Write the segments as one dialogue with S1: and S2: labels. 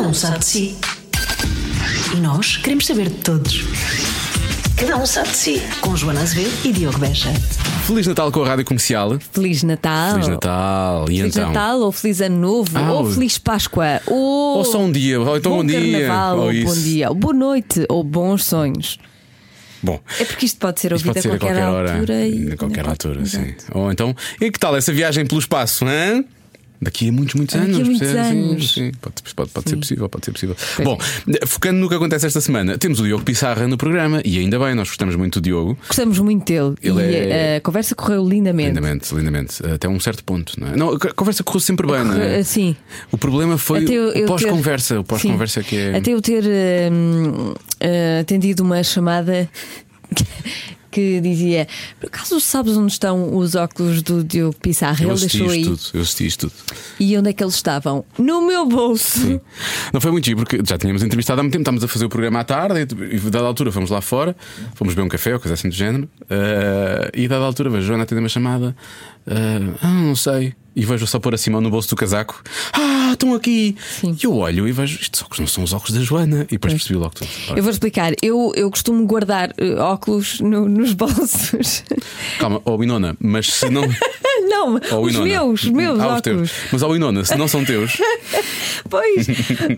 S1: um sabe de si. E nós queremos saber de todos. Cada um sabe de si. Com Joana Azevedo e Diogo Beja.
S2: Feliz Natal com a Rádio Comercial.
S3: Feliz Natal.
S2: Feliz Natal. E
S3: Ah, Feliz
S2: então?
S3: Natal, ou Feliz Ano Novo,
S2: Ah,
S3: ou
S2: o-
S3: Feliz Páscoa, ou,
S2: Ou só um dia, ou então
S3: bom,
S2: bom, dia.
S3: Carnaval,
S2: ou
S3: ou
S2: isso.
S3: bom dia, ou boa noite, ou bons sonhos.
S2: Bom.
S3: É porque isto pode ser
S2: Isto pode
S3: ouvido
S2: ser
S3: a qualquer,
S2: hora.
S3: altura. E...
S2: A qualquer altura,
S3: Exato.
S2: sim. Ou então, e que tal essa viagem pelo espaço? hã? Daqui a muitos, muitos
S3: Daqui a
S2: anos.
S3: muitos
S2: percebes? Sim,
S3: anos. é.
S2: Sim, pode, pode- pode ser possível, pode ser possível. Bom, focando no que acontece esta semana, temos o Diogo Pissarra no programa e ainda bem, nós gostamos muito do Diogo.
S3: Gostamos muito dele.
S2: Ele
S3: e eh,
S2: é-
S3: a conversa correu lindamente.
S2: Lindamente, lindamente. Até um certo ponto, não é? Não, a conversa correu sempre bem, não é?
S3: eh, Sim.
S2: O problema foi
S3: Até eu-
S2: o
S3: eu ter-
S2: pós-conversa. O pós-conversa
S3: Sim.
S2: que é.
S3: Até eu ter hum, eh, atendido uma chamada que dizia: Por acaso sabes onde estão os óculos do Diogo Pissarra?
S2: eu
S3: Ele
S2: assisti
S3: deixou
S2: isto
S3: aí.
S2: tudo, eu assisti isto tudo.
S3: E onde é que eles estavam? No meu bolso!
S2: Sim. Não foi muito giro, porque já tínhamos entrevistado há muito tempo, estávamos a fazer o programa à tarde e, e dada altura fomos lá fora, fomos beber um café ou coisa assim do género, eh, e dada altura vejo a Joana atender uma chamada, eh, ah, não sei, e vejo só pôr a Simão no bolso do casaco, ah, estão aqui!
S3: Sim.
S2: E eu olho e vejo, estes óculos não são os óculos da Joana, e depois percebi logo tudo. Ora,
S3: Eu vou explicar. Eu, eu costumo guardar eh, óculos no- nos bolsos.
S2: Calma, ó Winona, mas se não.
S3: Não,
S2: ó,
S3: os
S2: Winona.
S3: meus, os meus
S2: Ah, os
S3: óculos.
S2: teus. Mas ó Winona, se não são teus,
S3: Pois,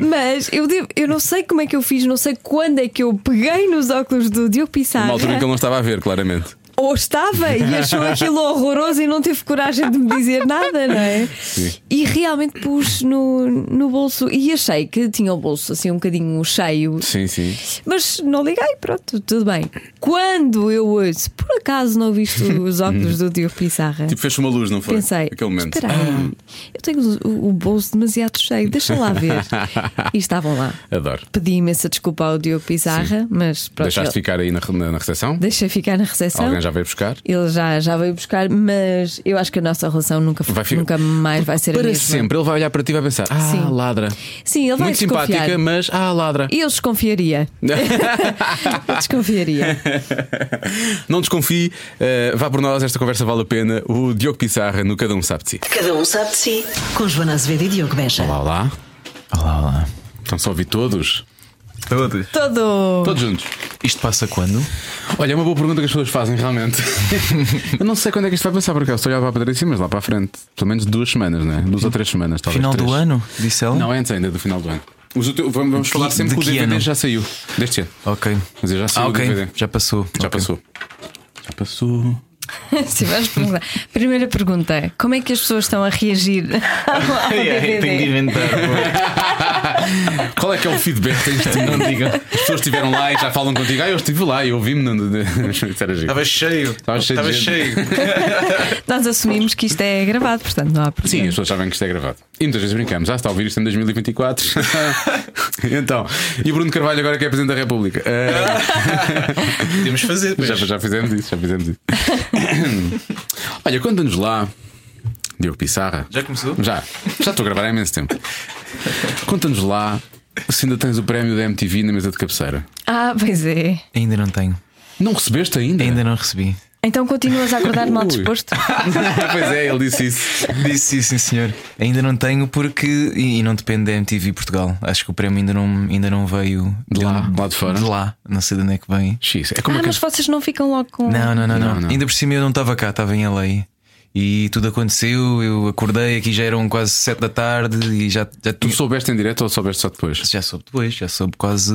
S3: mas eu, devo- eu não sei como é que eu fiz, não sei quando é que eu peguei nos óculos do Diogo Pissarra.
S2: numa altura em que ele não estava a ver, claramente.
S3: Ou estava e achou aquilo horroroso e não teve coragem de me dizer nada, não é?
S2: Sim.
S3: E realmente pus no, no bolso e achei que tinha o bolso assim um bocadinho cheio,
S2: Sim, sim.
S3: mas não liguei, pronto, tudo bem. Quando eu ouço, por acaso não viste os óculos do Diogo Pissarra?
S2: Tipo, fez uma luz, não foi?
S3: Pensei,
S2: Aquele momento. Ah."
S3: espera aí, eu tenho o, o bolso demasiado cheio, deixa lá ver. E estavam lá.
S2: Adoro.
S3: Pedi imensa desculpa ao Diogo Pissarra, mas pronto,
S2: Deixaste
S3: ele-
S2: ficar aí na, na, na recepção?
S3: deixei ficar na recepção.
S2: Alguém já veio buscar?
S3: Ele já, já veio buscar, mas eu acho que a nossa relação nunca, foi-
S2: Vai ficar-
S3: nunca mais vai ser a
S2: Para
S3: mesma.
S2: sempre, ele vai olhar para ti e vai pensar: Ah,
S3: Sim.
S2: ladra.
S3: Sim, ele vai
S2: Muito
S3: desconfiar.
S2: simpática, mas ah, ladra.
S3: Eu desconfiaria. Eu desconfiaria.
S2: Não desconfie, eh, vá por nós, esta conversa vale a pena. O Diogo Pissarra no Cada Um Sabe de Si.
S1: Cada um sabe de si. Com Joana Azevedo e Diogo Beja.
S2: Olá, olá.
S4: Olá, olá.
S2: Estão só a ouvir todos?
S4: Todos.
S3: Todo.
S2: Todos juntos.
S4: Isto passa quando?
S2: Olha, é uma boa pergunta que as pessoas fazem realmente. Eu não sei quando é que isto vai passar, porque eu estou a olhar para a Patrícia, mas lá para a frente. Pelo menos duas semanas, não é? Duas ou três semanas, talvez.
S4: Final do
S2: três.
S4: ano? Disse ela?
S2: Não, é antes ainda do final do ano. Os uteu- vamos vamos
S4: Hum? De
S2: falar
S4: que-
S2: sempre
S4: de
S2: que o
S4: que
S2: DVD
S4: ano?
S2: já saiu. Deste ano.
S4: Ok.
S2: Mas eu já sei
S4: Ah,
S2: o
S4: ok.
S2: DVD.
S4: Já passou.
S2: Já
S4: Ok.
S2: passou. Já passou.
S3: Sim, vamos perguntar. Primeira pergunta: como é que as pessoas estão a reagir ao, ao DVD?
S4: Tenho de inventar.
S2: Qual é que é o feedback que tens tido? Não digam. As pessoas estiveram lá e já falam contigo. Ah, eu estive lá e ouvi-me. no- Isso era giro.
S4: Estava cheio.
S2: Estava cheio de gente.
S3: Nós assumimos que isto é gravado, portanto não há problema.
S2: Sim, as pessoas sabem que isto é gravado. E muitas vezes brincamos. Ah, está a ouvir isto em 2024. então, e o Bruno Carvalho agora que é Presidente da República. Ah,
S4: Podemos fazer.
S2: já, já fizemos isso, já fizemos isso. Olha, conta-nos lá, Diogo Pissarra.
S4: Já começou?
S2: Já, já estou a gravar há imenso tempo. Conta-nos lá se ainda tens o prémio da MTV na mesa de cabeceira.
S3: Ah, pois é.
S4: Ainda não tenho.
S2: Não recebeste ainda?
S4: Ainda não recebi.
S3: Então continuas a acordar mal
S2: Ui.
S3: disposto?
S2: pois é, ele disse isso.
S4: Disse sim, senhor. Ainda não tenho porque. E, e não depende da MTV Portugal. Acho que o prémio ainda não, ainda não veio
S2: De lá,
S4: onde-
S2: lá de fora.
S4: lá. Não sei de onde é que vem.
S2: X, é como
S3: Ah,
S2: que-
S3: mas vocês não ficam logo com.
S4: Não, não, não, não,
S2: Não, não.
S4: Ainda por cima eu não estava cá, estava em LA. E tudo aconteceu, eu acordei, aqui já eram quase sete da tarde e já, já
S2: Tu
S4: tinha-
S2: soubeste em direto ou soubeste só depois?
S4: Já soube depois, já soube quase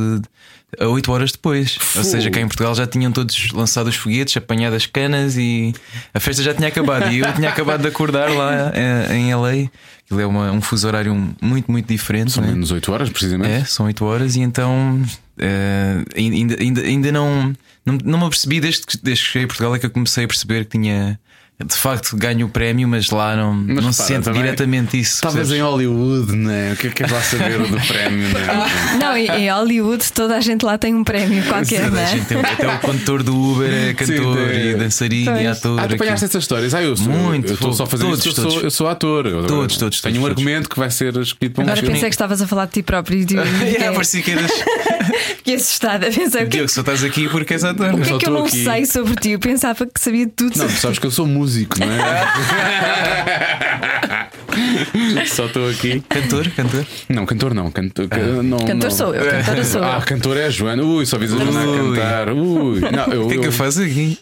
S4: a 8 horas depois. Ou seja, cá em Portugal já tinham todos lançado os foguetes, apanhado as canas e a festa já tinha acabado. E eu tinha acabado de acordar lá eh, em LA. Aquilo é uma- um fuso horário muito, muito diferente.
S2: São
S4: né?
S2: menos 8 horas, precisamente.
S4: É, são 8 horas e então eh, ainda, ainda, ainda não, não, não me apercebi desde que, desde que cheguei a Portugal é que eu comecei a perceber que tinha de facto ganho o prémio, mas lá não, não se
S2: repara,
S4: sente
S2: também-
S4: diretamente isso.
S2: Estavas
S4: percebes?
S2: em Hollywood, né? O que é que é lá saber do prémio,
S4: Ah,
S2: né?
S3: Não, em- em Hollywood toda a gente lá tem um prémio qualquer, não
S4: Toda a
S3: é?
S4: gente tem- um até o condutor do Uber é cantor
S2: tem-
S4: e dançarino e
S3: Pois.
S4: ator.
S2: Ah, tu apanhaste
S4: aquilo.
S2: essas histórias. Ah, eu sou,
S4: Muito,
S2: eu estou só a fazer
S4: todos,
S2: isto, eu sou,
S4: todos.
S2: eu sou ator. Eu-
S4: Todos, todos,
S2: Tenho um
S4: todos, todos.
S2: argumento que vai ser escolhido para um
S3: Agora
S2: filme.
S3: pensei que estavas a falar de ti próprio e
S2: assim?
S4: Yeah,
S3: eu
S4: É, parecia que eras
S3: fiquei é assustada. Pensei, o que,
S4: Diogo, só estás aqui porque és ator.
S3: o que
S2: só
S3: é que eu
S2: estou
S3: não
S2: aqui.
S3: sei sobre ti? Eu pensava que sabia tudo
S2: Não,
S3: sobre
S2: tu sabes que eu sou músico, não é? Só estou aqui.
S4: Cantor, cantor.
S2: Não, cantor não. Cantor,
S4: Ah.
S2: não,
S3: Cantor
S2: não.
S3: sou eu, cantora sou
S2: Ah,
S3: eu.
S2: cantor é a Joana. Ui, só vês a Joana a
S4: Ui.
S2: cantar. Ui. Não, eu,
S4: O que é que
S2: eu-
S4: eu faço aqui?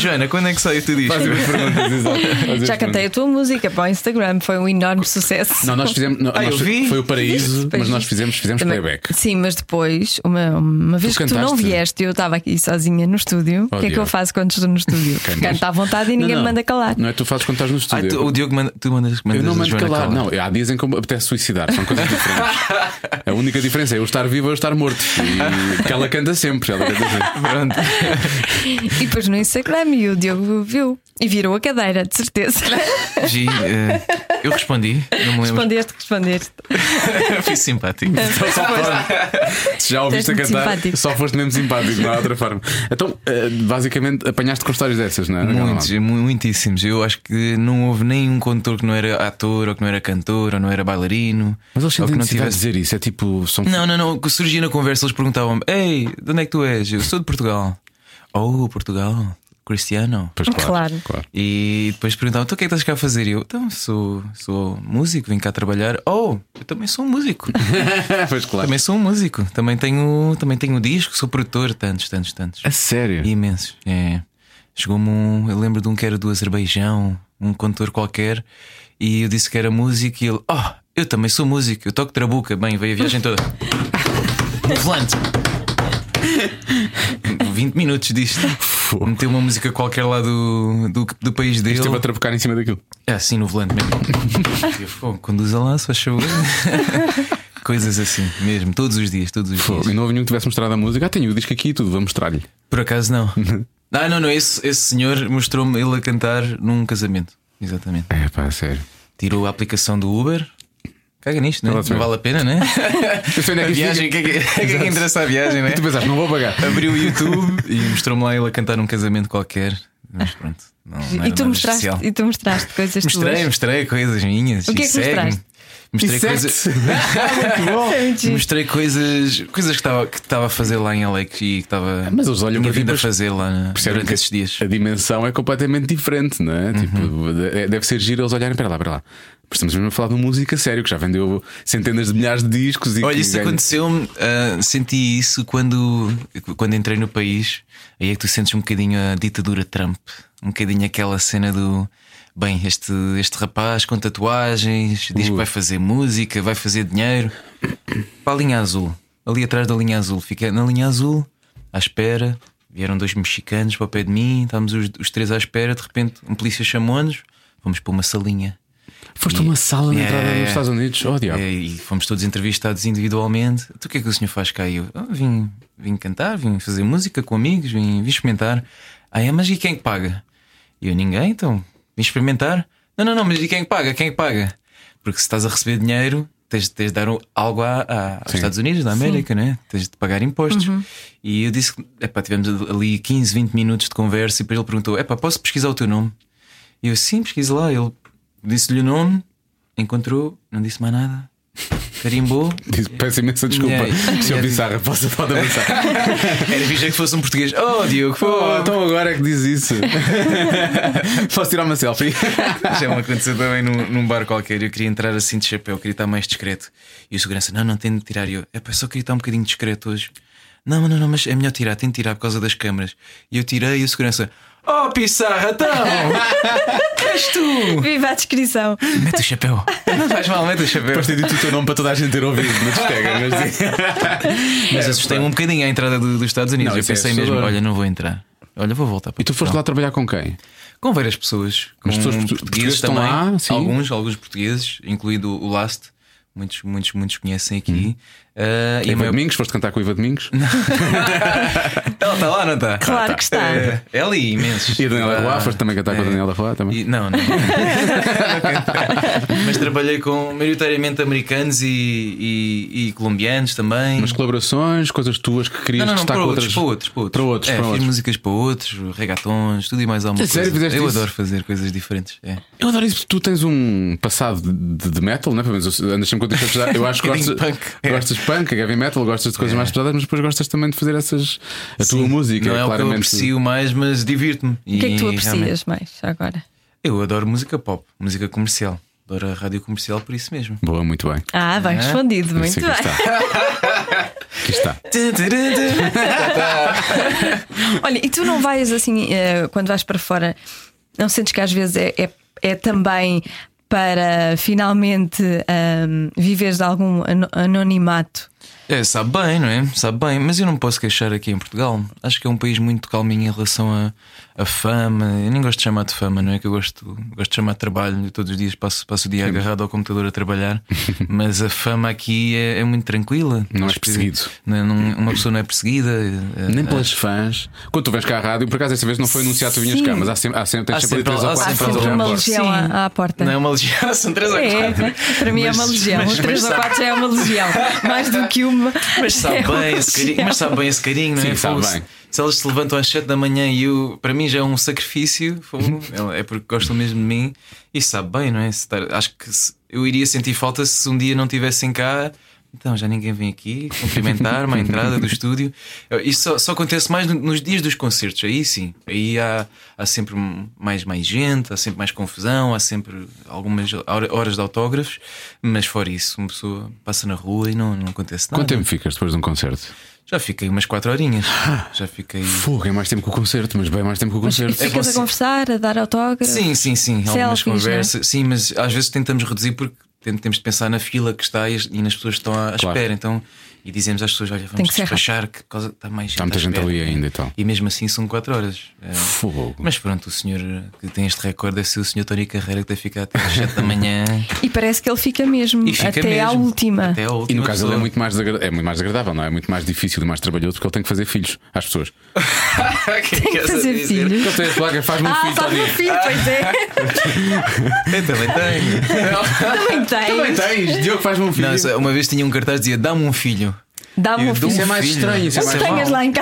S4: Joana, quando é que sai o teu disco?
S2: Fazer as perguntas, exato. Fazer
S3: Já
S2: as
S3: cantei a tua música para o Instagram, foi um enorme sucesso.
S2: Não, nós fizemos. não,
S4: Ah, eu
S2: nós-
S4: vi.
S2: Foi o paraíso, mas nós fizemos, fizemos
S3: Também-
S2: playback.
S3: Sim, mas depois, uma, uma vez que tu não
S2: cantaste?
S3: vieste, eu estava aqui sozinha no estúdio.
S2: Oh,
S3: o que é que eu
S2: Diogo.
S3: faço quando estou no estúdio?
S2: Cantas.
S3: Canto à vontade e ninguém
S2: Não,
S3: me
S2: não.
S3: manda calar.
S2: Não é tu fazes quando estás no
S4: Ah,
S2: estúdio.
S4: tu, o Diogo manda, tu mandas, mandas
S2: Eu não
S4: a
S2: mando
S4: Joana
S2: calar,
S4: calar.
S2: não. Há dias em que eu me apetece suicidar, são coisas diferentes. a única diferença é eu estar vivo ou eu estar morto. E que ela canta sempre. Ela canta sempre.
S4: Pronto.
S3: E depois no Instagram e o Diogo viu e virou a cadeira, de certeza.
S4: Gi, eh, eu respondi, não me lembro.
S3: respondeste, respondeste.
S4: Fui simpático.
S3: É.
S2: Só- só pode. Se já ouviste a
S3: Tens-me
S2: cantar,
S3: simpático.
S2: só foste mesmo simpático, não há outra forma. Então, eh, basicamente, apanhaste com histórias dessas, não é?
S4: Muitos, mu- muitíssimos. Eu acho que não houve nenhum cantor que não era ator, ou que não era cantor, ou não era bailarino.
S2: Mas eles
S4: ou É que
S2: sentem
S4: não
S2: necessidade de
S4: tivesse.
S2: dizer isso. É tipo. São...
S4: Não, não, não. Que surgia na conversa, eles perguntavam-me: Ei, de onde é que tu és? Eu sou de Portugal. Oh, Portugal, Cristiano.
S2: Pois,
S3: Claro.
S4: E depois perguntavam: Então o que é que estás cá a fazer? E eu: Então, sou, sou músico, vim cá trabalhar. Oh, eu também sou um músico.
S2: Pois claro.
S4: também sou um músico. Também tenho, também tenho disco, sou produtor. Tantos, tantos, tantos.
S2: A sério.
S4: Imensos. É. Chegou-me um. Eu lembro de um que era do Azerbaijão, um cantor qualquer, e eu disse que era músico, e ele, oh, eu também sou músico, eu toco trabuca. Bem, veio a viagem toda. No volante. 20 minutos disto. Meteu uma música qualquer lá do, do, do país dele.
S2: Esteve a trabucar em cima daquilo.
S4: É assim no volante mesmo. Eu, "Pô, Conduza lá, se faz favor. Coisas assim, mesmo, todos os dias, todos os dias.
S2: E não houve nenhum que tivesse mostrado a música. Ah, tenho o disco aqui e tudo, vou mostrar-lhe.
S4: Por acaso não. ah, não, não. Esse, esse senhor mostrou-me ele a cantar num casamento. Exatamente.
S2: É pá, a sério.
S4: Tirou a aplicação do Uber. Caga nisto, né?
S2: Exatamente.
S4: não vale a pena, né?
S2: Eu sei onde
S4: A
S2: é que isto
S4: viagem, o que é que, o que é que interessa a viagem, né?
S2: fica. E tu pensaste, não vou pagar.
S4: Abriu o YouTube e mostrou-me lá ele a cantar num casamento qualquer. Mas pronto, não, não era
S3: E tu,
S4: nada
S3: mostraste,
S4: especial.
S3: e tu mostraste coisas
S4: Mostrei,
S3: tuas.
S4: mostrei coisas minhas.
S3: O que
S4: e
S3: é que
S4: segue-me.
S3: mostraste?
S4: Mostrei coisas.
S2: Insecto. Ah, Muito bom.
S4: Mostrei coisas, coisas que estava que estava a fazer lá em LA e que estava
S2: Mas eles olham para
S4: tinha
S2: ti,
S4: vindo a
S2: mas
S4: fazer lá na-
S2: Percebem
S4: durante
S2: que
S4: esses dias.
S2: A dimensão é completamente diferente, não é? Tipo,
S4: Uhum.
S2: de- deve ser giro eles olharem para lá, para lá. Mas Estamos mesmo a falar de uma música sério que já vendeu centenas de milhares de discos e
S4: Olha,
S2: que
S4: isso
S2: ganha-
S4: aconteceu-me, ah, senti isso quando, quando entrei no país. Aí é que tu sentes um bocadinho a ditadura Trump, um bocadinho aquela cena do. Bem, este, este rapaz com tatuagens diz que vai fazer música, vai fazer dinheiro. Para a linha azul, ali atrás da linha azul, fiquei na linha azul, à espera. Vieram dois mexicanos para o pé de mim, estávamos os, os três à espera. De repente, um polícia chamou-nos, vamos para uma salinha.
S2: Foste a uma sala na
S4: Yeah,
S2: entrada
S4: yeah,
S2: dos Estados Unidos. Oh, diabo.
S4: É, e fomos todos entrevistados individualmente. Tu o que é que o senhor faz cá? E eu "Ah, vim, vim cantar, vim fazer música com amigos, vim, vim experimentar. Ah, é, mas e quem é que paga? E eu, ninguém, então vim experimentar. Não, não, não, mas e quem é que paga? Quem é que paga? Porque se estás a receber dinheiro, tens, tens de dar um- algo à- à- aos Estados Unidos, da América, né? tens de pagar impostos. E eu disse: epá, tivemos ali 15, 20 minutos de conversa. E depois ele perguntou: epá, posso pesquisar o teu nome? E eu, sim, pesquise lá. Ele disse-lhe o nome, encontrou, não disse mais nada, carimbou.
S2: Diz- Peço imensa desculpa.
S4: Yeah, yeah.
S2: Senhor Pissarra, posso pode avançar.
S4: Era fixe que fosse um português. Oh, Diogo,
S2: oh,
S4: pô!
S2: então agora é que diz isso. posso tirar uma selfie?
S4: Já me aconteceu também num, num bar qualquer. Eu queria entrar assim de chapéu, queria estar mais discreto. E o segurança, não, não, tem de tirar. E eu, é pá, só queria estar um bocadinho discreto hoje. Não, não, não, mas é melhor tirar, tem de tirar por causa das câmaras. E eu tirei e o segurança, oh, Pissarra, então! És tu!
S3: Viva a descrição.
S4: Mete o chapéu. Não faz mal, mete o chapéu.
S2: Depois ter dito o teu nome para toda a gente ter ouvido na despega. Mas...
S4: Mas assustei-me um bocadinho à entrada do- dos Estados Unidos.
S2: É Não,
S4: eu
S2: isso é
S4: pensei mesmo,
S2: assustador.
S4: olha, não vou entrar. Olha, vou voltar para
S2: E tu foste lá
S4: Portugal.
S2: trabalhar com quem?
S4: com várias pessoas, com
S2: Mas pessoas portu- portugueses estão
S4: também,
S2: lá, sim.
S4: alguns, alguns portugueses, incluído o Last, muitos, muitos, muitos conhecem
S2: Hum.
S4: aqui. Ah, e a
S2: Iva
S4: maior...
S2: Domingos? Foste cantar com o Iva Domingos?
S4: Ela está lá, não está?
S3: Claro que está.
S4: É, ela e imensos.
S2: E a Daniela
S4: Ah,
S2: Roá? Foste também cantar com a
S4: é.
S2: Daniela Roá? Também?
S4: E- não, não. Mas trabalhei com maioritariamente americanos e, e- e colombianos também.
S2: Mas colaborações, coisas tuas que querias
S4: Não, não, não,
S2: destacar
S4: para
S2: com
S4: outros,
S2: outras.
S4: para outros,
S2: Para
S4: para outros.
S2: outros,
S4: É,
S2: para
S4: fiz
S2: outros.
S4: músicas para outros, regatons, tudo e mais alguma
S2: A sério,
S4: coisa.
S2: fizeste
S4: Eu
S2: isso?
S4: adoro fazer coisas diferentes. É.
S2: Eu adoro isso, tu tens um passado de, de metal, não é? Pelo menos eu- andas sempre com outras coisas. Eu acho que
S4: Um bocadinho
S2: gostas,
S4: punk, é.
S2: gostas de punk, heavy metal, gostas de coisas mais pesadas, mas depois gostas também de fazer essas. a tua música,
S4: Não é o que eu
S2: claramente. é
S4: aprecio mais, mas divirto-me.
S3: O que é que tu aprecias mais agora?
S4: Eu adoro música pop, música comercial. Adoro a rádio comercial por isso mesmo.
S2: Boa, muito bem.
S3: Ah, bem respondido, muito
S2: Sim,
S3: bem.
S2: aqui está. Aqui está.
S3: Olha, e tu não vais assim, eh, quando vais para fora, não sentes que às vezes é, é, é também para finalmente ahm, viveres de algum ano- anonimato?
S4: É, sabe bem, não é? Sabe bem, mas eu não me posso queixar aqui em Portugal. Acho que é um país muito calminho em relação à à fama. Eu nem gosto de chamar de fama, não é? Que eu gosto, gosto de chamar de trabalho. Eu todos os dias passo, passo o dia agarrado ao computador a trabalhar. mas a fama aqui é, é muito tranquila.
S2: Não
S4: Acho
S2: és
S4: que
S2: perseguido.
S4: não- não- uma pessoa não é perseguida. é-
S2: Nem pelas fãs. Quando tu vens cá à rádio, por acaso esta vez não foi anunciado que tu vinhas
S3: Sim.
S2: cá, mas há sempre, há sempre, tens
S4: Há
S2: sempre,
S4: sempre-
S2: três ou
S4: há
S2: quatro
S3: Há
S4: sempre
S2: fãs
S3: sempre
S2: à
S3: uma
S2: porta.
S3: legião
S4: um Sim.
S3: à, à porta.
S4: Não é uma legião, são três ou
S3: É,
S4: quatro.
S3: para mim é uma
S4: Mas-
S3: legião.
S4: mas-
S3: O 3
S4: mas
S3: a 4 já é uma legião. Mais do que uma.
S4: Mas sabe
S3: é uma
S4: bem esse carinho, mas
S3: legião.
S4: sabe bem esse carinho, não é?
S2: Sim, sabe
S4: Fogo, se-
S2: bem.
S4: Se elas se levantam às 7 da manhã e eu, para mim já é um sacrifício, fogo, é porque gostam mesmo de mim e sabe bem, não é? Se tar- acho que se- eu iria sentir falta se um dia não estivessem cá. Então já ninguém vem aqui cumprimentar-me à entrada do estúdio. Isso só, só acontece mais no- nos dias dos concertos, aí sim. Aí há, há sempre mais, mais gente, há sempre mais confusão, há sempre algumas hora- horas de autógrafos, mas fora isso, uma pessoa passa na rua e não, não acontece nada.
S2: Quanto tempo ficas depois de um concerto?
S4: Já fiquei umas 4 horinhas. Já fiquei.
S2: Fogo, é mais tempo que o concerto, mas bem mais tempo que o
S3: Mas
S2: concerto.
S3: ficas a
S4: é você-
S3: conversar, a dar autógrafos.
S4: Sim, sim, sim. Algumas
S3: Selfies, é?
S4: conversas. Sim, mas às vezes tentamos reduzir porque tem- temos de pensar na fila que está e as- e nas pessoas que estão à à
S2: Claro.
S4: espera. Então, e dizemos às pessoas: olha, vamos
S3: que ser
S4: despachar que por causa- está mais gente.
S2: Está muita
S4: à
S2: gente
S4: espera.
S2: ali ainda e tal.
S4: E mesmo assim são 4 horas. É.
S2: Fogo.
S4: Mas pronto, o senhor que tem este recorde deve ser o senhor Tony Carreira que deve ficar até às 7 da manhã
S3: E parece que ele fica mesmo
S4: e fica
S3: até
S4: mesmo.
S3: à última.
S4: Até à
S2: E
S4: última
S2: no caso ele é
S4: pessoa.
S2: muito, mais desagra- é muito mais desagradável, não é? É muito mais difícil e mais trabalhoso porque ele tem que fazer filhos às pessoas.
S4: Que é que
S3: Tem que
S4: queres
S3: fazer
S4: dizer?
S3: filhos.
S2: Ele tem a placa, faz-me um
S3: Ah,
S2: filho
S3: faz
S2: todo
S3: um
S2: dia.
S3: filho, pois é.
S4: Eu também tenho.
S3: Também
S2: Também
S3: tens.
S2: tens, Diogo faz-me um filho.
S4: Não, só- uma vez tinha um cartaz que dizia: dá-me um filho.
S3: Dá-me
S4: Eu
S3: um
S4: dou um
S2: Isso é
S3: filho.
S2: mais
S4: filho.
S2: estranho, isso é
S4: Não
S3: Não
S2: mais
S4: tenho
S3: tenhas
S4: mal.
S3: lá em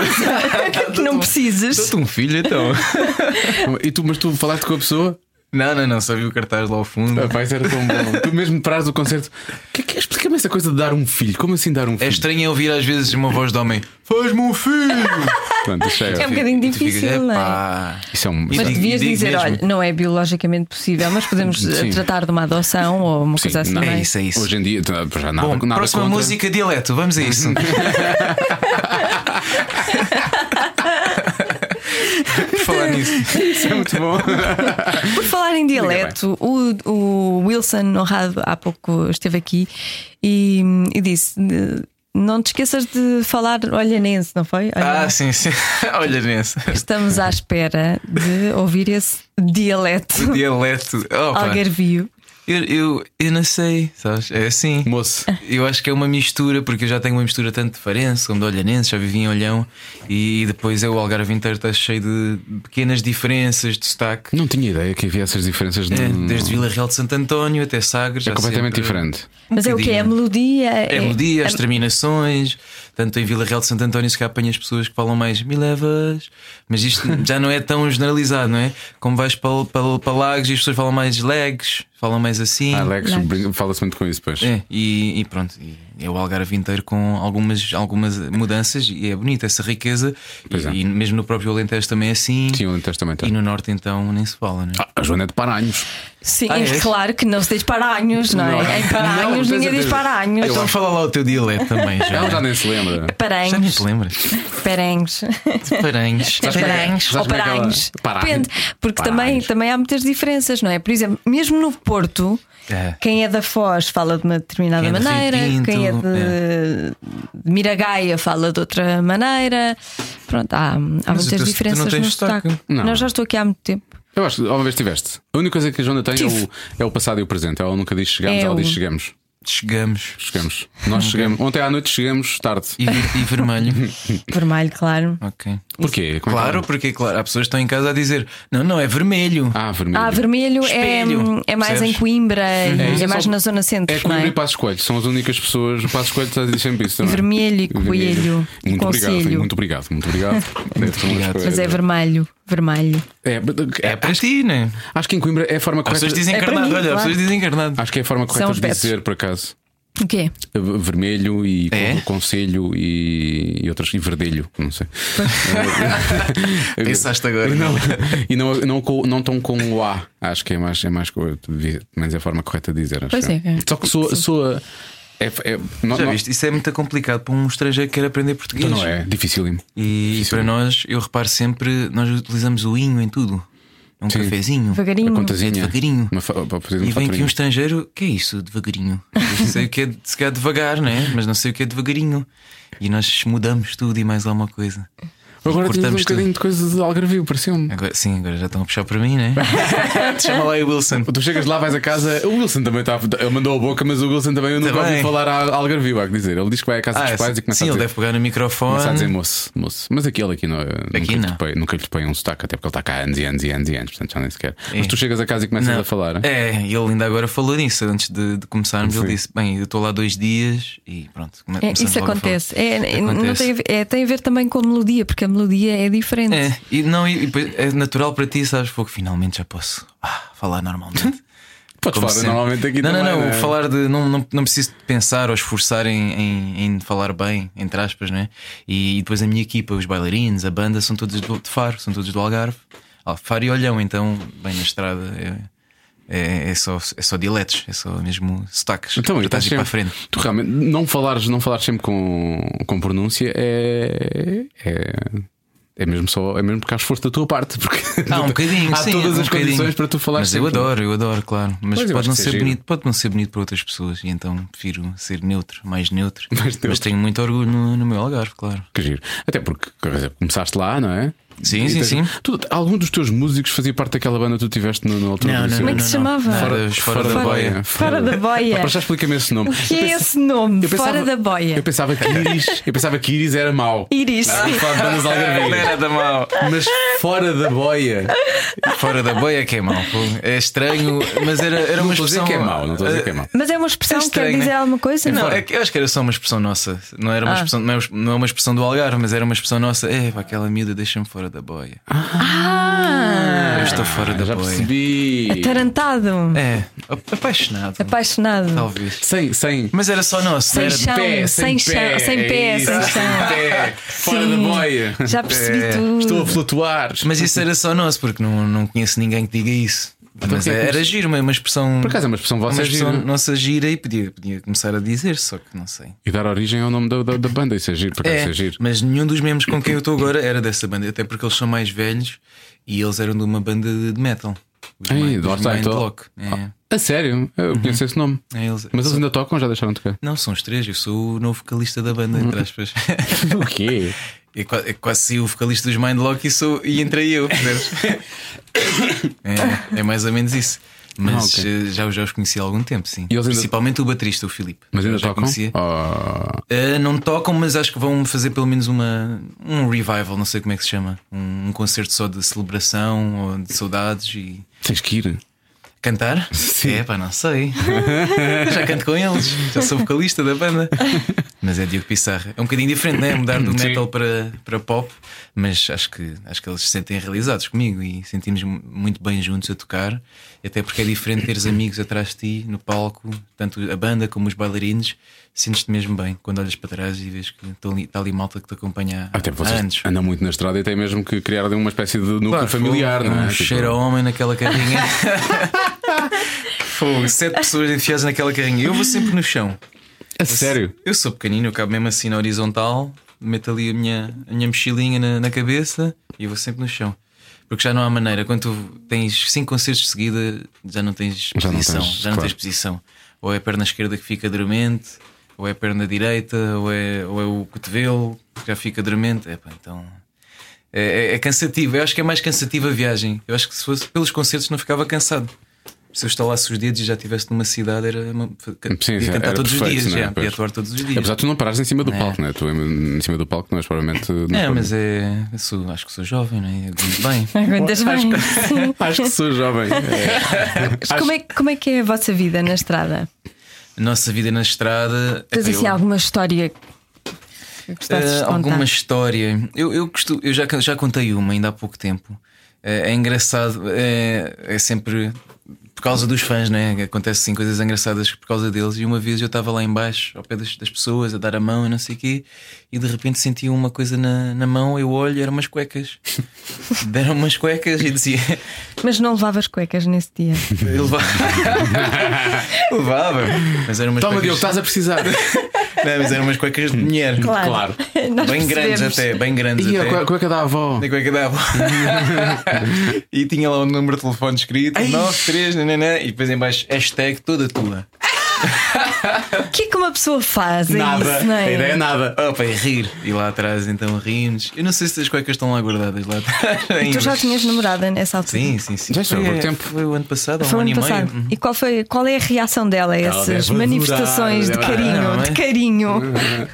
S3: casa. que não precisas.
S4: Sou-te um filho, então.
S2: E tu, mas tu falaste com a pessoa?
S4: Não, não, não, só vi o cartaz lá ao fundo.
S2: Ah, pá, isso era tão bom. tu mesmo paras do concerto. Que, é que, Explica-me essa coisa de dar um filho. Como assim dar um
S4: É
S2: filho?
S4: estranho é ouvir às vezes uma voz de homem: Faz-me um filho!
S2: Pronto, isso é-
S3: É um bocadinho
S4: E tu ficas,
S3: difícil, não é?
S4: "Epá."
S2: Isso é um.
S3: Mas
S4: E digo-
S3: devias
S4: digo
S3: dizer,
S4: mesmo.
S3: olha, não é biologicamente possível, mas podemos eh,
S2: Sim.
S3: tratar de uma adoção ou uma coisa assim.
S2: não.
S3: não é?
S4: É isso, é isso.
S2: Hoje em dia, tá, já nada,
S4: Bom,
S2: nada
S4: próxima
S2: contra.
S4: música, dialeto, vamos a isso. Por falar nisso,
S2: Isso é muito bom.
S3: Por falar em dialeto, o, o Wilson Honrado há pouco esteve aqui e, e disse: "Eh, Não te esqueças de falar olhanense, não foi?
S4: ah,
S3: Olhanense.
S4: sim, sim. Olha nessa.
S3: Estamos à espera de ouvir esse dialeto
S4: Dialeto. Oh, pá.
S3: algarvio.
S4: eu, eu, eu não sei, sabes? É assim.
S2: Moço.
S4: Eu acho que é uma mistura, porque eu já tenho uma mistura tanto de Farense como de Olhanense, já vivi em Olhão e depois é o Algarve inteiro está cheio de pequenas diferenças de sotaque.
S2: Não tinha ideia que havia essas diferenças.
S4: É,
S2: no-
S4: desde Vila Real de Santo António até Sagres.
S2: Hum. É
S4: há
S2: completamente
S4: sempre
S2: diferente.
S3: Mas é o que? É a
S4: bocadinho.
S3: melodia?
S4: É melodia, as terminações. Tanto em Vila Real de Santo António, se cá apanhas pessoas que falam mais me levas, mas isto já não é tão generalizado, não é? Como vais para, para, para Lagos e as pessoas falam mais legs, falam mais assim.
S2: Alex,
S3: Alex.
S2: brinca- fala-se muito com isso, pois.
S4: É, e, e pronto, e é o Algarve inteiro com algumas, algumas mudanças e é bonito essa riqueza.
S2: Pois
S4: E,
S2: é.
S4: e mesmo no próprio Alentejo também é assim.
S2: Sim, o Alentejo também está.
S4: E no Norte então nem se fala, né?
S2: Ah, a Joana é de Paranhos.
S3: Sim,
S4: Ah, é?
S3: claro que não se diz paranhos, não, é? Em paranhos,
S2: Não,
S3: ninguém
S2: tens a
S3: diz
S2: dizer.
S3: paranhos.
S4: então fala lá o teu dialeto também,
S2: Ela
S4: já.
S2: É um
S4: é?
S2: já nem se lembra.
S3: Paranhos.
S4: Já nem te lembras?
S3: Paranhos.
S4: Paranhos.
S3: Tens paranhos
S2: sabes
S3: ou
S2: como é que ela-
S3: paranhos.
S2: Paranhos.
S3: Depende, porque também,
S2: Paranhos.
S3: também há muitas diferenças, não é? Por exemplo, mesmo no Porto,
S4: É.
S3: quem é da Foz fala de uma determinada
S4: Quem é de Rio
S3: maneira,
S4: Tinto,
S3: quem é de, de Miragaia fala de outra maneira. Pronto, há, há
S4: Mas
S3: muitas
S4: tu- tu
S3: diferenças
S4: não tens
S3: no sotaque.
S4: sotaque?
S2: Não.
S3: Não, já estou aqui há muito tempo.
S2: Eu acho que alguma vez tiveste. A única coisa que a Joana tem é
S3: Tive.
S2: o, é o passado e o presente. Ela nunca diz chegamos,
S3: É
S2: ela
S3: o-
S2: diz chegamos.
S4: Chegamos.
S2: Chegamos. Nós chegamos. Ontem à noite chegamos tarde.
S4: E, ver- e vermelho.
S3: Vermelho, claro.
S4: ok.
S2: Porquê? Como é que
S4: Claro,
S2: ela-
S4: porque claro, há pessoas que estão em casa a dizer: não, não, é vermelho.
S2: Ah, vermelho.
S3: Ah, vermelho é,
S4: Espelho,
S3: é mais em
S4: percebes?
S3: Coimbra e
S2: isso
S3: é
S2: é
S3: mais
S2: só-
S3: na zona centro,
S2: É
S3: não
S2: Coimbra
S3: é?
S2: e Passo Coelho, são as únicas pessoas. O Passo Coelho está sempre isso também.
S3: Vermelho e coelho.
S2: Muito
S3: Conselho.
S2: obrigado, muito obrigado, muito obrigado.
S4: obrigado.
S3: Mas é vermelho, vermelho.
S2: É, but-
S4: É para ti, né?
S2: Acho que em Coimbra é a forma
S4: Há
S2: correta.
S4: pessoas que dizem
S3: É para
S4: encarnado,
S3: mim,
S4: olha, há
S3: claro.
S4: pessoas que dizem encarnado.
S2: Acho que é a forma correta
S3: os
S2: de
S3: betos.
S2: dizer, por acaso.
S3: O quê?
S2: Vermelho e
S4: É?
S2: con- conselho e, e outras. E verdelho, não sei. É,
S4: Pensaste agora. é?
S2: E não, e não, não, com- não tão com o A. Acho que é mais, é mais co- devia- mas é a forma correta de dizer. acho
S3: Pois é,
S2: eu.
S3: é.
S2: Só que soa. soa é, é, não,
S4: Já
S2: não-
S4: viste? Isso é muito complicado para um estrangeiro que quer aprender português.
S2: Então não é dificílimo.
S4: E
S2: Difícil.
S4: para nós, eu reparo sempre, nós utilizamos o inho em tudo. É Um
S2: Sim.
S4: cafezinho.
S3: Devagarinho.
S2: A contazinha.
S4: É devagarinho.
S2: Uma fa- para fazer
S4: E
S2: uma
S4: vem aqui
S2: faturinha.
S4: um estrangeiro, que é isso, devagarinho? Eu sei o que é, se calhar devagar, né? Mas não sei o que é devagarinho. E nós mudamos tudo e mais alguma coisa.
S2: Agora temos um
S4: cortamos
S2: bocadinho de coisa de algarvio, pareceu-me.
S4: Agora, sim, agora já estão a puxar para mim, né? Chama lá aí o Wilson.
S2: Tu chegas lá, vais a casa. O Wilson também está. Ele mandou a boca, mas o Wilson também eu nunca
S4: Também.
S2: ouvi falar a Algarvio, há que dizer. Ele diz que vai à casa dos pais
S4: Ah, sim,
S2: e começa
S4: sim,
S2: a
S4: ele
S2: dizer,
S4: deve pegar no microfone.
S2: começa a dizer moço, moço. Mas aquele aqui, não, é, nunca,
S4: não.
S2: Lhe põe, nunca lhe põe um sotaque, até porque ele está cá há anos e anos e anos e anos, portanto já nem sequer. Mas
S4: É.
S2: tu chegas a casa e começas
S4: Não.
S2: a falar. É.
S4: É, ele ainda agora falou nisso antes de, de começarmos.
S2: Sim.
S4: Ele disse: Bem, eu estou lá dois dias e pronto. come-
S3: É,
S4: começamos
S3: isso
S4: logo a
S3: acontece.
S4: falar.
S3: É, é, não
S4: Acontece.
S3: tem, a ver- é, tem a ver também com a melodia, porque a melodia é diferente.
S4: É, e não, e depois é natural para ti, sabes? Porque finalmente já posso ah, falar normalmente.
S2: Podes
S4: Como
S2: falar
S4: sempre.
S2: normalmente aqui
S4: não,
S2: também.
S4: Não, não,
S2: né?
S4: falar de. Não, não, não preciso de pensar ou esforçar em, em, em falar bem, entre aspas, né? E, e depois a minha equipa, os bailarinos, a banda, são todos do, de Faro, são todos do Algarve. Ah, Faro e Olhão, então, bem na estrada. É, é, é só, é só dialetos, é só mesmo sotaques.
S2: Então,
S4: já
S2: estás
S4: estás a ir
S2: sempre,
S4: para a frente.
S2: Tu realmente não falares, não falares sempre com, com pronúncia é. é... É mesmo só, é mesmo porque há esforço da tua parte, porque
S4: Há um bocadinho,
S2: há
S4: sim,
S2: todas
S4: um
S2: as
S4: bocadinho.
S2: condições para tu falar
S4: Mas eu
S2: sempre.
S4: adoro, eu adoro, claro. Mas
S2: Pois, eu acho
S4: pode não
S2: que
S4: ser
S2: é giro.
S4: bonito, pode não ser bonito para outras pessoas, e então prefiro ser neutro, mais neutro.
S2: Mais neutro.
S4: Mas tenho muito orgulho no, no meu Algarve, claro.
S2: Que giro. Até porque quer dizer, começaste lá, não é?
S4: Sim,
S2: E
S4: sim,
S2: tens-
S4: sim.
S2: Tu, algum dos teus músicos fazia parte daquela banda que tu tiveste no- na altura do
S3: Como é que se chamava?
S4: Nada,
S2: Fora-
S4: os
S2: fora
S4: fora,
S2: da
S4: da
S2: boia.
S4: boia.
S3: Fora da boia.
S2: Pá, para já explica-me esse nome.
S3: O que é esse nome?
S2: Eu pensava-
S3: Fora da boia.
S2: Eu pensava que Iris, eu pensava que Iris era mau.
S3: Iris.
S2: Estávamos a falar de bandas algarvias.
S4: da mal.
S2: Mas fora da boia.
S4: Fora da boia que é mau. pô. É estranho, mas era, era
S2: Não
S4: uma
S2: estou a dizer
S4: expressão.
S2: que é mau, não estou a dizer que é mau.
S3: Mas é uma expressão
S4: É
S3: que quer
S4: estranho,
S3: dizer
S4: né?
S3: alguma coisa?
S4: Não,
S3: não?
S4: é que- eu acho que era só uma expressão nossa. Não era uma,
S3: Ah.
S4: expressão, não é uma- não é uma expressão do Algarve, mas era uma expressão nossa. É, pá, aquela miúda deixa-me fora da boia.
S3: Ah,
S4: eu estou fora da
S2: já
S4: boia.
S2: percebi.
S3: atarantado.
S4: É, ap-
S2: É.
S4: apaixonado.
S3: Apaixonado.
S4: Talvez.
S2: Sem, sem.
S4: Mas era só nosso,
S3: Sem
S4: não era de
S3: chão,
S2: pé,
S3: sem,
S2: sem pé,
S3: chão, sem
S2: é
S3: pé,
S2: isso.
S3: sem chão.
S2: Pé, fora da
S3: Sim.
S2: boia.
S3: Já percebi
S4: É.
S3: tudo.
S2: Estou a flutuar.
S4: Mas isso era só nosso, porque não, não conheço ninguém que diga isso. Mas
S2: quem é que
S4: era
S2: conhece?
S4: giro, uma, uma expressão.
S2: Por acaso é uma expressão vossa
S4: uma expressão
S2: gira.
S4: nossa gira e podia, podia começar a dizer, só que não sei.
S2: E dar origem ao nome da, da, da banda. Isso é giro, por acaso isso é giro.
S4: mas nenhum dos membros com quem eu estou agora era dessa banda, até porque eles são mais velhos e eles eram de uma banda de de metal. Os
S2: Ei,
S4: Mi-
S2: lá
S4: os
S2: está,
S4: Mind
S2: então.
S4: Lock. É,
S2: A sério? Eu conheço esse nome.
S4: é, eles-
S2: Mas eles
S4: são-
S2: ainda tocam ou já deixaram de tocar?
S4: Não, são os três, eu sou o novo vocalista da banda,
S2: Hum.
S4: entre aspas.
S2: O quê?
S4: eu, qua- eu quase saí o vocalista dos Mind Lock e, sou, e entrei eu, percebes? é, é mais ou menos isso. Mas
S2: Ah, ok.
S4: eh, já, já os conheci há algum tempo, sim.
S2: E eles ainda-
S4: Principalmente o baterista, o Filipe.
S2: Mas ainda
S4: já
S2: tocam?
S4: conhecia.
S2: Oh,
S4: Uh, não tocam, mas acho que vão fazer pelo menos uma, um revival, não sei como é que se chama. Um, um concerto só de celebração ou de saudades e.
S2: tens que ir.
S4: Cantar?
S2: Sim.
S4: É, pá, não sei. Já canto com eles, já sou vocalista da banda. Mas é Diogo Pissarra. É um bocadinho diferente, né? Mudar do
S2: Sim.
S4: metal para, para pop, mas acho que, acho que eles se sentem realizados comigo e sentimos mu- muito bem juntos a tocar. Até porque é diferente teres amigos atrás de ti no palco, tanto a banda como os bailarinos. Sentes-te mesmo bem quando olhas para trás e vês que estão ali- está ali malta que te acompanha há
S2: Até porque vocês
S4: anos.
S2: andam muito na estrada e têm mesmo que criar ali uma espécie de núcleo familiar,
S4: fogo,
S2: não é?
S4: Um
S2: Tipo,
S4: cheiro a homem naquela carrinha. fogo, sete pessoas enfiadas naquela carrinha. Eu vou sempre no chão.
S2: a é sério?
S4: Eu sou pequenino, eu cabo mesmo assim na horizontal, meto ali a minha, a minha mochilinha na, na cabeça e vou sempre no chão. Porque já não há maneira. Quando tu tens cinco concertos de seguida, já não tens
S2: Já não
S4: posição.
S2: tens,
S4: já não
S2: claro.
S4: tens posição. Ou é a perna esquerda que fica dormente, ou é a perna direita, ou é, ou é o cotovelo que já fica dormente. Epá, então. É, é- é cansativo. Eu acho que é mais cansativa a viagem. Eu acho que se fosse pelos concertos não ficava cansado. Se eu estalasse os dedos e já estivesse numa cidade, era uma,
S2: Sim,
S4: ia
S2: sim,
S4: cantar
S2: era
S4: todos
S2: perfeito,
S4: os dias,
S2: não é?
S4: já,
S2: Pois.
S4: ia atuar todos os dias.
S2: Apesar de tu não parares em cima do
S4: É.
S2: palco, não é? Tu em em cima do palco não és provavelmente. não
S4: É,
S2: és
S4: mas é. eu sou- acho que sou jovem, não é? Aguento bem.
S3: Aguentas bem. Sim.
S2: provavelmente- Acho que sou jovem. É.
S3: Mas Como, é, que- como é que é a vossa vida na estrada?
S4: A Nossa vida na estrada.
S3: Tens
S4: epá,
S3: assim
S4: eu-
S3: alguma história que gostasses de
S4: Eh,
S3: contar?
S4: alguma história. Eu, eu, costu- eu já, já contei uma ainda há pouco tempo. Eh, é engraçado, eh, é, sempre por causa dos fãs, né? Acontece assim coisas engraçadas por causa deles. E uma vez eu estava lá embaixo, ao pé das, das pessoas, a dar a mão e não sei o quê, e de repente senti uma coisa na, na mão, eu olho, eram umas cuecas. Deram umas cuecas e dizia.
S3: Mas não levavas cuecas nesse dia.
S4: Eu levava. levava. Mas eram umas
S2: Toma, Diogo, tá-
S4: cuecas.
S2: estás a precisar.
S4: Não, mas eram umas cuecas de mulher.
S3: Claro.
S2: Claro.
S3: Nós
S4: Bem grandes
S3: percebemos.
S4: até, bem grandes
S2: e a
S4: até.
S2: cue- cueca é da avó.
S4: Na cueca da avó. e tinha lá o número de telefone escrito: 93, nananã, né, e depois em baixo, hashtag toda tua.
S3: O que é que uma pessoa faz? É
S2: Nada.
S3: isso, não
S2: A
S3: é?
S2: ideia é nada.
S4: Oh, para rir. E lá atrás então rimos. Eu não sei se as cuecas estão lá guardadas lá atrás. ainda.
S3: Tu já tinhas namorada nessa altura?
S4: Sim, sim, sim.
S2: Já foi há pouco
S4: eh,
S2: tempo.
S4: Foi o ano passado, ou
S3: Foi
S4: um ano
S3: ano
S4: e meio.
S3: passado.
S4: Uhum.
S3: E qual, foi, qual é a reação dela a
S2: Ela
S3: essas
S2: deve
S3: manifestações de
S2: adorar, deve
S3: carinho?
S4: adorar, não é?
S3: De carinho.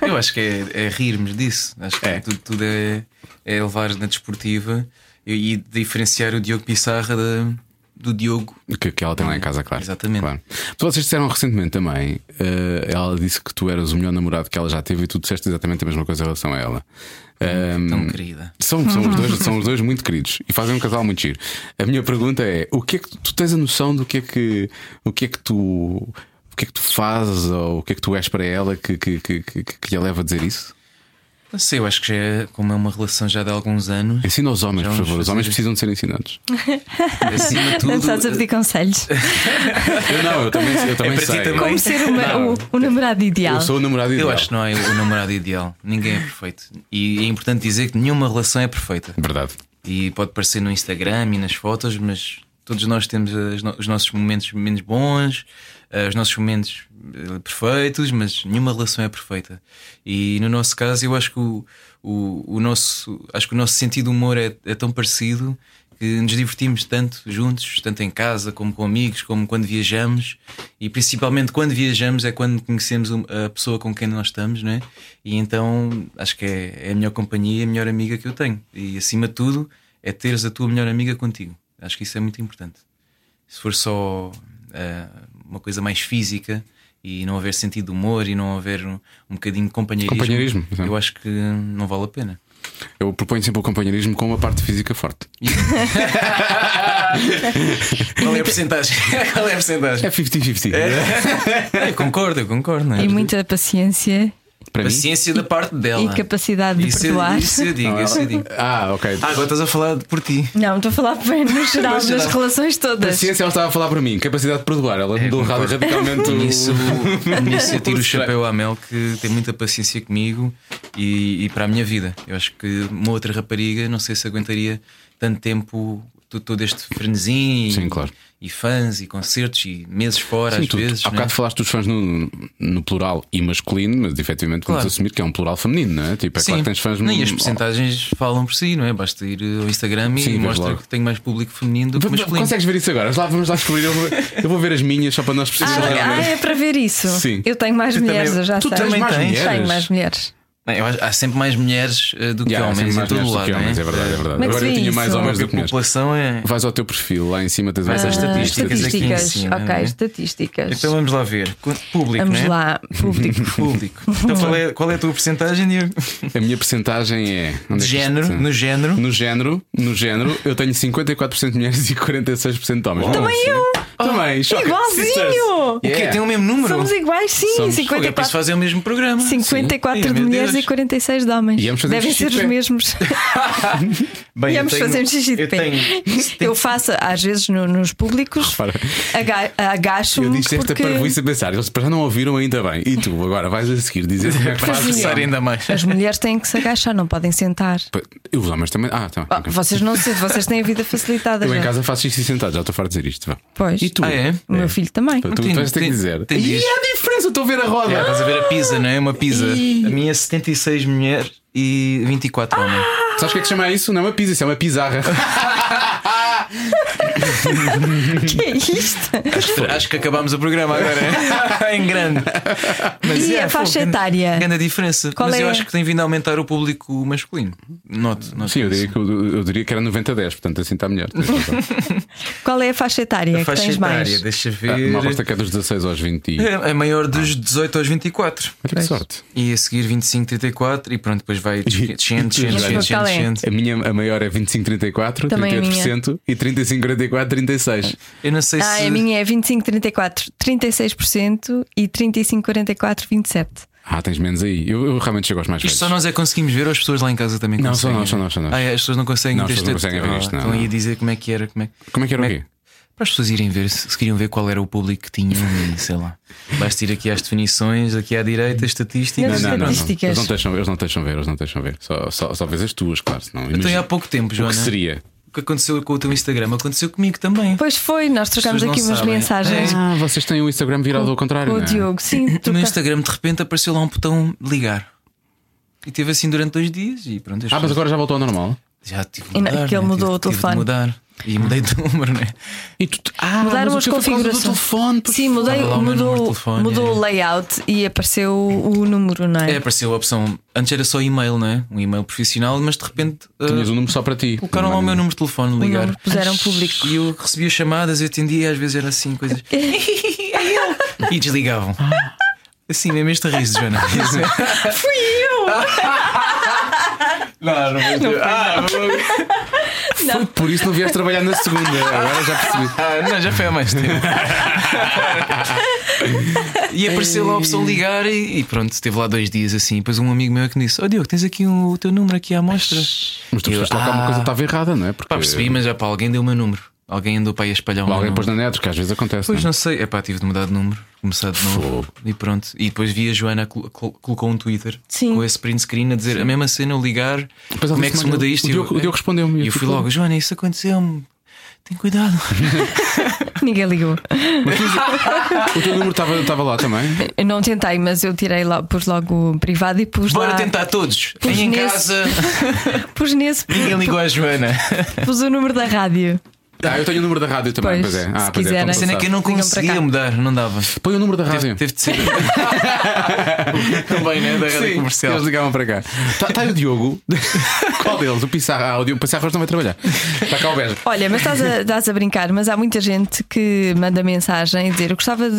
S4: Eu acho que é, é rirmos disso. Acho que
S2: É.
S4: tudo, tudo é, é levar na desportiva e, e diferenciar o Diogo Pissarra da- do Diogo.
S2: Que, que ela tem lá em casa, claro.
S4: Ah, Exatamente.
S2: Claro. Tu, vocês disseram recentemente também, eh, ela disse que tu eras o melhor namorado que ela já teve e tu disseste exatamente a mesma coisa em relação a ela. Ehm, Ahm,
S4: Tão querida.
S2: são, são, os dois, são os dois muito queridos e fazem um casal muito giro. A minha pergunta é: o que é que tu, tu tens a noção do que é que o que é que tu o que é que tu fazes ou o que é que tu és para ela que, que, que, que, que a leva a dizer isso?
S4: Não sei, eu acho que já é, como é uma relação já de alguns anos,
S2: Ensina aos homens,
S4: Já
S2: por
S4: vamos
S2: favor. Os
S4: fazer
S2: homens
S4: isso.
S2: precisam de ser ensinados.
S4: acima de
S3: Não estás a
S4: tudo.
S3: pedir conselhos.
S2: Eu não, eu também, eu É também
S4: para ti
S2: sei.
S4: também.
S3: Como ser uma-
S2: Não.
S3: o, o namorado ideal.
S2: Eu sou o namorado
S4: Eu
S2: ideal.
S4: acho que não é o namorado ideal. Ninguém é perfeito. E é importante dizer que nenhuma relação é perfeita.
S2: Verdade.
S4: E pode parecer no Instagram e nas fotos, mas todos nós temos as no- os nossos momentos menos bons, eh, os nossos momentos eh, perfeitos, mas nenhuma relação é perfeita. E no nosso caso, eu acho que o, o, o nosso, acho que o nosso sentido de humor é, é tão parecido que nos divertimos tanto juntos, tanto em casa como com amigos, como quando viajamos e principalmente quando viajamos é quando conhecemos um- a pessoa com quem nós estamos, não é? E então acho que é, é a melhor companhia, e a melhor amiga que eu tenho e acima de tudo é teres a tua melhor amiga contigo. Acho que isso é muito importante. Se for só ah, uma coisa mais física e não haver sentido de humor e não haver um, um bocadinho de companheirismo,
S2: Companheirismo, sim.
S4: eu acho que não vale a pena.
S2: Eu proponho sempre o companheirismo com uma parte física forte.
S4: Qual é a porcentagem? Qual é a porcentagem?
S2: É 50-50.
S4: Eu concordo, eu concordo. Não é?
S3: E muita paciência
S2: Para mim.
S4: Paciência da parte dela.
S3: e capacidade de
S4: isso, eu,
S3: perdoar.
S4: isso eu digo, isso é eu digo.
S2: Ah, ok.
S4: Ah, agora estás a falar por ti.
S3: Não, estou a falar bem no geral,
S4: No geral.
S3: nas relações todas.
S2: Paciência, ela estava a falar para mim. Capacidade de perdoar. Ela
S4: É,
S2: mudou radi- radicalmente o.
S4: Nisso, nisso eu tiro o
S2: Os tra-
S4: chapéu à Mel que tem muita paciência comigo e, e para a minha vida. Eu acho que uma outra rapariga não sei se aguentaria tanto tempo to- todo este frenesim e-
S2: Sim, claro.
S4: e fãs e concertos e meses fora
S2: Sim,
S4: às
S2: tu-
S4: vezes.
S2: há
S4: né?
S2: bocado falaste dos fãs no, no plural e masculino, mas efetivamente vamos
S4: Claro.
S2: assumir que é um plural feminino, não é? Tipo, é claro que tens fãs
S4: Não, e as
S2: no-
S4: percentagens falam por si, não é? Basta ir eh, ao Instagram
S2: Sim,
S4: e
S2: vês
S4: mostra
S2: logo.
S4: que tenho mais público feminino do que
S2: V- v-
S4: masculino.
S2: Consegues ver isso agora? Vamos lá, vamos lá descobrir. Eu vou, eu vou ver as minhas só para nós
S3: Ah,
S2: precisarmos.
S3: ah, é para ver isso.
S2: Sim.
S3: Eu tenho mais
S4: Tu
S3: mulheres,
S4: também-
S3: eu já
S2: tu
S3: sei.
S2: tens mais
S4: Também tens.
S2: mulheres?
S3: Tenho mais mulheres.
S4: Não, eu acho- há sempre mais mulheres eh, do que
S2: Yeah, há sempre
S4: homens em
S2: mais
S4: todo
S2: mulheres do
S4: lado.
S2: que
S4: né? não Então,
S2: homens, é verdade, é verdade.
S3: Mas
S2: Agora eu
S3: sim,
S2: tinha mais
S3: isso.
S2: homens do
S4: A
S2: que mulheres.
S4: população é.
S2: Vais ao teu perfil, lá em cima tens
S4: Vais às
S2: Ah,
S3: Ah,
S4: estatísticas é aqui em
S3: estatísticas.
S4: cima, não
S3: ok,
S4: é?
S3: estatísticas.
S4: Então vamos lá ver. Qu- Público,
S3: Vamos
S4: né?
S3: lá, público.
S4: Público. Então qual é, qual é a tua porcentagem, Diogo?
S2: A minha percentagem é. onde
S4: De
S2: é que isto
S4: género,
S2: está?
S4: no género.
S2: No género, no género, eu tenho 54% de mulheres e 46% de homens.
S3: Também eu! Oh,
S2: Também, choca.
S3: Igualzinho!
S4: O quê? Tem um o mesmo número?
S3: Somos iguais, sim.
S2: Somos-
S4: Fogo, É para se
S3: 54,
S4: fazer o mesmo programa.
S3: 54
S4: Sim,
S3: de
S4: meu
S3: mulheres
S4: Deus.
S3: e 46 de homens.
S2: E ambos fazemos
S3: Devem ser os
S2: xixi de pé.
S3: mesmos.
S4: Bem,
S3: E
S4: eu
S3: ambos
S4: tenho-
S3: fazemos xixi de
S4: eu
S3: pé. Eu faço, às vezes, no- nos públicos,
S2: Repara.
S3: aga-
S2: Eu
S3: agacho-me.
S2: disse esta
S3: porque-
S2: parvoíce a pensar, eles para já não ouviram ainda bem. E tu agora vais a seguir dizer como é que
S4: Para
S2: fazes.
S4: apressar ainda mais.
S3: As mulheres têm que se agachar, não podem sentar.
S2: E os homens também. Ah, tá.
S3: Ah,
S2: ok.
S3: Vocês não se vocês têm a vida facilitada.
S2: Eu em
S3: já.
S2: casa faço xixi sentado, já estou farto de dizer isto. vá.
S3: Pois.
S2: E tu? Então,
S4: Ah, é?
S3: O meu filho também.
S2: Tu, tu
S4: Tem-
S2: vais ter que
S4: tem-
S2: dizer.
S4: tem
S2: e
S4: dias.
S2: a diferença, eu estou a ver a
S4: É,
S2: roda.
S4: estás a ver a pizza, não é? Uma pizza.
S2: Ih.
S4: A minha é 76 mulher e 24
S3: Ah,
S4: homem.
S2: Sabes o que é que se chama isso? Não é uma pizza, isso é uma pizarra.
S3: O que é isto?
S4: Acho que- Acho que acabámos o programa agora, é? em grande. Mas,
S3: E a
S4: fogo,
S3: faixa
S4: grande-
S3: etária?
S4: Grande diferença.
S3: Qual
S4: Mas eu
S3: é?
S4: acho que tem vindo a aumentar o público masculino. Noto, noto
S2: Sim, eu
S4: isso.
S2: diria que, eu, eu diria que era 90-10, portanto assim está melhor.
S3: Qual é a faixa etária
S4: A
S3: que
S4: faixa
S3: tens
S4: etária,
S3: mais?
S4: deixa
S2: Ah, Uma
S4: ver.
S2: aposta que é dos 16 aos 20. Olha
S4: É, é maior dos 18 aos 24.
S2: que sorte.
S4: E a seguir 25, 34 e pronto, depois vai descendo, descendo,
S2: Mas
S4: descendo,
S3: qual é?
S4: descendo. descendo.
S2: A minha a maior é 25-34,
S3: Também a
S2: 38% e 35-44 34, 36.
S4: Eu não sei
S3: Ah,
S4: se.
S3: a minha é 25, 34, 36% e 35, 44, 27.
S2: Ah, tens menos aí. Eu, eu realmente chego aos mais
S4: Isto
S2: velhos.
S4: só nós é que conseguimos ver ou as pessoas lá em casa também
S2: Não, só
S4: conseguem?
S2: nós, só nós, só nós.
S4: Ah, é, as pessoas não conseguem
S2: Não,
S4: ver
S2: as
S4: isto.
S2: pessoas não conseguem ver
S4: Ah,
S2: isto, não,
S4: Estão aí
S2: não.
S4: a dizer como é que era. Como é,
S2: Como é que era o quê?
S4: Para as pessoas irem ver, se se queriam ver qual era o público que tinham e sei lá. Basta ir aqui às definições, aqui à direita,
S3: Não,
S4: estatísticas.
S3: não, não. Estatísticas.
S2: Eles não deixam, eles não deixam ver, eles não deixam ver. Só, só, só vês as tuas, claro. Senão,
S4: Então,
S2: imagina
S4: há pouco tempo,
S2: o
S4: Joana.
S2: que seria?
S4: O que aconteceu com o teu Instagram aconteceu comigo também.
S3: Pois foi, nós trocámos
S4: pessoas não
S3: aqui umas
S4: sabem.
S3: mensagens.
S2: Ah, vocês têm o Instagram virado ao contrário.
S3: É. com o
S2: não é?
S3: Diogo, sim,
S4: No
S3: troca...
S4: Instagram, de repente, apareceu lá um botão de ligar. E teve assim durante dois dias e pronto. as
S2: Ah, mas
S4: pessoas-
S2: agora já voltou ao normal.
S4: Já tive de
S3: E não,
S4: mudar,
S3: que ele
S4: né?
S3: mudou
S4: Tive-
S3: o
S4: tive de
S3: telefone.
S4: mudar. E mudei de número, né?
S2: E tu, ah,
S3: Mudaram
S2: mas o
S3: as
S2: teu foi por causa do
S3: configurações.
S2: telefone, pois-
S3: Sim, mudei,
S4: Estava lá o meu número de
S3: mudou,
S4: telefone,
S3: mudou
S4: é.
S3: o layout e apareceu o número, não
S4: É,
S3: é?
S4: apareceu a opção. Antes era só e-mail, não é? Um e-mail profissional, mas de repente. ah,
S2: Tinhas um número só para ti.
S4: Colocaram lá o meu número de telefone,
S3: O
S4: ligar.
S3: número puseram público.
S4: E eu recebia chamadas, eu atendia e às vezes era assim, coisas. e desligavam. Assim mesmo este riso, Joana.
S3: Fui eu!
S4: não, não, não, ah,
S2: Foi por isso que não vieste trabalhar na segunda. Agora já percebi.
S4: ah, não, já foi há mais tempo. e apareceu lá a opção ligar e, e pronto, esteve lá dois dias assim. Depois um amigo meu é que me disse: Ó Diogo, tens aqui o teu número aqui à amostra.
S2: Mas tu
S4: Eu,
S2: percebeste lá que alguma
S4: ah.
S2: coisa estava errada, não é? Porque
S4: Pá, percebi, mas já pá, alguém deu o meu número. Alguém andou para aí a espalhar o meu
S2: alguém
S4: número.
S2: pôs na net, que às vezes acontece.
S4: Pois
S2: não é?
S4: não sei, é pá, tive de mudar de número, começar de novo e pronto. E depois vi a Joana col- col- colocou um Twitter
S3: Sim.
S4: com esse print screen a dizer a mesma cena, eu ligar,
S2: Depois ela
S4: como é que
S2: disse,
S4: se muda
S2: "Olha,
S4: isto?
S2: o
S4: E eu-
S2: Diogo- o Diogo respondeu-me,
S4: E
S2: eu
S4: eu fui
S2: fiquei-
S4: logo, Joana, isso aconteceu-me, tem cuidado.
S3: Ninguém ligou.
S2: O teu número estava, estava lá também.
S3: Eu não tentei, mas eu tirei lá, pus logo o privado e pus
S4: Bora
S3: lá.
S4: tentar todos.
S3: Pus
S4: Aí em
S3: nesse-
S4: casa,
S3: Pus nesse,
S4: ninguém ligou à Joana.
S3: pus o número da rádio.
S2: Ah, eu tenho o número da rádio também,
S3: Pois,
S2: pois, é. Ah,
S3: se
S2: pois é,
S3: quiserem.
S4: A
S2: então
S4: cena é que eu não
S3: Ligam para cá.
S4: conseguia mudar, não dava.
S2: Põe o número da rádio.
S4: Teve de ser. Também, né? Da rádio
S2: Sim,
S4: comercial.
S2: Eles ligavam para cá. Está aí o Diogo. Qual deles? O Pissarro. Ah, o Diogo Pissarro hoje não vai trabalhar. Está cá o Beja.
S3: Olha, mas estás a, estás a brincar, mas há muita gente que manda mensagem a dizer: Eu gostava de,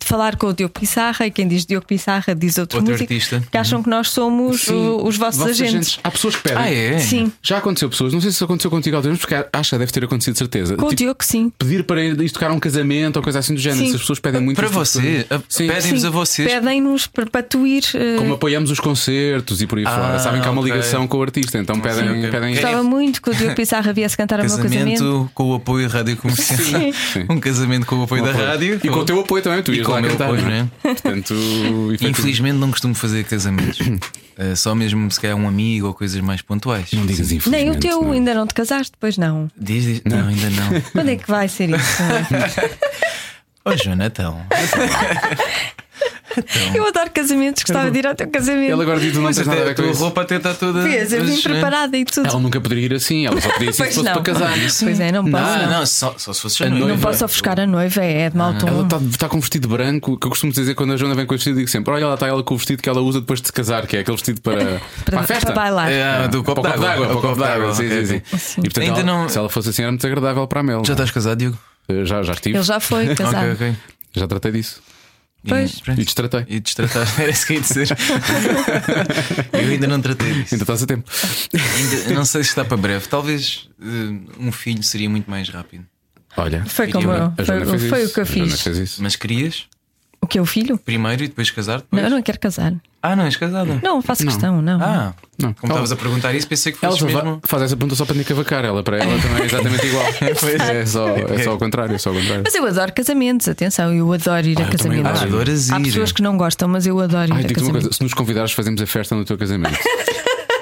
S3: de falar com o Diogo Pissarra, e quem diz Diogo Pissarra diz outro,
S4: Outro
S3: músico,
S4: artista. Uhum.
S3: que acham que nós somos o- os vossos, agentes.
S2: Há pessoas que pedem.
S4: Ah, é?
S3: Sim,
S2: Já aconteceu pessoas, não sei se isso aconteceu contigo ao tempo, porque acha deve ter acontecido de certeza.
S3: com o
S2: Tipo,
S3: Diogo, sim.
S2: pedir para ir ir tocar a um casamento ou coisa assim do género.
S3: Sim.
S2: Se as pessoas pedem muito
S4: Para
S2: isso,
S4: você, Ah,
S2: tipo,
S4: a- pedem-vos
S3: Sim,
S4: a vocês.
S3: Pedem-nos para, para tu ir. eh,
S2: Como apoiamos os concertos e por aí fora. Sabem que há uma
S4: Ah, ok.
S2: ligação com o artista, então pedem.
S4: Sim, ok.
S2: pedem
S3: Gostava muito que o Diogo Pissarra viesse cantar ao meu casamento.
S4: Casamento com o apoio da rádio comercial. Um casamento com o apoio da rádio.
S2: E com o teu apoio também, tu
S4: E
S2: ias
S4: com
S2: lá
S4: o meu
S2: cantar.
S4: apoio,
S2: não é?
S4: né?
S2: Portanto, efetivamente-
S4: Infelizmente não costumo fazer casamentos. Eh, só mesmo se calhar um amigo ou coisas mais pontuais.
S2: Não digas infelizmente.
S3: Nem o teu,
S2: não é?
S3: ainda não te casaste, pois não.
S4: Diz, diz- Não, ainda não.
S3: Quando é que vai ser isso? é?
S4: Ó Joana, então.
S3: Eu adoro casamentos, gostava de ir ao teu casamento.
S2: Ele agora diz: tu não
S4: Mas
S2: tens nada a
S4: até
S2: ver
S4: a
S2: com
S4: tua
S2: isso.
S4: roupa até está toda.
S3: Vês, eu vim
S4: mas, né?
S3: preparada e tudo.
S2: Ela nunca poderia ir assim, ela só podia ir assim se
S3: Pois
S2: fosse
S3: não.
S2: para casar.
S3: Pois é, não posso.
S4: Ah,
S3: não.
S4: não, só, só se fosse a
S2: A
S4: noiva.
S2: noiva.
S3: Não posso ofuscar a noiva, é de mau tom.
S2: Ela está tá com um vestido branco, que eu costumo dizer quando a Joana vem com o vestido, digo sempre: olha, ela está ela com o vestido que ela usa depois de se casar, que é aquele vestido para, para a festa.
S3: para bailar.
S4: É, do copo
S2: para Ah, o copo d'água,
S4: d'água.
S2: para o copo d'água. Sim, sim,
S4: ok,
S2: sim.
S4: ok.
S2: E portanto,
S4: Ainda
S2: ela-
S4: não-
S2: se ela fosse assim, era muito agradável para a Mel.
S4: Já estás casado, Diogo?
S2: Eh, já, já estive,
S3: Ele já foi casado.
S4: Ok, ok.
S2: já tratei disso.
S4: E-
S3: Pois.
S4: pronto.
S2: E destratei.
S4: E destrataste, era isso que eu ia dizer. eu ainda não tratei disso.
S2: Ainda estás a tempo.
S4: Ainda- não sei se está para breve. Talvez eh, um filho seria muito mais rápido.
S2: Olha,
S3: Foi como
S4: E
S3: eu.
S2: a
S3: Foi,
S2: Joana fez
S3: foi
S2: isso.
S3: o que eu
S2: A Joana
S3: fiz.
S2: fez isso.
S4: Mas querias
S3: O que é o filho?
S4: primeiro e depois casar?
S3: Não,
S4: Depois?
S3: eu não quero casar.
S4: Ah, não és casada?
S3: Não, faço questão, não.
S4: Ah,
S2: Não.
S4: como
S2: Ela-
S4: estavas a perguntar isso, pensei que
S2: Ela
S4: fosse
S2: va-
S4: mesmo.
S2: faz essa pergunta só para me cavacar. Ela para ela também é exatamente igual. é, só, é só ao contrário, é só ao contrário.
S3: Mas eu adoro casamentos, atenção, eu adoro ir a
S2: eu também
S3: casamentos.
S2: adoro.
S4: Adoras
S3: Há
S4: ir.
S3: pessoas que não gostam, mas eu adoro
S2: Ai,
S3: ir a
S2: digo-te uma
S3: casamentos.
S2: coisa: se nos convidares, fazemos a festa no teu casamento.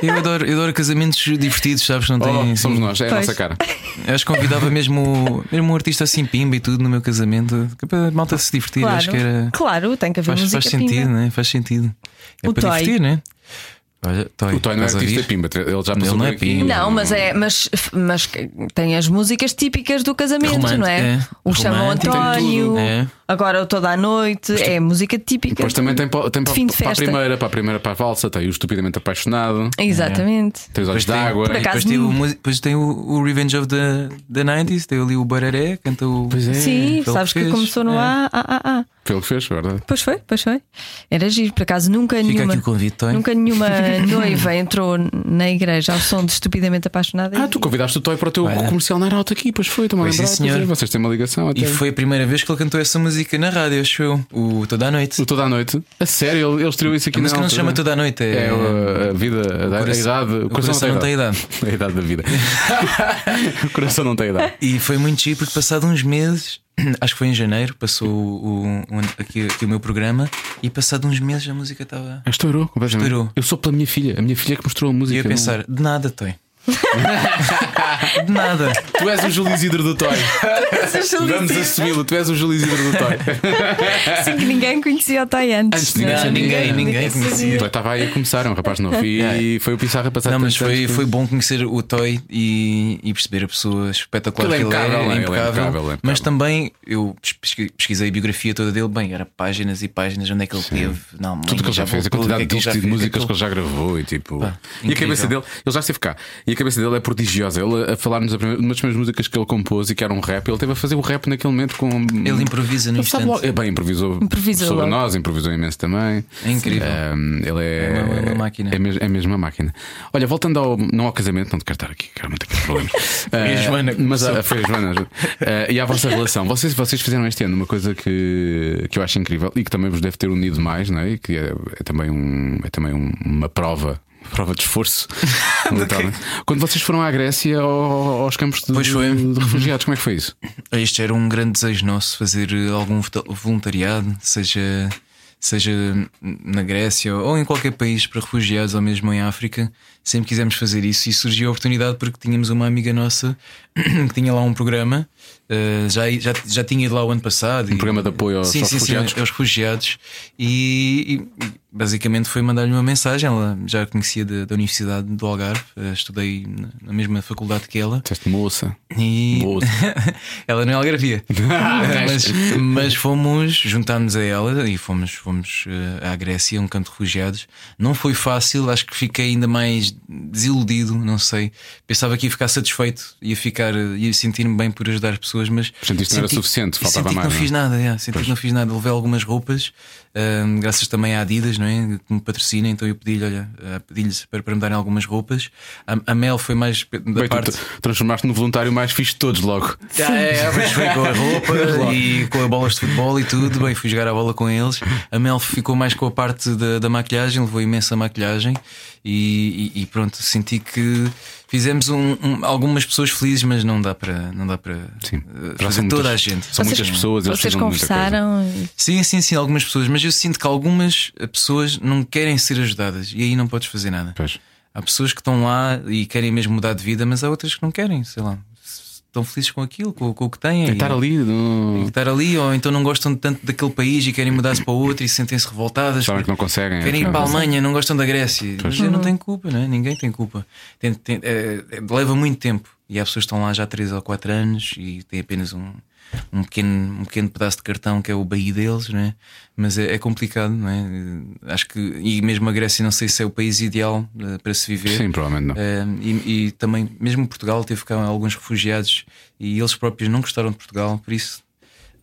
S4: Eu adoro, eu adoro casamentos divertidos, sabes? Não tem.
S2: Oh, somos
S4: assim-
S2: nós, é a
S3: Pois.
S2: nossa cara.
S4: Acho que convidava mesmo, mesmo um artista assim, pimba e tudo no meu casamento. que é para a Malta se divertir,
S3: Claro,
S4: acho que era.
S3: claro, tem que haver
S4: Faz,
S3: música
S4: faz sentido,
S3: pinga.
S4: né? Faz sentido. É
S3: O
S4: para
S3: Toy.
S4: divertir, né? Olha, toy,
S2: O Toy não é
S4: estás a
S2: artista
S4: ouvir?
S2: pimba, ele já passou
S4: não
S2: por
S4: é
S2: aqui.
S4: pimba.
S3: Não, mas é, mas, mas que- tem as músicas típicas do casamento,
S4: Romântico,
S3: não é?
S4: é.
S3: O chamam
S4: Romântico, tem
S3: António,
S4: tudo. É.
S3: agora o toda a noite, é música típica.
S2: Depois também tem, pa- tem
S3: de
S2: pa-
S3: fim de
S2: para a
S3: festa.
S2: primeira, para a primeira, para a valsa, tem o estupidamente apaixonado,
S3: Exatamente.
S2: tem os olhos
S4: Depois tem-
S2: d'água.
S3: Por acaso
S4: Depois tem, o,
S3: não.
S4: mu- depois tem o, o Revenge of the, the 90s, tem ali o Bararé, canta o.
S2: Pois é.
S3: Sim,
S4: Ele
S3: sabes que
S4: fez,
S3: começou no
S4: é.
S3: A, A, A, A.
S2: Pelo que fez, é verdade.
S3: Pois foi, pois foi. Era giro, por acaso nunca
S4: Fica
S3: nenhuma.
S4: aqui o convite, Toy.
S3: Nunca nenhuma noiva entrou na igreja ao som de estupidamente apaixonada. e-
S2: Ah, tu convidaste o Toy para o teu
S4: Olha.
S2: comercial na Arauto aqui, pois foi, estou-me a
S4: Pois
S2: lembrar.
S4: sim,
S2: pois é,
S4: senhor.
S2: Vocês têm uma ligação até.
S4: E foi a primeira vez que ele cantou essa música na rádio, acho eu. O Toda a Noite.
S2: O Toda a Noite. A sério, ele, ele estreou isso aqui
S4: A música
S2: na
S4: não se
S2: altura.
S4: chama Toda a Noite, é.
S2: É o- a vida, a, da- a
S4: coração-
S2: idade.
S4: o coração não tem
S2: A idade da vida. o coração não tem idade.
S4: E foi muito giro porque passado uns meses, acho que foi em janeiro, passou o, o- o- aqui, aqui o meu programa e passado uns meses a música estava.
S2: Ah, Estourou completamente.
S4: Estourou.
S2: Eu sou pela minha filha. A minha filha é que mostrou a
S4: E
S2: música.
S4: eu a
S2: não-
S4: pensar, de nada, Toy. de nada.
S2: Tu és o Júlio Isidro do Toy. Vamos assumi-lo. Tu és o Júlio Isidro do Toy.
S3: Sim, que ninguém conhecia o Toy antes.
S2: Antes de
S3: não é?
S2: conhecer ninguém,
S4: ninguém
S2: O
S4: conhecia.
S2: Toy estava aí a começar, é um rapaz novo. E foi o Pissarra passar
S4: É. Não, mas
S2: tantos
S4: foi,
S2: anos.
S4: foi bom conhecer o Toy e, e perceber a pessoa espetacular
S2: Ele é
S4: que ele é,
S2: impecável, ele é
S4: impecável.
S2: impecável, ele é
S4: Mas
S2: impecável.
S4: também eu pesqui- pesquisei a biografia toda dele, bem, era páginas e páginas onde é que ele teve. Não,
S2: Tudo que ele já fez, a quantidade
S4: é
S2: de discos e de músicas que ele já gravou e tipo.
S4: Pá,
S2: e a cabeça
S4: Ah, incrível.
S2: dele, ele já esteve cá. E a cabeça dele é prodigiosa. Ele a falar-nos a primeira- uma das primeiras músicas que ele compôs e que era um rap, ele teve a fazer o rap naquele momento com.
S4: Ele improvisa no
S2: Ele sabe
S4: instante.
S2: logo- Bem, improvisou,
S3: Improvisou
S2: sobre
S3: logo.
S2: nós, improvisou imenso também.
S4: É incrível.
S2: Ahm, ele é.
S4: É uma- é uma máquina.
S2: É, mes- é mesmo uma máquina. Olha, voltando ao. Não ao casamento, não te quero estar aqui, quero muito aqui problemas.
S4: a
S2: Ah,
S4: Joana que
S2: Mas a,
S4: começou.
S2: foi a Joana. Ah, e à vossa relação. Vocês, vocês fizeram este ano uma coisa que, que eu acho incrível e que também vos deve ter unido mais, não é? E que é, é também, um, é também um- uma prova. Prova de esforço. literalmente. Quando vocês foram à Grécia ao- aos campos de,
S4: Pois foi. Uhum.
S2: de refugiados, como é que foi isso?
S4: Este era um grande desejo nosso fazer eh, algum vota- voluntariado, seja, seja na Grécia ou em qualquer país para refugiados ou mesmo em África. Sempre quisemos fazer isso e surgiu a oportunidade porque tínhamos uma amiga nossa que tinha lá um programa, eh, já, já, já tinha ido lá o ano passado. Um
S2: programa de apoio aos-
S4: sim,
S2: aos
S4: sim,
S2: refugiados.
S4: Sim, aos refugiados. E, e basicamente foi mandar-lhe uma mensagem. Ela já a conhecia da, da Universidade do Algarve, eh, estudei na- na mesma faculdade que ela.
S2: Disseste moça.
S4: E
S2: Boa.
S4: ela não é algarvia.
S2: Ah,
S4: mas, mas fomos, juntámos a ela e fomos, fomos eh, à Grécia, um canto de refugiados. Não foi fácil, acho que fiquei ainda mais desiludido, não sei. Pensava que ia ficar satisfeito, ia ficar, eh, ia sentir-me bem por ajudar as pessoas, mas.
S2: Portanto, isto não era
S4: senti-
S2: suficiente, faltava
S4: senti
S2: mais,
S4: que Não
S2: não é?
S4: fiz nada, é, senti que não fiz nada. Levei algumas roupas, ahm, graças também à Adidas, não é? Que me patrocina, então eu pedi-lhe, olha, ah, pedi-lhes para, para me darem algumas roupas. A, a Mel foi mais pe- da
S2: Bem, tu
S4: parte.
S2: te transformaste no voluntário mais fixe de todos logo.
S4: Ah, é, mas foi com a roupa e com as bolas de futebol e tudo. Bem, fui jogar a bola com eles. A Mel ficou mais com a parte da, da maquilhagem, levou imensa maquilhagem e, e- e pronto, senti que fizemos um- um- algumas pessoas felizes, mas não dá para não dá para
S2: Sim.
S4: eh,
S2: Já
S4: fazer
S2: são
S4: toda
S2: muitas-
S4: a gente.
S2: São muitas pessoas, eles
S3: Vocês
S2: precisam de muita coisa.
S3: conversaram. e-
S4: Sim, sim, sim, algumas pessoas, mas eu sinto que algumas pessoas não querem ser ajudadas e aí não podes fazer nada.
S2: Pois.
S4: Há pessoas que estão lá e querem mesmo mudar de vida, mas há outras que não querem, sei lá. Estão felizes com aquilo, com, com o que têm.
S2: É
S4: e-
S2: estar ali. um- No...
S4: estar ali, ou então não gostam tanto daquele país e querem mudar-se para outro e sentem-se revoltadas.
S2: Sabem que não conseguem. é um-
S4: Querem ir
S2: afinal.
S4: para a Alemanha, não gostam da Grécia. Mas eu não tenho culpa, não é? ninguém tem culpa. Tem- tem- é, é, leva muito tempo. E há pessoas que estão lá já há 3 ou 4 anos e têm apenas um, um, pequeno, um pequeno pedaço de cartão que é o BI deles, não é? mas é, é complicado. Não é? Acho que, e mesmo a Grécia, não sei se é o país ideal eh, para se viver.
S2: Sim, provavelmente não.
S4: Eh, e, e também, mesmo Portugal, teve cá alguns refugiados e eles próprios não gostaram de Portugal, por isso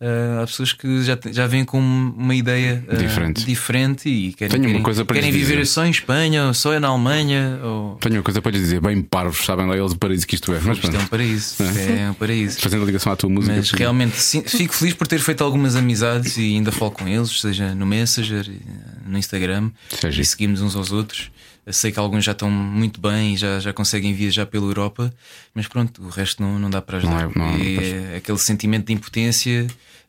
S4: eh, há pessoas que já, te- já vêm com uma ideia eh,
S2: Diferente.
S4: diferente e querem,
S2: Tenho uma
S4: querem,
S2: coisa para
S4: querem
S2: lhes
S4: viver
S2: dizer.
S4: só em Espanha ou só na Alemanha. Ou...
S2: Tenho uma coisa para lhes dizer. Bem parvos, sabem lá eles o paraíso que isto é. Mas
S4: Isto é um
S2: pronto,
S4: paraíso. É um paraíso.
S2: fazendo a ligação à tua música.
S4: Mas realmente sim, fico feliz por ter feito algumas amizades e ainda falo com eles, seja no Messenger, eh, no Instagram,
S2: Isso é giro.
S4: e seguimos uns aos outros. Eu Sei que alguns já estão muito bem e já, já conseguem viajar pela Europa, mas pronto, o resto não, não dá para ajudar.
S2: Não é- não-
S4: E
S2: pois.
S4: é aquele sentimento de impotência.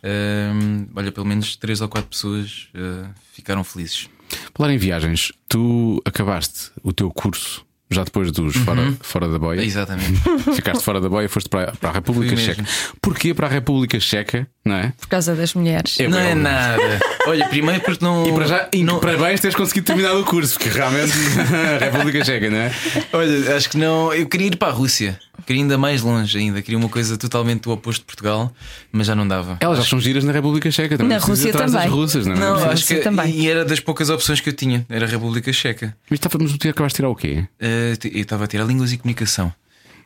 S4: hum, olha, pelo menos três ou quatro pessoas uh, ficaram felizes.
S2: Falar em viagens, tu acabaste o teu curso já depois dos fora,
S4: Uhum.
S2: fora da boia.
S4: Exatamente.
S2: Ficaste fora da boia e foste para, para a República
S4: é. Fui
S2: Checa.
S4: mesmo.
S2: Porquê para a República Checa? Não é?
S3: Por causa das mulheres.
S2: É
S4: não é
S2: bem,
S4: nada. Olha, primeiro porque não.
S2: E para já, e
S4: não,
S2: parabéns teres conseguido terminar o curso, porque realmente a República Checa, não é?
S4: Olha, acho que não. Eu queria ir para a Rússia. Queria ainda mais longe ainda. Queria uma coisa totalmente do oposto de Portugal, mas já não dava.
S3: É
S2: Elas já são giras na República Checa também.
S3: Na
S2: não precisas
S3: Rússia
S2: ir atrás
S3: também.
S2: Das russas, não, é?
S4: Não,
S2: Mas
S4: acho que
S3: Rússia também.
S4: e era das poucas opções que eu tinha. Era a República Checa.
S2: estávamos a tirar acabaste de tirar o quê?
S4: Eh, eu estava a tirar línguas e comunicação.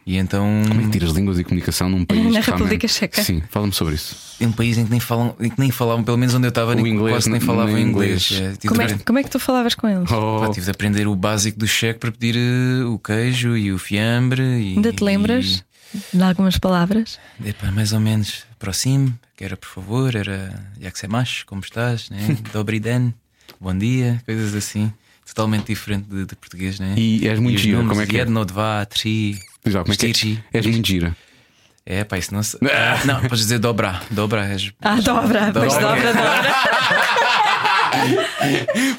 S4: E então.
S2: Como é que tiras línguas e comunicação num país
S3: Na
S2: que realmente-
S3: República Checa.
S2: Sim, fala-me sobre isso.
S4: É um país em que nem falam, em que nem falavam, pelo menos onde eu estava,
S2: O
S4: nem,
S2: inglês,
S4: quase nem
S2: nem-
S4: falavam
S2: nem
S4: inglês.
S2: inglês.
S4: É, tive
S3: Como
S4: de
S3: é,
S4: apre-
S3: como é que tu falavas com eles?
S4: pá,
S2: Oh,
S4: tive de aprender o básico do cheque para pedir eh, o queijo e o fiambre. E,
S3: Ainda te lembras de algumas palavras?
S4: e, epá, mais ou menos próximo, que era por favor, era Yaxemash, como estás, né? Dobriden, bom dia, coisas assim. Totalmente diferente de, de português, né?
S2: E és muito
S4: os
S2: gira,
S4: nomes,
S2: como é que é?
S4: Jedno, dva, tri.
S2: Diz lá, como é que
S4: Stitchy.
S2: é? És muito gira.
S4: É, pá, isso não se. Não, podes dizer dobra. Dobra és.
S3: Ah, dobra, pois dobra, dobra.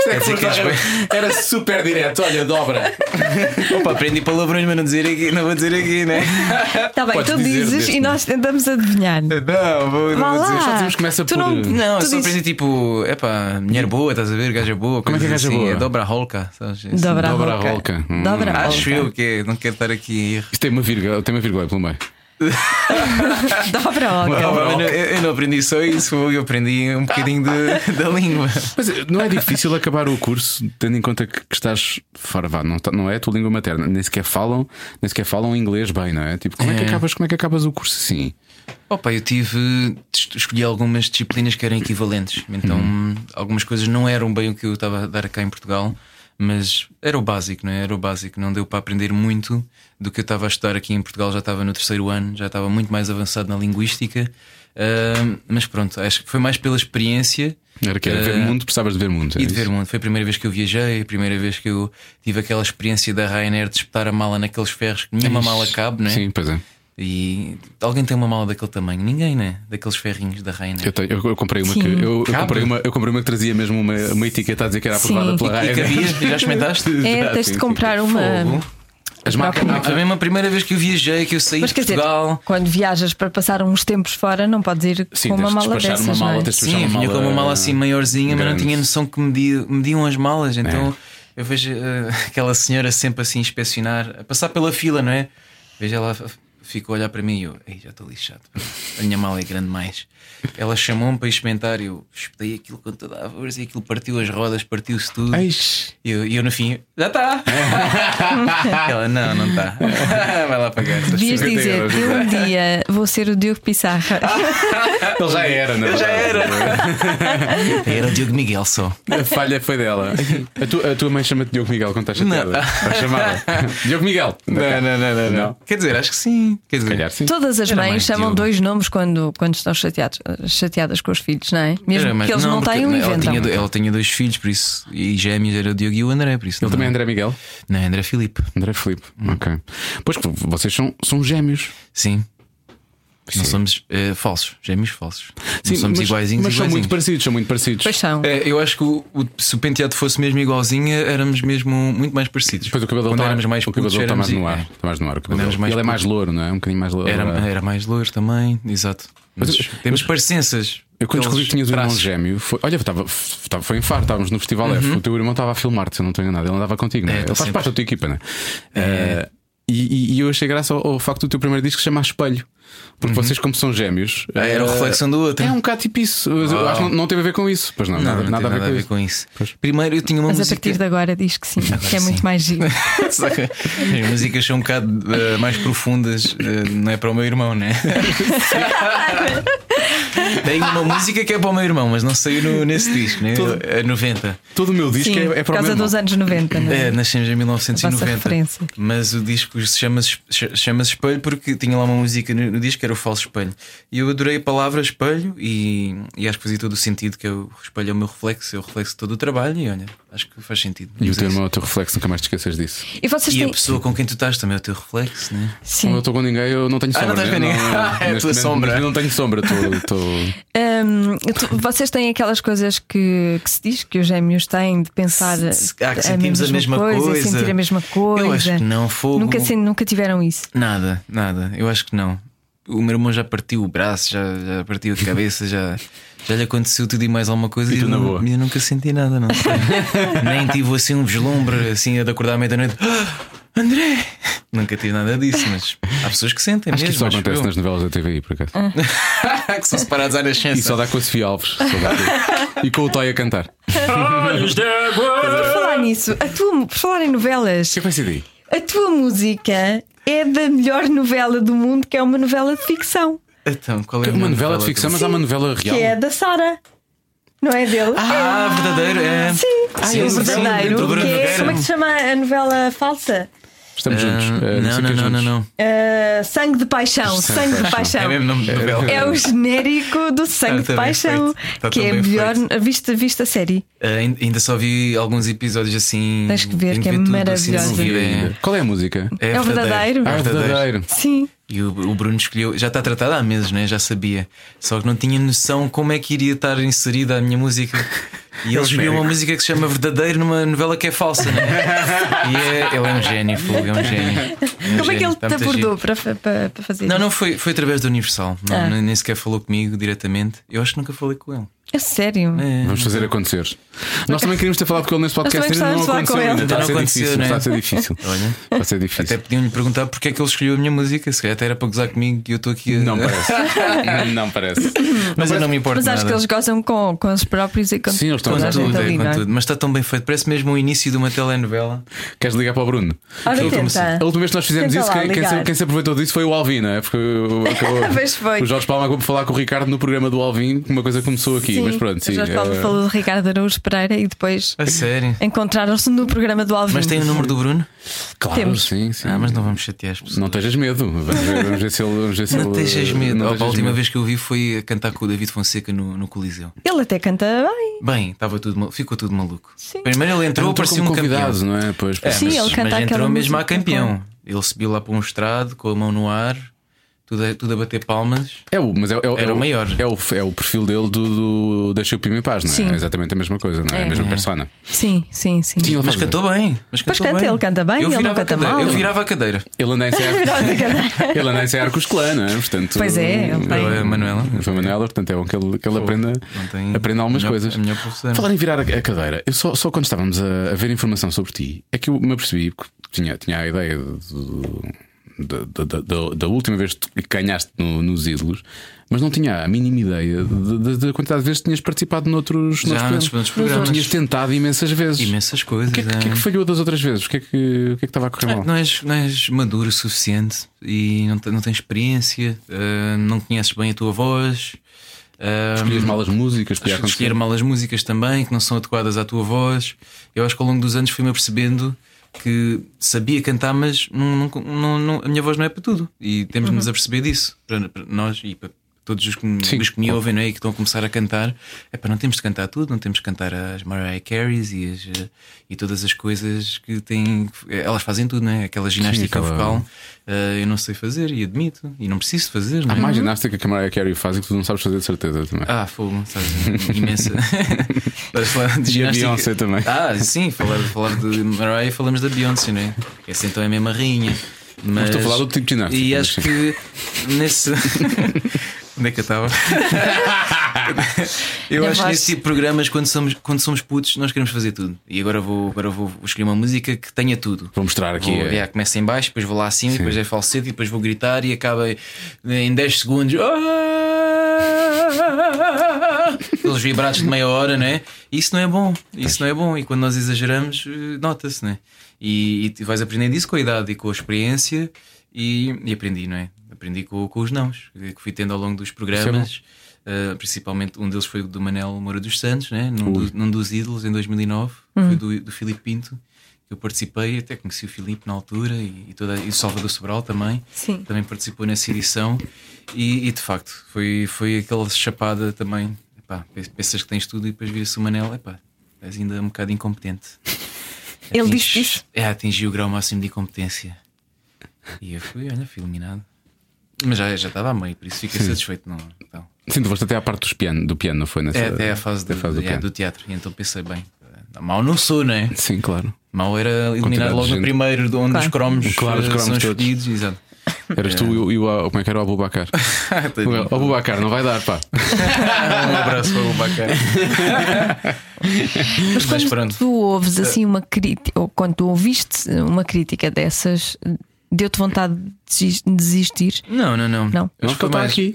S4: Quer dizer que és bem.
S2: Era super direto, olha, dobra.
S4: Opa, aprendi palavrões, mas não, dizer aqui, não vou dizer aqui, né?
S3: Está Tá bem,
S2: Podes
S3: tu
S2: dizer
S3: dizes
S2: deste
S3: e nós tentamos adivinhar.
S4: Não, vou,
S3: Vá
S4: vou
S3: lá.
S2: Só dizemos que começa
S3: tu
S2: por-
S3: não,
S4: Não, eu
S3: tu
S4: só
S3: dizes-
S4: aprendi tipo, epá, mulher boa, estás a ver? Gaja boa,
S2: Como é que é
S4: coisas
S2: gaja
S4: assim,
S2: boa?
S4: É dobra rolca, sabes? Assim,
S3: Dobra a
S2: dobra a
S3: roca.
S2: roca. Hum.
S3: Dobra a
S4: Acho
S3: roca.
S4: eu que é, não quero estar aqui a erro.
S2: Isto tem uma vírgula, tem uma vírgula aí pelo meio.
S3: Dobra a roca.
S4: Ah, mas não- eu, eu não aprendi só isso, eu aprendi um bocadinho de- da língua.
S2: Mas eh, não é difícil acabar o curso tendo em conta que, que estás fora, vá, não, tá- não é a tua língua materna, nem sequer falam, nem sequer falam inglês bem, não é? Tipo, como é, que
S4: É.
S2: acabas, como é que acabas o curso assim?
S4: Opa, eu tive. es- Escolhi algumas disciplinas que eram equivalentes. Então, algumas coisas não eram bem o que eu estava a dar cá em Portugal, mas era o básico, não é? Era o básico. Não deu para aprender muito do que eu estava a estudar aqui em Portugal. Já estava no terceiro ano, já estava muito mais avançado na linguística. Ahm, mas pronto, acho que foi mais pela experiência.
S2: Era que era ver
S4: Ah,
S2: mundo, precisavas de ver mundo. era
S4: e de ver
S2: É isso?
S4: o mundo. Foi a primeira vez que eu viajei, a primeira vez que eu tive aquela experiência da Ryanair de espetar a mala naqueles ferros que nenhuma mala cabe, não é?
S2: Sim, pois é.
S4: E alguém tem uma mala daquele tamanho? Ninguém, né? Daqueles ferrinhos da Rainer.
S2: Eu, tenho- eu- eu comprei uma que
S3: Sim.
S2: eu, eu
S4: Cabe?
S2: comprei uma, eu comprei uma que trazia mesmo uma, uma etiqueta a dizer que era aprovada
S3: Sim.
S2: pela
S4: E
S2: Ryanair.
S4: cabia? Já experimentaste?
S3: É,
S2: Já,
S3: tens
S2: sim, sim.
S3: de comprar uma.
S4: Fogo.
S2: As marcas.
S4: Ah, Foi mesmo a primeira vez que eu viajei, que eu saí
S3: Mas
S4: de
S3: quer dizer,
S4: Portugal.
S3: quando viajas para passar uns tempos fora, não podes ir
S2: Sim,
S3: com
S2: tens
S3: uma
S2: de
S3: mala
S2: despachar
S3: dessas.
S2: uma mala,
S3: não é?
S2: tens de
S4: Sim,
S2: despachar
S4: eu
S2: uma
S4: vinha
S2: mala.
S4: com uma mala assim maiorzinha, mas não
S2: grande.
S4: tinha noção que media- mediam as malas. Então eu vejo eh, aquela senhora sempre assim inspecionar, a passar pela fila, não é? Vejo ela f- ficou a olhar para mim e eu, ei, já estou lixado, a minha mala é grande mais. Ela chamou-me para experimentar, eu espetei aquilo com toda a força e aquilo partiu as rodas, partiu-se tudo.
S2: Eis.
S4: E eu, e eu no fim, já está. Ela, não, não está. Vai lá pagar.
S3: Devias
S2: 50
S3: dizer,
S2: euros.
S3: eu um dia vou ser o Diogo Pissarra.
S4: Ah,
S2: Ele já era, não é?
S4: Já era. Era o Diogo Miguel só.
S2: A falha foi dela. A, tua- a tua mãe chama-te Diogo Miguel quando estás
S4: Não.
S2: chateada. Vai chamar. Diogo Miguel.
S4: não, não,
S2: não.
S4: Quer dizer, acho que sim. Quer dizer,
S2: Se calhar sim.
S3: Todas as
S4: Era
S3: mães
S4: mais
S3: chamam
S4: Diogo.
S3: dois nomes quando, quando estão chateados, chateadas com os filhos, não é? Mesmo
S4: Era, mas-
S3: que eles não,
S4: porque
S3: tenham,
S4: ela
S3: inventam.
S4: tinha, do- ela tinha dois filhos, por isso. E é gêmeos era o Diogo e o André, por isso.
S2: Ele
S4: não,
S2: também é André Miguel.
S4: Não, é André Filipe.
S2: André Filipe. Ok. Pois que vocês são, são gêmeos.
S4: Sim. Não
S2: Sim.
S4: somos eh, falsos, gêmeos falsos.
S2: Sim,
S4: não somos
S2: mas,
S4: iguaizinhos.
S2: Mas são
S4: iguaizinhos.
S2: muito parecidos, são muito parecidos.
S3: Pois são.
S4: É, eu acho que o- o- se o penteado fosse mesmo igualzinho, éramos mesmo muito mais parecidos.
S2: Depois o cabelo dele
S4: Quando
S2: tá-
S4: éramos mais
S2: o cabelo
S4: putos,
S2: dele tá mais
S4: éramos-
S2: no ar.
S4: é.
S2: Tá mais no ar o cabelo
S4: Quando éramos
S2: dele.
S4: mais
S2: Ele é mais louro, não é? Um bocadinho mais louro.
S4: Era, eh, era mais loiro também, exato. Mas,
S2: Mas-
S4: temos parecenças.
S2: Eu quando descobri
S4: aqueles
S2: que tinhas um irmão
S4: traços. Uhum.
S2: gêmeo, foi, olha, estava, estava, foi em Faro, estávamos no Festival F. O teu irmão estava a filmar-te, se eu não estou enganado. Ele andava contigo, não é?
S4: É, ele
S2: Ele faz
S4: sempre.
S2: parte da tua equipa, não é? Eh, e, e- e eu achei graça ao, ao facto do teu primeiro disco se chamar Espelho. Porque vocês, como são gêmeos.
S4: Uhum. Ah, Era
S2: eh,
S4: o reflexo do outro.
S2: É um bocado tipo isso. Mas eu
S4: Ah.
S2: Acho que não, não teve a ver com isso. Pois não,
S4: Não,
S2: nada,
S4: não
S2: nada
S4: tem
S2: a ver com isso.
S4: isso. Primeiro eu tinha uma
S3: Mas a
S4: música.
S3: partir de agora diz que sim, que é muito mais giro.
S4: As músicas são um bocado eh, mais profundas, eh, não é para o meu irmão, né? Tem uma música que é para o meu irmão, mas não saiu no- nesse disco, né?
S2: Todo-
S4: A 90.
S2: Todo o meu disco
S3: Sim,
S2: é, é para
S3: por
S2: o meu
S3: causa
S2: irmão.
S3: dos anos 90, não é?
S4: É, nascemos em
S3: A vossa
S4: 1990.
S3: referência.
S4: Mas o disco se chama se chama Espelho porque tinha lá uma música no, no disco que era o Falso Espelho. E eu adorei a palavra espelho e, e acho que fazia todo o sentido que eu- o espelho é o meu reflexo, é o reflexo de todo o trabalho e olha, acho que faz sentido.
S2: E o
S4: Mas
S2: teu
S4: é
S2: irmão é o teu reflexo, nunca mais te esqueças disso.
S3: E vocês
S4: isso. E a
S3: têm.
S4: pessoa com quem tu estás também é o teu reflexo, né?
S2: Quando eu
S3: Sim.
S2: estou com ninguém, eu não tenho
S4: Ah,
S2: sombra.
S4: não estás
S2: né?
S4: com ninguém. É a
S2: neste
S4: tua
S2: momento,
S4: sombra.
S2: eu Não tenho sombra, estou- estou.
S3: Hum, tu- vocês têm aquelas coisas que, que se diz que os gêmeos têm de pensar
S4: Se- ah, que sentimos a mesma coisa.
S3: e sentir a mesma coisa.
S4: Eu acho que não, fogo.
S3: Nunca, sen- nunca tiveram isso.
S4: Nada, nada. Eu acho que não. O meu irmão já partiu o braço, já, já partiu a cabeça, já, já lhe aconteceu tudo e mais alguma coisa.
S2: E tu
S4: eu,
S2: na
S4: nu-
S2: boa?
S4: eu nunca senti nada, não sei. Nem tive assim um vislumbre, assim, a de acordar à meia-noite. "Ah, André! Nunca tive nada disso, mas há pessoas que sentem
S2: Acho que
S4: mesmo.
S2: isso só
S4: acho
S2: acontece
S4: eu. Ah,
S2: nas novelas da TVI, por acaso.
S3: Ah.
S4: que são separados à
S2: E
S4: nascença.
S2: só dá com a Sofia Alves. só dá com- e com o Toy a cantar.
S3: Por falar nisso, a tua, por falar em novelas,
S4: é
S2: Que vai ser daí?
S3: a tua música é da melhor novela do mundo, que é uma novela de ficção,
S4: Então, qual é
S2: É
S4: a
S2: uma
S4: minha
S2: novela de ficção, mas há uma novela
S3: que
S2: real.
S3: é da Sara. Não é dele?
S4: Ah, verdadeiro, é.
S3: É. Sim,
S4: Sim,
S3: é
S4: sim,
S3: o verdadeiro.
S4: do Bruno
S3: que é-
S4: Nogueira.
S3: como é que se chama a novela falsa?
S2: Estamos juntos.
S4: Ah,
S2: Eh,
S4: não,
S2: sei
S4: não,
S2: quê
S4: não, não,
S2: juntos.
S4: não.
S3: Ah, sangue de Paixão.
S2: Sangue de
S3: Sangue de
S2: Paixão.
S3: Paixão.
S4: É mesmo nome de novela.
S3: Então, É o genérico do Sangue de
S4: Está bem
S3: Paixão,
S4: feito. Está
S3: que
S4: tão
S3: é
S4: bem
S3: melhor.
S4: feito.
S3: Viste, viste a série?
S4: Ah, ain- ainda só vi alguns episódios assim.
S3: Tens que ver,
S4: tenho
S3: que é
S4: ver tudo,
S3: maravilhosa.
S4: assim, de seguida, é-
S2: Qual é a música?
S4: É,
S3: É o verdadeiro.
S2: Ah,
S4: É verdadeiro.
S2: verdadeiro.
S3: Sim.
S4: E o, o Bruno escolheu, já está tratada há meses, né? já sabia. Só que não tinha noção como é que iria estar inserida a minha música. E ele escolheu uma música que se chama Verdadeiro numa novela que é falsa, né? E é- ele é um gênio, Fulgo, é um gênio. É um
S3: Como é que
S4: gênio,
S3: ele
S4: está
S3: te
S4: muito giro.
S3: abordou para, fa- para, para fazer
S4: Não,
S3: isso?
S4: não foi, foi através da Universal. Não,
S3: Ah.
S4: nem- Nem sequer falou comigo diretamente. Eu acho que nunca falei com ele.
S3: É sério.
S4: É.
S2: Vamos fazer acontecer. Nós também queríamos ter falado com ele nesse podcast,
S3: Uhum. Nós também
S2: ainda não
S3: gostávamos de
S2: aconteceu.
S3: falar com
S2: Ainda
S3: ele.
S2: está a ser
S4: Ainda não né?
S2: difícil. Está a ser difícil.
S4: Olha.
S2: Está a ser
S4: Até
S2: difícil.
S4: podiam lhe perguntar porque é que ele escolheu a minha música. Se calhar até era para gozar comigo e eu estou aqui a.
S2: Não parece. Não parece.
S4: Mas eu não me importo.
S3: Mas acho
S4: nada.
S3: que eles gozam com, com os próprios e com
S2: Sim, eles estão
S4: Com
S3: toda a
S4: tudo,
S3: gente
S4: é,
S3: ali,
S4: com
S3: não é?
S4: tudo. Mas está tão bem feito. Parece mesmo o início de uma telenovela.
S2: Queres ligar para o Bruno?
S3: Ora,
S4: Sim, como
S3: tenta.
S2: A última vez que nós fizemos
S3: Tenta
S2: isso,
S3: lá
S2: quem, quem se,
S3: ligar.
S2: quem se aproveitou disso foi o Alvin, não é? Porque o- acabou-
S3: Pois foi.
S2: o Jorge Palma acabou por falar com o Ricardo no programa do Alvin, que uma coisa começou aqui, mas pronto, sim.
S3: O Jorge Paulo
S2: eh,
S3: falou de Ricardo Araújo Pereira e depois
S4: A
S3: É
S4: sério.
S3: encontraram-se no programa do Alvin.
S4: Mas tem o número do Bruno?
S2: claro,
S3: temos.
S2: sim, sim.
S4: Ah, mas não vamos chatear as pessoas.
S2: Não tejas medo. Vamos ver, vamos ver se ele. Vamos ver se
S4: Não,
S2: ele-
S4: deixas medo.
S2: não
S4: Opa,
S2: tejas
S4: a última
S2: medo.
S4: vez que eu vi foi a cantar com o David Fonseca no, no Coliseu.
S3: Ele até canta bem.
S4: Bem, estava tudo, mal- ficou tudo maluco.
S3: Sim.
S4: Primeiro ele
S2: Entrou
S4: entrou, parecia
S2: como
S4: um
S2: convidado,
S4: campeão.
S2: não é? Pois,
S4: É,
S2: pois.
S3: Sim,
S4: mas,
S3: ele canta
S4: mas
S3: aquela
S4: entrou mesmo a
S3: música,
S4: campeão. Ele subiu lá para um estrado com a mão no ar, tudo a, tudo a bater palmas.
S2: É o, mas é, é, é
S4: Era o maior.
S2: É o, é o perfil dele do, do Deixa o Pima em Paz, não é?
S3: Sim.
S2: É exatamente a mesma coisa, não é?
S3: É.
S2: A mesma persona.
S3: Sim, sim,
S2: Sim,
S3: sim.
S2: ele,
S4: Mas
S2: Então faz-
S4: cantou bem. Mas
S3: Pois
S4: cantou
S3: canta,
S4: bem.
S3: ele canta bem,
S4: Eu
S3: ele não
S4: virava a
S3: canta
S4: cadeira,
S3: mal.
S4: Eu virava a cadeira.
S2: ele anda em CR. ele anda em CR com os clã, não é? Portanto,
S3: Pois é, ele
S4: Eu, a Manuela.
S2: Foi Manuela, portanto é bom que ele, que ele aprenda,
S4: não tem-
S2: aprenda algumas
S4: a melhor-
S2: coisas.
S4: a melhor professora.
S2: Falar em virar a, a cadeira, eu só, só quando estávamos a, a ver informação sobre ti é que eu me apercebi que tinha, tinha a ideia do- da- da- da- da- da última vez que ganhaste no- nos ídolos, mas não tinha a mínima ideia de- de- da quantidade de vezes que tinhas participado noutros,
S4: Já
S2: noutros
S4: nos, nos programas.
S2: Tinhas tentado imensas vezes.
S4: Imensas coisas.
S2: O que, é que, o que é que falhou das outras vezes? O que é que, o que, é que estava a
S3: Ah,
S2: correr mal?
S4: Não és, não és maduro o suficiente e não, te- não tens experiência, ah, não conheces bem a tua voz. ah,
S2: Escolhias malas músicas,
S4: Acho
S2: podia
S4: que
S2: acontecer.
S4: escolher malas músicas também, que não são adequadas à tua voz. Eu acho que ao longo dos anos fui-me apercebendo que sabia cantar, mas não, não- não- não- a minha voz não é para tudo. E temos de nos aperceber disso, para, para nós e para todos os que, me-
S2: Uhum. Sim.
S4: os que me ouvem não é? e que estão a começar a cantar. É para não temos de cantar tudo, não temos de cantar as Mariah Careys e, as, eh, e todas as coisas que têm. Elas fazem tudo, não é? Aquela ginástica
S2: aquela-
S4: vocal. eh, eu não sei fazer e admito, e não preciso de fazer, não
S2: Há
S4: é?
S2: mais ginástica que a Mariah Carey faz e que tu não é? sabes fazer de certeza também.
S4: Ah, fogo, sabes? Imensa. Estás a falar de
S2: E a
S4: ginástica.
S2: Beyoncé também.
S4: Ah, sim, falar, falar de Mariah e falamos da Beyoncé, não é? Essa então é mesmo a rainha. Mas...
S2: estou a falar do tipo de ginástica,
S4: E
S2: mas
S4: acho
S2: sim.
S4: que nesse. Onde é que eu estava? eu
S3: Na
S4: acho que
S3: voz.
S4: nesse tipo de programas, quando somos, quando somos putos, nós queremos fazer tudo. E agora vou, agora vou escolher uma música que tenha tudo.
S2: Vou mostrar aqui.
S4: Vou,
S2: é.
S4: yeah, começa em baixo, depois vou lá acima, depois é falsete, e depois vou gritar e acaba em 10 segundos. Ah! Aqueles vibratos de meia hora, não é? Isso não é bom, isso não é bom. E quando nós exageramos, eh, nota-se, não é? E, e tu vais aprendendo isso com a idade e com a experiência e, e aprendi, não é? Aprendi com, com os nãos que fui tendo ao longo dos programas. eh, principalmente um deles foi o do Manel Moura dos Santos, né? num, do- num dos ídolos em 2009,
S3: Uhum.
S4: foi do, do Filipe Pinto que eu participei, até conheci o Filipe na altura e, e toda, e o Salvador Sobral também.
S3: Sim.
S4: Também participou nessa edição e, e, de facto foi, foi aquela chapada também. Epá, pe- pensas que tens tudo e depois vira-se o Manel, epá, és ainda um bocado incompetente.
S3: Ele
S4: Atinges-
S3: disse isso?
S4: É, atingi o grau máximo de incompetência. E eu fui, olha, fui eliminado. Mas já, já estava a meio, por isso fiquei satisfeito. Não, então.
S2: Sim, tu foste até à parte dos piano, do piano, não foi nessa
S4: É até a fase, do,
S2: do
S4: é,
S2: piano.
S4: do teatro. E então pensei, bem, mal não sou, não é?
S2: Sim, claro.
S4: Mal era
S2: Quantidade
S4: eliminado logo
S2: de
S4: no
S2: gente.
S4: primeiro, de onde
S3: Claro.
S4: os cromos,
S2: Claro, os
S4: eh,
S2: cromos
S4: são
S2: todos.
S4: escolhidos. Exato.
S2: Eras tu e o- e o, como é que era o Abubacar? o Abubacar, não vai dar, pá.
S4: Ah, um abraço para o bacana.
S3: Mas
S4: Mas
S3: quando
S4: pronto. Eh,
S3: tu ouves assim uma crítica, ou quando tu ouviste uma crítica dessas, deu-te vontade de desis- desistir?
S4: Não, não, não.
S3: Não.
S4: Acho que
S2: Não,
S4: foi
S2: está
S4: mais.
S2: aqui.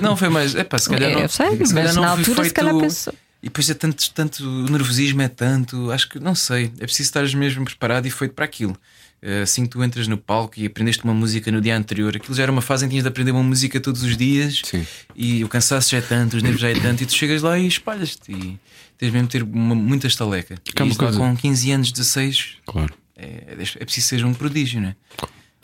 S4: Não, foi mais. Epá, se calhar
S3: É,
S4: não.
S3: eu sei,
S4: se calhar
S3: mas
S4: não
S3: na
S4: fui
S3: altura se
S4: feito-
S3: calhar pensou.
S4: E depois é tanto, tanto, o nervosismo é tanto, acho que não sei, é preciso estar mesmo preparado e feito para aquilo. Eh, Assim que tu entras no palco e aprendeste uma música no dia anterior, aquilo já era uma fase em que tinhas de aprender uma música todos os dias
S2: Sim.
S4: e o cansaço já é tanto, os nervos já é tanto, e tu chegas lá e espalhas-te e tens mesmo de ter uma, muita estaleca.
S2: é
S4: E
S2: uma
S4: isso lá
S2: coisa-
S4: com 15 anos, 16,
S2: Claro.
S4: é, é preciso ser um prodígio, não é?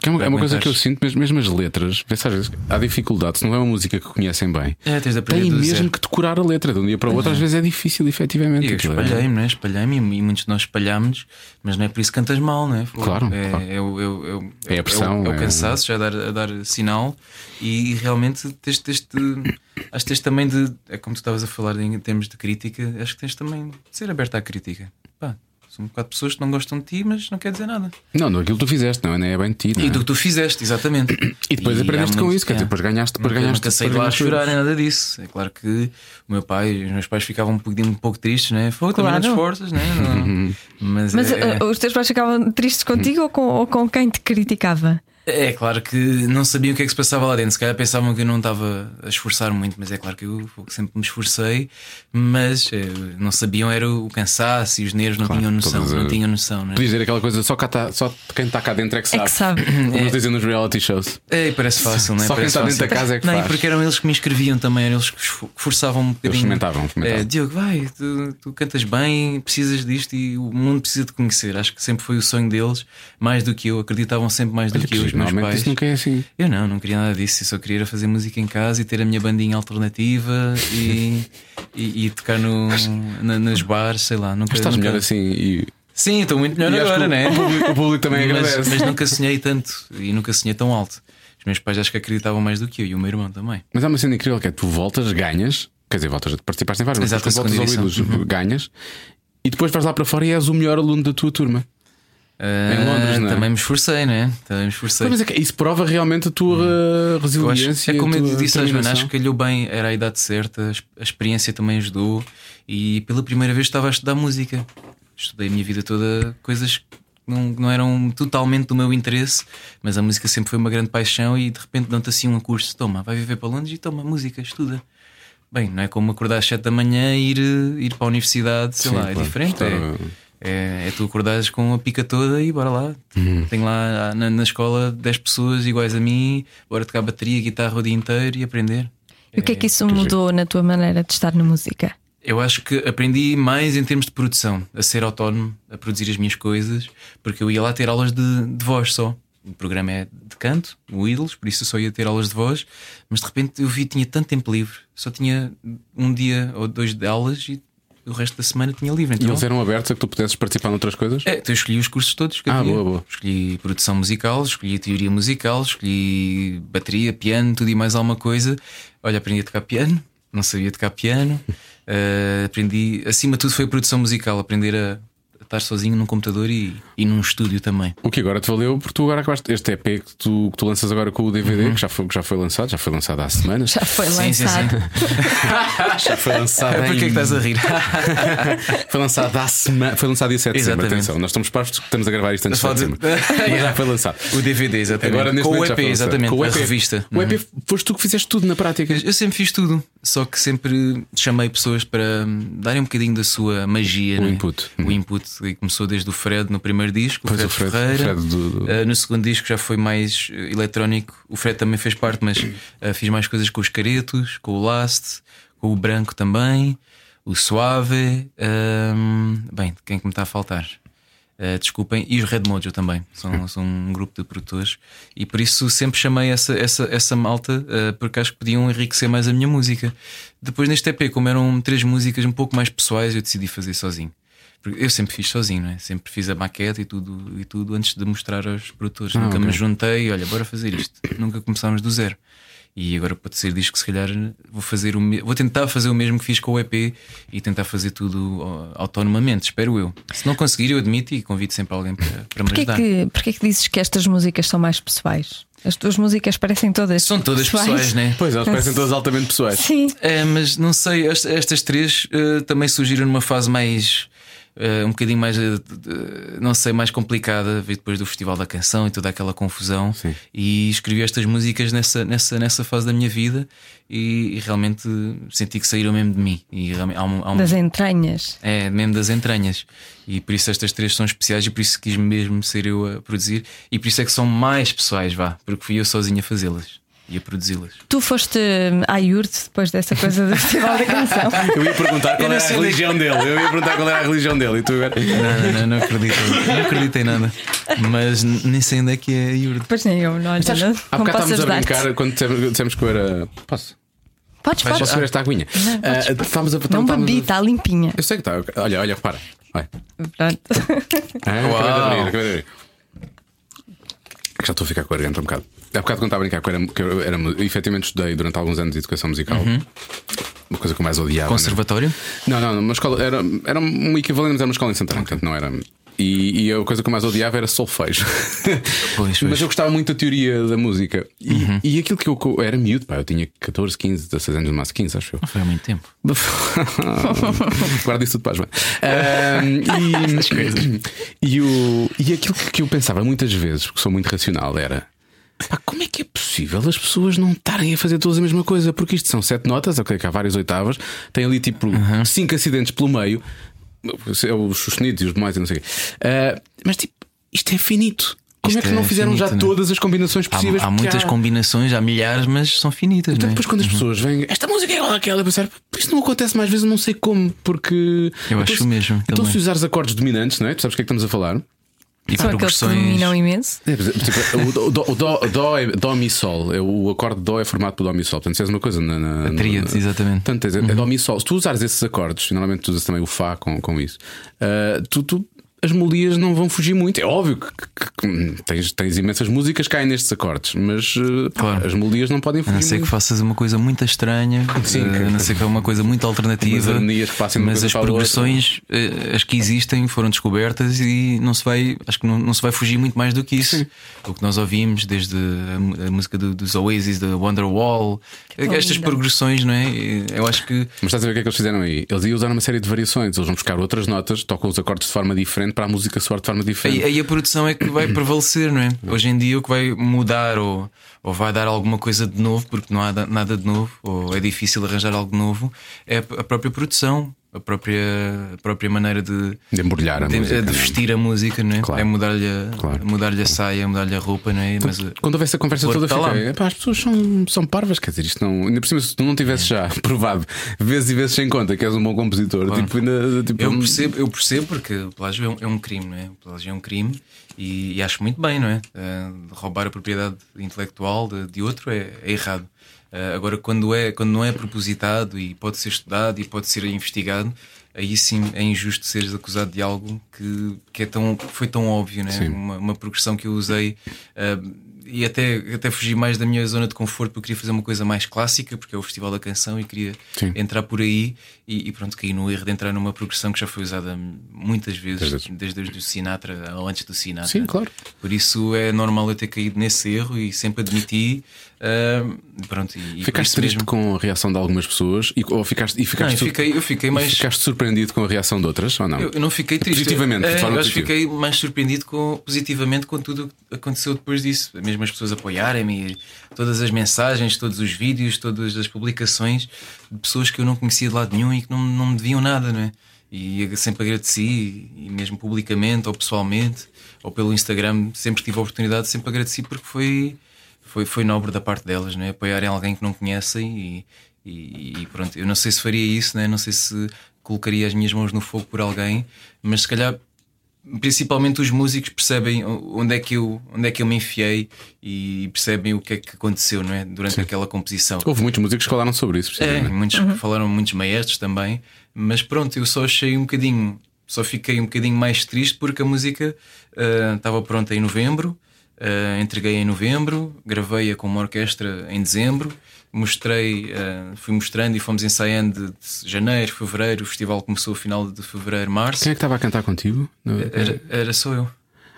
S2: Que é uma, é uma coisa
S4: Aguentares.
S2: que eu sinto, mesmo, mesmo as letras, vê-se às vezes há dificuldade, se não é uma música que conhecem bem.
S4: É, tens de aprender
S2: Tem
S4: do
S2: mesmo
S4: zero.
S2: que decorar a letra de um dia para o outro, às vezes é difícil, efetivamente.
S4: Uhum. E eu
S2: aquilo é-
S4: espalhei-me, não é? Espalhei-me e e muitos de nós espalhámos, mas não é por isso que cantas mal, não é? Pô,
S2: Claro,
S4: É,
S2: claro.
S4: é o- é o- o-
S2: É a pressão,
S4: É o, é o
S2: é-
S4: cansaço, já a dar, a dar sinal e, realmente tens, tens de- acho que tens também de. É como tu estavas a falar em termos de crítica, acho que tens também de ser aberto à crítica. Pá, são quatro pessoas que não gostam de ti, mas não quer dizer nada.
S2: Não, não, aquilo que tu fizeste, não é? Nem é bem de ti. não
S4: E
S2: é?
S4: do que tu fizeste, exatamente.
S2: E depois aprendeste
S4: há
S2: com
S4: muito-
S2: isso, quer dizer, depois ganhaste- depois
S4: Nunca-
S2: ganhaste-
S4: Nunca saí de
S2: depois
S4: lá a
S2: ganhaste
S4: chorar,
S2: tudo.
S4: nem nada disso. É claro que o meu pai, os meus pais ficavam um pouquinho um pouco tristes, né? Foi também
S3: Claro.
S4: nas forças, né? Não- Mas,
S3: Mas
S4: é,
S3: uh, os teus pais ficavam tristes contigo ou com, ou com quem te criticava?
S4: é claro que não sabiam o que é que se passava lá dentro. Se calhar pensavam que eu não estava a esforçar muito, mas é claro que eu sempre me esforcei. Mas eh, não sabiam era o cansaço e os nervos, não
S2: Claro,
S4: tinham noção.
S2: todas as-
S4: Não tinham noção, né?
S2: Podias dizer aquela coisa, só, cá tá- só quem está cá dentro é que sabe.
S3: É que sabe.
S2: Como eles dizem nos reality shows.
S4: É, parece fácil, não é?
S2: Só quem
S4: Parece
S2: está dentro da
S4: fácil.
S2: casa é que
S4: não,
S2: faz.
S4: E porque eram eles que me inscreviam também, eram eles que esfo- que forçavam um bocadinho.
S2: fomentavam, fomentavam.
S4: É, Diogo, vai, tu, tu cantas bem, precisas disto e o mundo precisa de conhecer. Acho que sempre foi o sonho deles, mais do que eu, acreditavam sempre mais do
S2: Olha
S4: que
S2: que
S4: eu, os
S2: giro,
S4: meus
S2: normalmente
S4: pais.
S2: isso nunca é assim.
S4: Eu não, não queria nada disso, eu só queria era fazer música em casa e ter a minha bandinha alternativa e, e, e tocar no, na- nos bares, sei lá. Nunca,
S2: Mas estás
S4: nunca...
S2: melhor assim e,
S4: Sim, estou muito melhor
S2: e acho que
S4: agora,
S2: o,
S4: não é?
S2: o público, o público também
S4: mas,
S2: agradece.
S4: mas
S2: Mas,
S4: nunca sonhei tanto e nunca sonhei tão alto. Os meus pais acho que acreditavam mais do que eu e o meu irmão também.
S2: há uma cena incrível que é tu voltas, ganhas, quer dizer, voltas, participaste em várias, mas
S4: Exato,
S2: tu
S4: a Uhum. segunda
S2: voltas ao
S4: edição.
S2: Ídolos, ganhas e depois vais lá para fora e és o melhor aluno da tua turma.
S4: Ah,
S2: Londres, não é?
S4: Também me esforcei, não é? Também me esforcei.
S2: Mas é que isso prova realmente a tua uh,
S4: Eu acho-
S2: resiliência.
S4: é
S2: e a
S4: como eu
S2: tua
S4: disse, às vezes,
S2: determinação.
S4: acho que calhou bem, era a idade certa, a ex- a experiência também ajudou e pela primeira vez estava a estudar música. Estudei a minha vida toda coisas que não, que não eram totalmente do meu interesse, mas a música sempre foi uma grande paixão e de repente dão-te assim um curso: toma, vai viver para Londres e toma música, estuda. Bem, não é como acordar às 7 da manhã e ir, eh, ir para a universidade, sei
S2: Sim,
S4: lá,
S2: claro,
S4: é diferente.
S2: estar-
S4: é- é, é tu acordares com a pica toda e bora lá.
S2: Uhum.
S4: Tenho lá ah, na, na escola 10 pessoas iguais a mim, bora tocar bateria, guitarra o dia inteiro e aprender.
S3: E o que é que isso mudou na tua maneira de estar na música?
S4: Eu acho que aprendi mais em termos de produção, a ser autónomo, a produzir as minhas coisas, porque eu ia lá ter aulas de, de voz só. O programa é de canto, o Idols, por isso eu só ia ter aulas de voz, mas de repente eu vi que tinha tanto tempo livre, só tinha um dia ou dois de aulas e o resto da semana tinha livre.
S2: E
S4: Então,
S2: eles eram abertos a que tu pudesses participar noutras coisas?
S4: É, então eu escolhi os cursos todos que
S2: Ah,
S4: havia.
S2: boa, boa.
S4: Escolhi produção musical, escolhi teoria musical, escolhi bateria, piano, tudo e mais alguma coisa. Olha, aprendi a tocar piano, não sabia tocar piano. Eh, aprendi, acima de tudo, foi produção musical, aprender a a estar sozinho num computador e, e num estúdio também.
S2: O que agora te valeu, porque tu agora acabaste este EP que tu, que tu lanças agora com o DVD, que, já foi, que já foi lançado, Uhum. já foi lançado há semanas.
S3: Já foi
S4: Sim, sim,
S3: lançado.
S2: Já foi lançado.
S4: Porquê
S2: em-
S4: que estás a rir?
S2: é tá- Foi lançado há semana. Foi lançado dia 7 de setembro.
S4: Exatamente.
S2: Atenção, nós estamos parvos que estamos a gravar isto antes de 7 de
S4: Estás a
S2: setembro.
S4: falar de-
S2: Mas já foi lançado.
S4: o DVD, exatamente.
S2: Agora neste
S4: Com o
S2: momento já
S4: EP,
S2: foi lançado.
S4: exatamente.
S2: Com o
S4: a
S2: EP.
S4: revista. Uhum.
S2: O EP foste tu que fizeste tudo na prática.
S4: Eu sempre fiz tudo, só que sempre chamei pessoas para hum, darem um bocadinho da sua magia.
S2: O
S4: não é?
S2: input.
S4: O input e começou desde o Fred no primeiro disco,
S2: Pois,
S4: o
S2: o
S4: Fred,
S2: Fred- o
S4: Ferreira.
S2: Fred do- do-
S4: Ah, no segundo disco já foi mais eh, eletrónico. O Fred também fez parte, mas ah, fiz mais coisas com os Caretos, com o Last, com o Branco também, o Suave. hum, bem, quem é que me está a faltar? Uh, desculpem, e os Red Mojo também, são, são um grupo de produtores, e por isso sempre chamei essa, essa, essa malta, uh, porque acho que podiam enriquecer mais a minha música. Depois neste EP, como eram três músicas um pouco mais pessoais, eu decidi fazer sozinho. Porque eu sempre fiz sozinho, não é? sempre fiz a maquete e tudo, e tudo antes de mostrar aos produtores.
S3: Ah,
S4: Nunca me juntei, olha, bora fazer isto. Nunca começámos do zero. E agora para terceiro disco, se calhar vou fazer o me- vou tentar fazer o mesmo que fiz com o EP e tentar fazer tudo ó, autonomamente, espero eu. Se não conseguir, eu admito e convido sempre alguém para, para me
S3: Porquê
S4: ajudar.
S3: que, porquê que dizes que estas músicas são mais pessoais? As tuas músicas parecem todas
S4: São todas pessoais, não é?
S2: Pois, elas parecem todas altamente pessoais.
S3: Sim.
S4: É, mas não sei, est- estas três eh, também surgiram numa fase mais. eh, um bocadinho mais, eh, de- de- não sei, mais complicada, veio depois do Festival da Canção e toda aquela confusão.
S2: Sim.
S4: E escrevi estas músicas nessa, nessa, nessa fase da minha vida e, e realmente senti que saíram mesmo de mim. E realmente há um- há um-
S3: das entranhas.
S4: é, mesmo das entranhas. E por isso estas três são especiais e por isso quis mesmo ser eu a produzir. E por isso é que são mais pessoais, vá, porque fui eu sozinho a fazê-las e a produzi-las.
S3: Tu foste hum, à IURT depois dessa coisa do Festival da Canção.
S2: Eu ia perguntar qual
S4: não
S2: era a
S4: sei onde é que-
S2: religião dele. Eu ia perguntar qual era a religião dele. E tu agora.
S4: Não, não, não, não acredito, não acredito em nada. Mas n- nem sei onde é que é a Iurde.
S3: Pois nem eu, não, olha,
S2: Sabes,
S3: não.
S2: há bocado
S3: como posso
S2: estávamos a
S3: ajudar?
S2: brincar quando dissemos, dissemos que eu era. Posso?
S3: Podes,
S2: Posso
S3: podes.
S2: beber esta aguinha? Ah, Estávamos a
S3: Não
S2: estávamos a-
S3: bebi, está limpinha.
S2: Eu sei que está. Olha, olha, repara. Olha.
S3: Pronto.
S2: Ah,
S4: Uau.
S2: acabei de abrir, acabei de abrir. Já estou a ficar com a garganta um bocado. Há bocado quando estava a brincar, que eu era, que eu era, mu- efetivamente estudei durante alguns anos de educação musical.
S4: Uhum.
S2: Uma coisa que eu mais odiava. né?
S4: Conservatório?
S2: Não, não, uma escola era, era um equivalente, mas era uma escola em Santana, portanto não era. E, e a coisa que eu mais odiava era solfejo.
S4: Pois, Uhum. pois.
S2: Mas eu gostava muito da teoria da música. E, e aquilo que eu, que eu era miúdo, pá, eu tinha 14, 15, 16 anos, no máximo 15, acho eu.
S4: Foi há muito tempo.
S2: Guarda isso tudo para a Joana. Ahm, e, e, o, e aquilo que que eu pensava muitas vezes, porque sou muito racional, era. Pá, como é que é possível as pessoas não estarem a fazer todas a mesma coisa? Porque isto são sete notas, ok, que há várias oitavas, tem ali tipo cinco acidentes pelo meio, os sustenidos e os demais, e não sei o quê. Ah, mas tipo, isto é finito. Como
S4: Isto
S2: é que não
S4: é
S2: fizeram já
S4: finito, não é?
S2: todas as combinações
S4: Há,
S2: possíveis?
S4: há
S2: Porque
S4: muitas combinações, há milhares, mas são finitas.
S2: então,
S4: não é?
S2: depois, quando as pessoas vêm, esta música é igual àquela, eu pensar, isto não acontece mais vezes, eu não sei como, porque. Então,
S4: Eu acho
S2: se-
S4: mesmo,
S2: Então,
S4: também.
S2: se usares acordes dominantes, não é? Tu sabes o que é que estamos a falar?
S4: E
S3: São aqueles que dominam imenso.
S2: É, por exemplo, tipo, o dó, o dó, o dó é Dó, Mi, Sol. É O acorde Dó é formado por Dó, Mi, Sol. Portanto, se és uma coisa na. na
S4: tríade,
S2: na-
S4: exatamente.
S2: Portanto, tens- é Dó, Mi, Sol. Se tu usares esses acordes, e normalmente tu usas também o Fá com, com isso, ah, tu. tu- as melodias não vão fugir muito. É óbvio que, que- que, hum, tens, tens imensas músicas que caem nestes acordes, mas ah, pá,
S4: Claro.
S2: as melodias não podem
S4: A
S2: fugir.
S4: não ser que
S2: muito.
S4: faças uma coisa muito estranha,
S2: Sim,
S4: eh, a não ser que é uma coisa muito
S2: Umas
S4: alternativa,
S2: harmonias que passem de uma
S4: mas
S2: coisa
S4: as
S2: para a outra.
S4: progressões, eh, as que existem, foram descobertas e não se vai, acho que não, não se vai fugir muito mais do que isso. O que nós ouvimos desde a, mu- a música do- dos Oasis, da Wonderwall,
S3: tão
S4: estas
S3: linda.
S4: progressões, não é? E Eu acho que
S2: Mas estás a ver o que é que eles fizeram aí? Eles iam usar uma série de variações, eles vão buscar outras notas, tocam os acordes de forma diferente para a música soar de forma
S4: Aí,
S2: diferente.
S4: aí a produção é que vai prevalecer, não é? Hoje em dia o que vai mudar ou, ou vai dar alguma coisa de novo, porque não há da- nada de novo, ou é difícil arranjar algo novo, é a a própria produção, a própria, a própria maneira de,
S2: De embrulhar a
S4: de-
S2: música,
S4: de
S2: não é?
S4: vestir a música, não é?
S2: Claro.
S4: É mudar-lhe a,
S2: Claro. Então,
S4: mudar-lhe a saia, mudar-lhe a roupa, não é? Mas, eh,
S2: Quando houve essa conversa
S4: Pôr
S2: toda,
S4: tá lá.
S2: fiquei, "Epá, as pessoas são, são parvas, quer dizer, isto não. Ainda por cima, se tu não tivesse já provado vezes e vezes sem conta que és um bom compositor, tipo, ainda. Tipo,
S4: Eu
S2: hum,
S4: percebo, eu percebo porque o plágio é um, é um crime, não é? O plágio é um crime e, e acho muito bem, não é? Eh, roubar a propriedade intelectual de, de outro é, é errado. Eh, agora, quando, é, quando não é propositado e pode ser estudado e pode ser investigado, aí sim é injusto seres acusado de algo que, que é tão, que foi tão óbvio, não é? Uma, uma progressão que eu usei. eh, e até, até fugi mais da minha zona de conforto porque eu queria fazer uma coisa mais clássica, porque é o Festival da Canção e queria
S2: Sim.
S4: entrar por aí e, e pronto, caí no erro de entrar numa progressão que já foi usada muitas vezes,
S2: Muitas
S4: desde desde o Sinatra ou antes do Sinatra.
S2: Sim, claro.
S4: Por isso é normal eu ter caído nesse erro e sempre admiti. ahm, pronto, e, e por
S2: Ficaste
S4: isso
S2: triste
S4: mesmo-
S2: com a reação de algumas pessoas e, ou ficaste, e
S4: Não,
S2: ficaste,
S4: eu
S2: sur-
S4: fiquei, eu fiquei mais.
S2: ficaste surpreendido com a reação de outras ou não?
S4: Eu, eu não fiquei triste.
S2: Positivamente, de
S4: É,
S2: forma
S4: eu acho que
S2: positiva.
S4: fiquei mais surpreendido com, positivamente com tudo o que aconteceu depois disso. Mesmo as pessoas apoiarem-me, e todas as mensagens, todos os vídeos, todas as publicações de pessoas que eu não conhecia de lado nenhum e que não, não me deviam nada, não é? E eu sempre agradeci, e mesmo publicamente ou pessoalmente, ou pelo Instagram, sempre que tive a oportunidade, sempre agradeci porque foi, foi, foi nobre da parte delas, não é? Apoiarem alguém que não conhecem e, e, e pronto, eu não sei se faria isso, né? não sei se colocaria as minhas mãos no fogo por alguém, mas se calhar principalmente os músicos percebem onde é que eu, onde é que eu me enfiei e percebem o que é que aconteceu não é? durante aquela composição.
S2: Houve muitos músicos que falaram sobre isso,
S4: É,
S2: precisamente.
S4: muitos falaram muitos maestros também, mas pronto, eu só achei um bocadinho, só fiquei um bocadinho mais triste porque a música ah, estava pronta em novembro, ah, entreguei em novembro, gravei-a com uma orquestra em dezembro, mostrei, ah, fui mostrando e fomos ensaiando de, de janeiro, fevereiro, o festival começou no final de fevereiro, março.
S2: Quem é que estava a cantar contigo?
S4: Era, era só eu.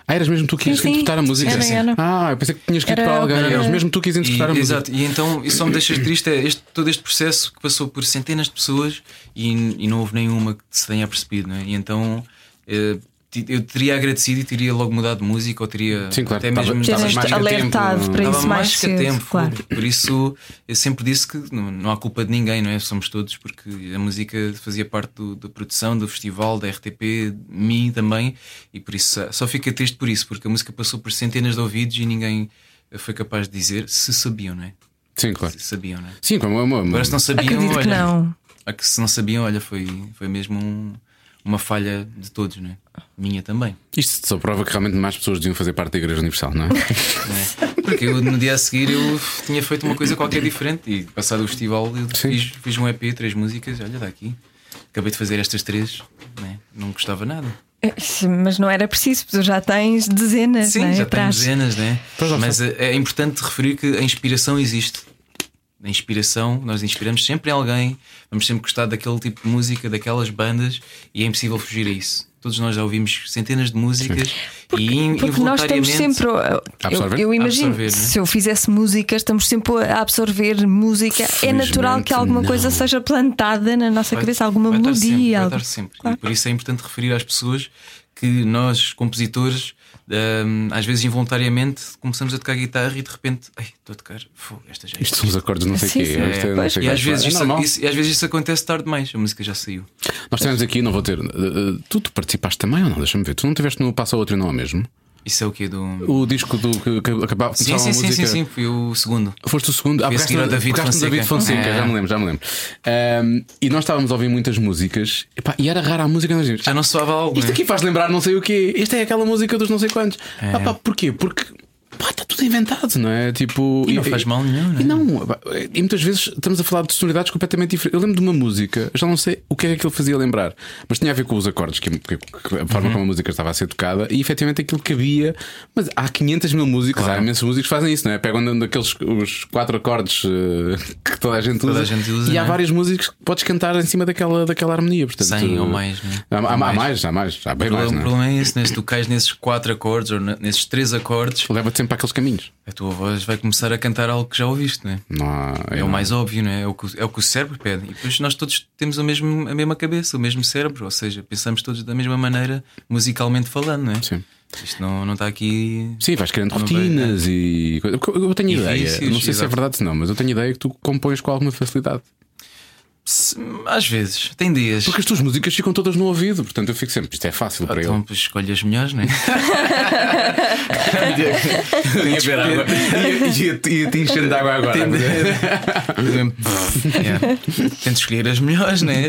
S2: Ah, eras mesmo tu que
S3: Sim,
S2: ias
S3: sim.
S2: interpretar a música?
S3: Era, era.
S2: Ah, eu pensei que tinhas que ir
S3: Era-
S2: para alguém.
S3: Não, não,
S2: Eras
S3: não.
S2: mesmo tu que ias interpretar a
S4: é. E-
S2: música.
S4: Exato, e então isso só me deixa triste é este, todo este processo que passou por centenas de pessoas e, e não houve nenhuma que se tenha percebido, não é? E então eh, ti- eu teria agradecido e teria logo mudado de música ou teria
S2: Sim, claro,
S4: até
S2: estava-
S4: mesmo
S2: estava
S4: estava
S2: mais
S3: Teres
S2: que a
S3: alertado
S2: tempo,
S3: para
S4: Estava
S3: isso mais
S4: que a
S3: cedo,
S4: tempo.
S3: claro.
S4: Por isso, eu sempre disse que não, não há culpa de ninguém, não é? Somos todos, porque a música fazia parte do- da produção, do festival, da RTP, de mim também, e por isso só fica triste por isso, porque a música passou por centenas de ouvidos e ninguém foi capaz de dizer se sabiam, não é?
S2: Sim, claro.
S4: Se sabiam, não é?
S2: Sim, como uma, uma,
S4: Agora se não sabiam,
S3: Acredito
S4: olha,
S3: que não.
S4: a que se não sabiam, olha, foi, foi mesmo um- uma falha de todos, né? Minha também.
S2: isto só prova que realmente mais pessoas deviam fazer parte da Igreja Universal, não é?
S4: né? Porque eu, no dia a seguir eu tinha feito uma coisa qualquer diferente e passado o festival eu
S2: Sim.
S4: fiz, fiz um EP, três músicas, olha, está aqui. Acabei de fazer estas três, né? não gostava nada.
S3: Mas não era preciso, tu já tens dezenas,
S4: Sim,
S3: não é?
S4: já tem
S3: Atrás.
S4: dezenas, né?
S2: Pois,
S4: Mas é, é importante referir que a inspiração existe. A inspiração, nós inspiramos sempre em alguém, vamos sempre gostar daquele tipo de música, daquelas bandas, e é impossível fugir a isso. Todos nós já ouvimos centenas de músicas e in-
S3: Porque nós estamos
S4: involuntariamente-
S3: sempre. eu- Eu,
S2: Absorver?
S3: imagino,
S4: Absorver, né?
S3: se eu fizesse música, estamos sempre a absorver música. É natural que alguma
S2: não.
S3: coisa seja plantada na nossa
S4: Vai-
S3: cabeça, alguma
S4: vai estar
S3: melodia.
S4: sempre, vai
S3: algo-
S4: estar sempre.
S3: Claro.
S4: E por isso é importante referir às pessoas que nós, compositores, hum, às vezes involuntariamente começamos a tocar guitarra e de repente, ai, estou a tocar, fogo, esta já é.
S2: Isto são os acordes, não sei o
S3: Sim,
S2: quê.
S3: sim.
S2: isto é não
S3: Pois.
S2: sei
S4: E
S2: quê.
S4: às, vezes
S2: É
S4: isso,
S2: normal.
S4: isso- e às vezes isso acontece tarde demais, a música já saiu.
S2: Nós tivemos aqui, não vou ter. eh, eh, tu, tu participaste também ou não? Deixa-me ver. Tu não tiveste no Passa Outro e não ao mesmo?
S4: Isso é o quê? Do.
S2: O disco do que, que acabava
S4: Sim,
S2: começava a
S4: sim, sim,
S2: música.
S4: sim, sim, fui o segundo.
S2: Foste o segundo. Ah,
S4: Fui a
S2: pegaste
S4: seguir ao
S2: no-
S4: David
S2: pegaste no
S4: Fonseca.
S2: David Fonseca,
S4: É.
S2: já me lembro, já me lembro. Ahm, e nós estávamos a ouvir muitas músicas Epá, e era rara a música é? que nós dizíamos.
S4: Já não soava algo.
S2: Isto
S4: né?
S2: aqui faz lembrar não sei o quê. Isto é aquela música dos não sei quantos.
S4: É.
S2: Ah, pá, porquê? Porque pá, está tudo inventado, não é? Tipo,
S4: E não faz mal nenhum,
S2: E
S4: não é?
S2: não, pá, e muitas vezes estamos a falar de sonoridades completamente diferentes. Eu lembro de uma música, eu já não sei o que é que ele fazia lembrar, mas tinha a ver com os acordes, que, que- que- a
S4: Uhum.
S2: forma como a música estava a ser tocada e efetivamente aquilo cabia. Mas há 500 mil músicas, há imensos músicos que fazem isso, não é? Pegam um daqueles os quatro acordes eh, que toda a gente usa,
S4: Toda a gente usa,
S2: e há
S4: não é?
S2: várias músicas que podes cantar em cima daquela, daquela harmonia. Portanto,
S4: Cem ou mais, não é?
S2: Há, há- há
S4: Mais.
S2: mais, há mais, há bem
S4: O
S2: mais. não
S4: problema, o
S2: é?
S4: problema é esse, né? se tu cais nesses quatro acordes ou ne- nesses três acordes,
S2: Leva-te sempre para aqueles caminhos.
S4: a tua voz vai começar a cantar algo que já ouviste, não é?
S2: Não há-
S4: É o mais óbvio, não é? É o, que, o- é o que o cérebro pede. E depois nós todos temos o mesmo, a mesma cabeça, o mesmo cérebro, ou seja, pensamos todos da mesma maneira, musicalmente falando, não é?
S2: Sim.
S4: Isto não, não está aqui.
S2: Sim, vais criando
S4: Não
S2: rotinas e. coisa- Eu eu tenho
S4: E
S2: ideia,
S4: vícios,
S2: não sei se é
S4: exato.
S2: verdade ou não, mas eu tenho ideia que tu compões com alguma facilidade.
S4: Se- Às vezes, tem dias.
S2: Porque as tuas músicas ficam todas no ouvido, portanto eu fico sempre, isto é fácil para
S4: Então
S2: ele.
S4: pois, escolhe as melhores, não é?
S2: Ia beber água. Ia- ia- ia te enchendo de água agora. é?
S4: yeah. Tento escolher as melhores, não é?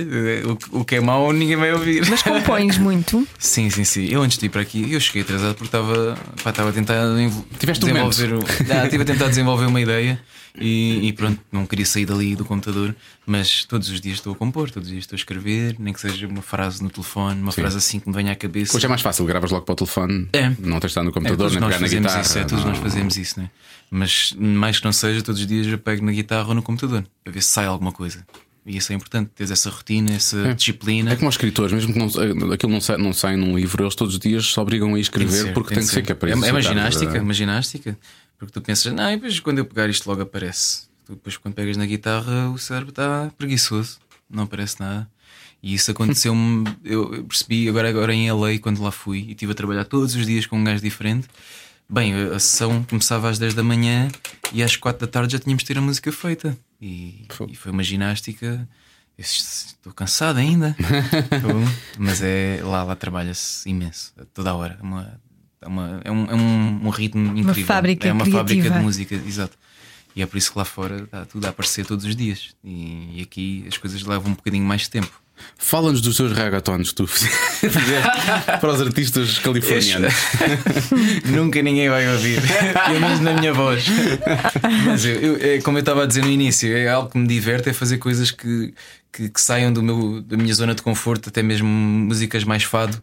S4: O, o que é mau ninguém vai ouvir.
S3: Mas compões muito.
S4: Sim, sim, sim. Eu antes de ir para aqui, eu cheguei atrasado porque estava pá, estava a tentar envo-
S2: Tiveste um
S4: desenvolver.
S2: momento.
S4: o- Ah, estive a tentar desenvolver uma ideia e, e pronto, não queria sair dali do computador, mas todos os dias estou a compor, todos os dias estou a escrever, nem que seja uma frase no telefone, uma frase assim que me venha à cabeça.
S2: Hoje é mais fácil, gravas logo para o telefone,
S4: É.
S2: não tens de estar no
S4: É,
S2: computador,
S4: todos
S2: nem
S4: nós
S2: pegar na
S4: fazemos
S2: guitarra.
S4: isso, é, todos
S2: não.
S4: nós fazemos isso, né? Mas mais que não seja, todos os dias eu pego na guitarra ou no computador para ver se sai alguma coisa. E isso é importante, teres essa rotina, essa disciplina.
S2: É como os escritores, mesmo que não- aquilo não sai, não sai num livro, eles todos os dias se obrigam a
S4: Tem de
S2: escrever porque tem, que ser, que apareça.
S4: É, é uma
S2: Sabe,
S4: ginástica, é
S2: verdade?
S4: uma ginástica. Porque tu pensas, não, e depois quando eu pegar isto logo aparece. Tu Depois quando pegas na guitarra o cérebro está preguiçoso, não aparece nada. E isso aconteceu-me, eu eu percebi agora, agora em LA, quando lá fui, e estive a trabalhar todos os dias com um gajo diferente. Bem, a a sessão começava às 10 da manhã e às 4 da tarde já tínhamos de ter a música feita. E, e foi uma ginástica. Eu Estou cansado ainda, Tô, mas é lá, lá trabalha-se imenso, a toda a hora. É, uma- é uma- é um, é um- um ritmo incrível.
S3: fábrica
S4: é uma fábrica de
S3: criativa.
S4: música, exato. E é por isso que lá fora está tudo a aparecer todos os dias. E, e aqui as coisas levam um bocadinho mais de tempo.
S2: Fala-nos dos teus reggaetons que tu fizeste para os artistas californianos.
S4: Nunca ninguém vai ouvir, pelo menos na minha voz. Mas eu, eu- é como eu estava a dizer no início, é algo que me diverte é fazer coisas que, que, que saiam do meu, da minha zona de conforto, até mesmo músicas mais fado.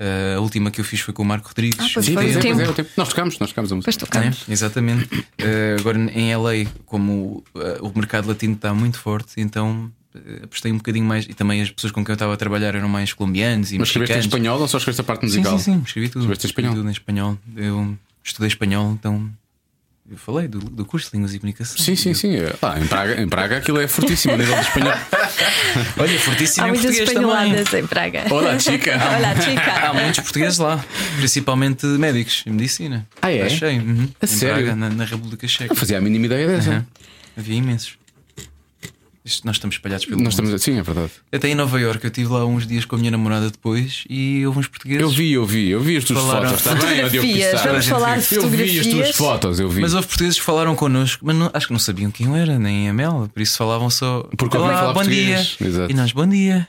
S4: Ah, a última que eu fiz foi com o Marco Rodrigues.
S3: Ah, pois foi
S4: o
S3: um
S2: pois
S3: o
S2: é,
S4: Tempo.
S2: pois
S3: tempo.
S2: é, o tempo. Nós tocamos, nós tocamos a música.
S3: Depois tocamos.
S4: É, exatamente. Eh, agora em LA, como eh, o mercado latino está muito forte, então eh, apostei um bocadinho mais. E também as pessoas com quem eu estava a trabalhar eram mais colombianos e
S2: Mas escreveste em
S4: mexicanos.
S2: espanhol ou só escreveste a parte
S4: Sim,
S2: musical?
S4: sim, sim, escrevi tudo.
S2: Escreveste em
S4: Escrevi
S2: espanhol.
S4: tudo em espanhol. Eu estudei espanhol, então Eu falei do, do curso de Línguas e Comunicação.
S2: Sim, sim, sim. Ah, em, Praga, em Praga aquilo é fortíssimo a nível de espanhol.
S4: Olha,
S3: Há
S4: fortíssimo em
S3: muitas
S4: português também.
S3: espanholadas em Praga.
S2: Olá, chica.
S3: Olá, chica.
S4: Há muitos portugueses lá, principalmente médicos e medicina.
S2: Ah, é?
S4: Achei. Uhum.
S2: A
S4: em
S2: sério? Ah,
S4: Praga, na, na República Checa.
S2: Não fazia a mínima ideia dessa.
S4: Uhum. Havia imensos. Isto, nós estamos espalhados pelo
S2: Nós
S4: mundo.
S2: estamos. Sim, é verdade.
S4: Até em Nova Iorque, eu estive lá uns dias com a minha namorada depois e houve uns portugueses.
S2: Eu vi, eu vi, eu vi as tuas
S4: Falaram-
S2: fotos. Está bem, ó Diogo
S3: Fotografias,
S2: Pissarra?
S3: vamos falar de
S2: Eu vi as tuas
S3: fotografias.
S2: fotos, eu vi.
S4: Mas houve portugueses que falaram connosco, mas não- acho que não sabiam quem eu era, nem a Mel, por isso falavam só.
S2: Porque ouviam
S4: "Olá,
S2: falar
S4: bom dia.
S2: português." Exato.
S4: E nós, bom dia.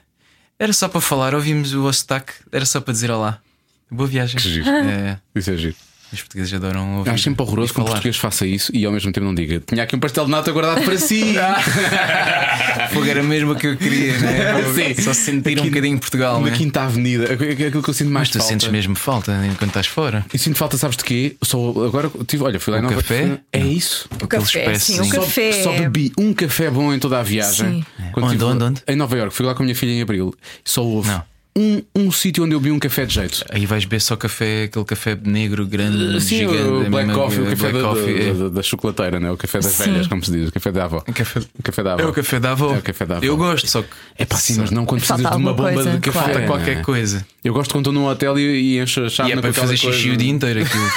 S4: Era só para falar, ouvimos o vosso sotaque, era só para dizer olá. Boa viagem.
S2: Que giro.
S4: É,
S2: Isso é giro.
S4: os portugueses adoram ouvir.
S2: Acho sempre horroroso
S4: e
S2: que um
S4: falar.
S2: português faça isso e ao mesmo tempo não diga: tinha aqui um pastel de nata guardado para si.
S4: Ah, Fogo era mesmo o que eu queria, né?
S2: Sim.
S4: Só sentir um
S2: Aqui-
S4: bocadinho Portugal,
S2: Na
S4: né?
S2: Quinta Avenida, aqu- aqu- aquilo que eu sinto mais
S4: Mas tu
S2: falta.
S4: sentes mesmo falta enquanto estás fora.
S2: Eu sinto falta, sabes de quê? Só agora tive, olha, fui lá
S4: Um
S2: em Nova
S4: café?
S2: Iorque. É isso.
S3: O café,
S4: Aqueles
S3: sim, o
S4: pezinhos.
S3: café.
S2: Só bebi um café bom em toda a viagem.
S3: Sim.
S2: Quando
S4: Onde,
S2: tive-
S4: onde, onde?
S2: Em Nova Iorque, fui lá com a minha filha em abril. Só houve
S4: Não.
S2: um, um sítio onde eu bebi um café de jeito.
S4: Aí vais beber só café, aquele café negro, grande,
S2: Sim,
S4: gigante.
S2: o Black
S4: mesmo,
S2: Coffee, o
S4: eh,
S2: café
S4: black
S2: da,
S4: coffee,
S2: da-
S4: é.
S2: da- da chocolateira, né? o café das
S3: Sim.
S2: velhas, como se diz, o café da avó.
S4: O café-
S2: O café da avó.
S4: É o café da avó.
S2: É o café da avó.
S4: Eu gosto, só que.
S2: É pá, sim, mas não quando
S3: Falta
S2: precisas de uma
S3: alguma
S2: bomba
S3: coisa,
S2: de café.
S3: claro.
S4: Falta
S2: né?
S4: qualquer coisa.
S2: Eu gosto quando estou num hotel e, e encho a chave
S4: E é
S2: na
S4: para fazer xixi o dia inteiro aquilo.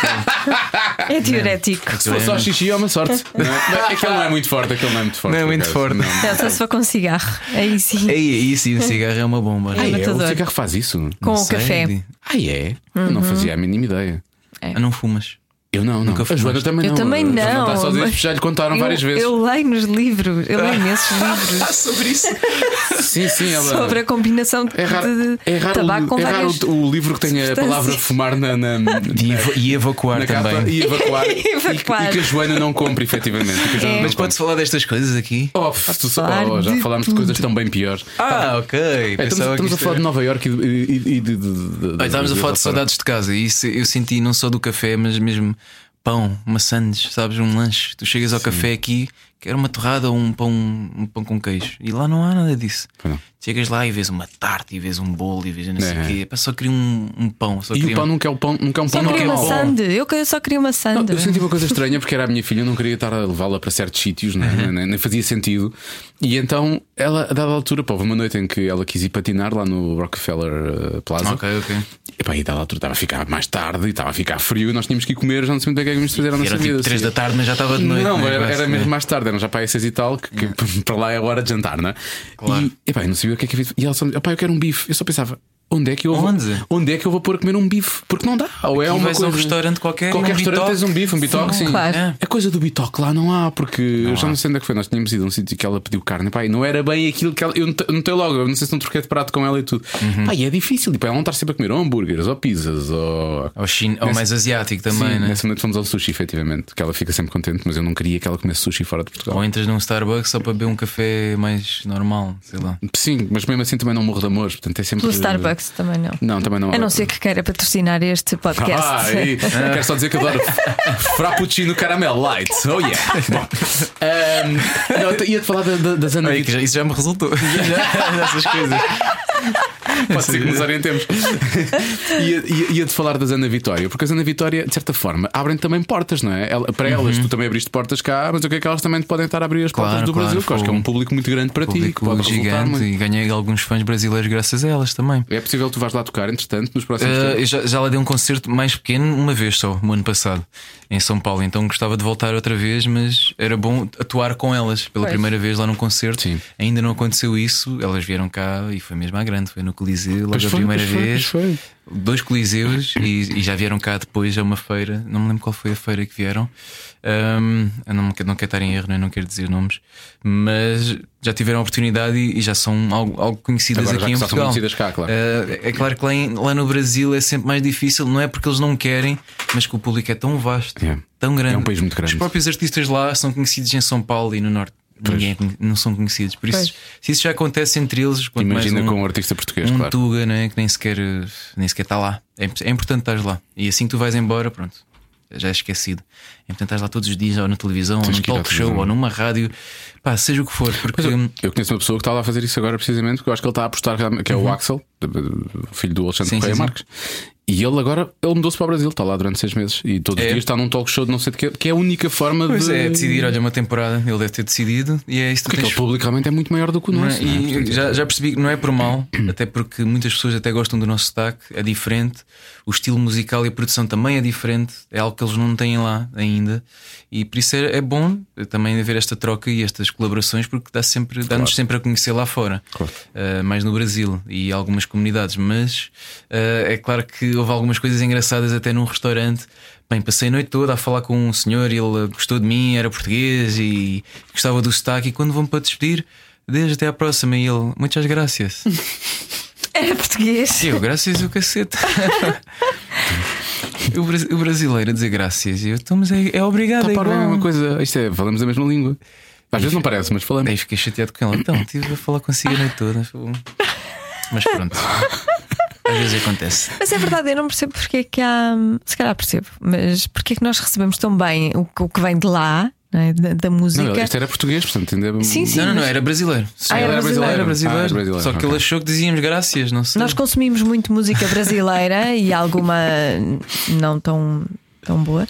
S3: É diurético.
S2: Se for só xixi, é uma sorte. não é? Aquele não é muito forte, aquele não é muito forte.
S4: Não é
S2: por
S4: muito
S2: acaso.
S4: forte.
S2: Não.
S3: Não, só se for com cigarro. Aí sim.
S4: É isso, e um cigarro é uma bomba.
S2: Ah,
S4: não
S2: é? O
S3: Matador.
S2: cigarro faz isso?
S3: Com Uhum. o
S4: sei,
S3: café.
S4: de-
S2: Ah, é? Eu não fazia a mínima ideia.
S4: Ah, não fumas.
S2: Eu não, não.
S4: Nunca
S2: a Joana
S4: fumaste.
S2: também
S3: Eu
S2: não.
S3: também
S2: A Joana
S3: não,
S2: está só a dizer,
S3: mas-
S2: já lhe contaram várias
S3: eu,
S2: vezes.
S3: eu leio nos livros, eu leio imensos livros
S4: sobre isso.
S2: Sim, sim, ela.
S3: sobre a combinação de,
S2: É raro,
S3: de- de
S2: é raro,
S3: tabaco com
S2: é raro
S3: várias.
S2: o, o livro que tem a
S3: substâncias.
S2: palavra fumar na, na, na,
S4: E, evo- e evacuar
S2: capa
S4: também.
S2: e evacuar. e, que-
S3: Evacuar. É.
S2: e que a Joana não compra, efetivamente. e que a Joana não
S4: Mas
S2: compra.
S4: pode falar destas coisas aqui?
S2: Oh, f- tu só-
S3: falar
S2: oh, já
S3: de
S2: falámos de coisas tão bem piores.
S4: Ah, ok.
S2: É, estamos
S4: Pensava que
S2: estamos a
S4: isto
S2: falar
S4: era-
S2: de Nova Iorque e de. e- e- e de- de- de-
S4: Olha, Estávamos a
S2: de-
S4: falar de saudades de casa e isso eu senti não só do café, mas mesmo pão, maçãs, sabes? Um lanche. Tu chegas ao café aqui, quer uma torrada ou um pão, um pão com queijo. E lá não há nada disso.
S2: Pois não.
S4: Chegas lá e vês uma tarte, e vês um bolo, e vês não sei o
S2: É.
S4: quê. Pá, Só queria um, um pão. Só
S2: E o
S4: queria
S2: pão nunca é, o pão, nunca é um
S3: Só
S2: pão
S3: queria uma
S2: normal.
S3: sand. Eu que- só queria uma
S2: Não,
S3: sand.
S2: eu senti uma coisa estranha porque era a minha filha, eu não queria estar a levá-la para certos sítios, não é? nem, nem fazia sentido. E então, ela, a dada altura, pô, houve uma noite em que ela quis ir patinar lá no Rockefeller eh, Plaza.
S4: Ok, ok.
S2: E, pá, e a dada altura estava a ficar mais tarde e estava a ficar frio e nós tínhamos que ir comer, já não sei muito bem o que é que íamos fazer à nossa
S4: Era
S2: vida.
S4: tipo 3
S2: assim.
S4: da tarde, mas já estava de noite.
S2: Não,
S4: né?
S2: era,
S4: Quase,
S2: era mesmo
S4: né?
S2: mais tarde, eram já para aí seis e tal, que, que para lá é a hora de jantar, não é?
S4: Claro.
S2: E, epá, eu não sabia o que é que havia. de- E ela só me epá, eu quero um bife. Eu só pensava, onde é que eu vou,
S4: Onde?
S2: onde é que eu vou pôr a comer um bife? Porque não dá. Ou é
S4: Aqui
S2: uma
S4: vais a
S2: coisa.
S4: um restaurante qualquer,
S2: Qualquer
S4: um
S2: restaurante
S4: bitoque.
S2: tens um bife, um bitoque, sim.
S3: claro.
S4: É.
S2: A coisa do bitoque lá não há, porque eu já não sei onde é que foi. Nós tínhamos ido a um sítio que ela pediu carne, pá, e não era bem aquilo que ela. Eu notei- notei logo, eu não sei se não troquei de prato com ela e tudo.
S4: Uhum.
S2: Pá, e é difícil, e, pá, ela não está sempre a comer ou hambúrgueres ou pizzas ou.
S4: Ou, chin... ou mais asiático
S2: Sim,
S4: também, né?
S2: nessa noite fomos ao sushi, efetivamente, que ela fica sempre contente, mas eu não queria que ela comesse sushi fora de Portugal.
S4: Ou entras num Starbucks só para beber um café mais normal, sei lá.
S2: Sim, mas mesmo assim também não morro de amor, portanto é sempre.
S3: Pelo Starbucks também não.
S2: Não, também não.
S3: A não ser que queira patrocinar este podcast.
S2: Ah, e- quero só dizer que adoro Frappuccino Caramel Light. Oh yeah! Bom, ahm, não, eu ia-te falar da, da, das
S4: Aí, que
S2: anavites.
S4: já- isso já me resultou. Essas coisas.
S2: Pode ser que nos orientemos. Ia- ia- Ia-te falar das Ana Vitória, porque as Ana Vitória, de certa forma, abrem também portas, não é? Ela- Para elas, tu também abriste portas cá, mas o que é que elas também te podem estar a abrir as portas
S4: Claro,
S2: do
S4: claro,
S2: Brasil? Que eu acho que é um
S4: fogo.
S2: público muito grande para ti, que
S4: Público
S2: pode resultar
S4: gigante
S2: muito.
S4: e ganhei alguns fãs brasileiros graças a elas também.
S2: É possível que tu vais lá tocar, entretanto, nos próximos
S4: Eh,
S2: tempos.
S4: eu já, já lá dei um concerto mais pequeno uma vez só, no ano passado, em São Paulo. Então gostava de voltar outra vez, mas era bom atuar com elas pela
S3: Pois.
S4: primeira vez lá num concerto.
S2: Sim.
S4: Ainda não aconteceu isso, elas vieram cá e foi mesmo à grande. Foi no Coliseu, logo
S2: Pois
S4: a
S2: foi,
S4: primeira
S2: pois foi,
S4: vez.
S2: pois foi.
S4: Dois Coliseus e, e já vieram cá depois a uma feira. Não me lembro qual foi a feira que vieram. Ahm, eu não, quero- não quero estar em erro, né? não quero dizer nomes, mas já tiveram a oportunidade e, e já são algo, algo conhecidas
S2: Agora já que
S4: aqui em
S2: só são
S4: Portugal.
S2: conhecidas cá, claro.
S4: Eh, é claro que lá, em- lá no Brasil é sempre mais difícil, não é porque eles não querem, mas que o público é tão vasto,
S2: É.
S4: tão grande.
S2: É um país muito grande.
S4: Os próprios artistas lá são conhecidos em São Paulo e no Norte. Ninguém é conhe- não são conhecidos. Por isso,
S3: Pois.
S4: se isso já acontece entre eles, quanto
S2: Imagina
S4: mais um,
S2: com um artista português,
S4: um
S2: claro.
S4: Tuga, né, que nem sequer eh, nem sequer está lá. É, imp- é importante estar lá. E assim que tu vais embora, pronto, já é esquecido. É importante estar lá todos os dias, ou na televisão, ou
S2: Tens
S4: num
S2: que ir à
S4: talk show,
S2: televisão. é.
S4: ou numa rádio, pá, seja o que for, porque hum,
S2: Eu conheço uma pessoa que está lá Uhum. a fazer isso agora precisamente, porque eu acho que ele está a apostar, que é o Axel, o filho do Alexandre
S4: Sim,
S2: Correia
S4: sim, sim.
S2: Marques. E ele agora ele mudou-se para o Brasil, está lá durante seis meses e todos os
S4: É.
S2: dias está num talk show de não sei de quê, que é a única forma
S4: Pois
S2: de.
S4: é, decidir, olha, uma temporada, ele deve ter decidido e é isso que
S2: Porque
S4: tens
S2: ele publicamente é muito maior do que o
S4: Não é?
S2: nosso. não é?
S4: E
S2: Portanto,
S4: já, já percebi que não é por mal, até porque muitas pessoas até gostam do nosso sotaque, é diferente, o estilo musical e a produção também é diferente, é algo que eles não têm lá ainda, e por isso é, é bom também haver esta troca e estas colaborações, porque dá sempre, dá-nos sempre a conhecer lá fora, Ah, mais no Brasil e algumas comunidades, mas ah, é claro que houve algumas coisas engraçadas até num restaurante. Bem, passei a noite toda a falar com um senhor, ele gostou de mim, era português e gostava do sotaque, e quando vão para despedir, Desde até à próxima e ele, muitas graças.
S3: Era português.
S4: E eu, graças o cacete. o, bra- o brasileiro a dizer graças. E eu, então, mas é, é obrigado.
S2: Tá
S4: É
S2: para a mesma
S4: igual.
S2: coisa, isto é, falamos a mesma língua. Às vezes não parece, mas falamos.
S4: Daí fiquei chateado com ele. Então, estive a falar consigo a noite toda. Foi bom. Mas pronto. Às vezes acontece.
S3: Mas é verdade, eu não percebo porque é que há. Se calhar percebo, mas porque é que nós recebemos tão bem o que, o que vem de lá, não é? da, da música?
S2: Não, este era português, portanto, ainda é um
S3: Sim, sim.
S4: não, não, não, era brasileiro. Sim,
S3: Ah, era brasileiro.
S4: Era brasileiro.
S2: Ah, era brasileiro,
S4: Só que ele
S2: ok.
S4: achou que dizíamos graças, não sei.
S3: Nós consumimos muito música brasileira e alguma não tão, tão boa.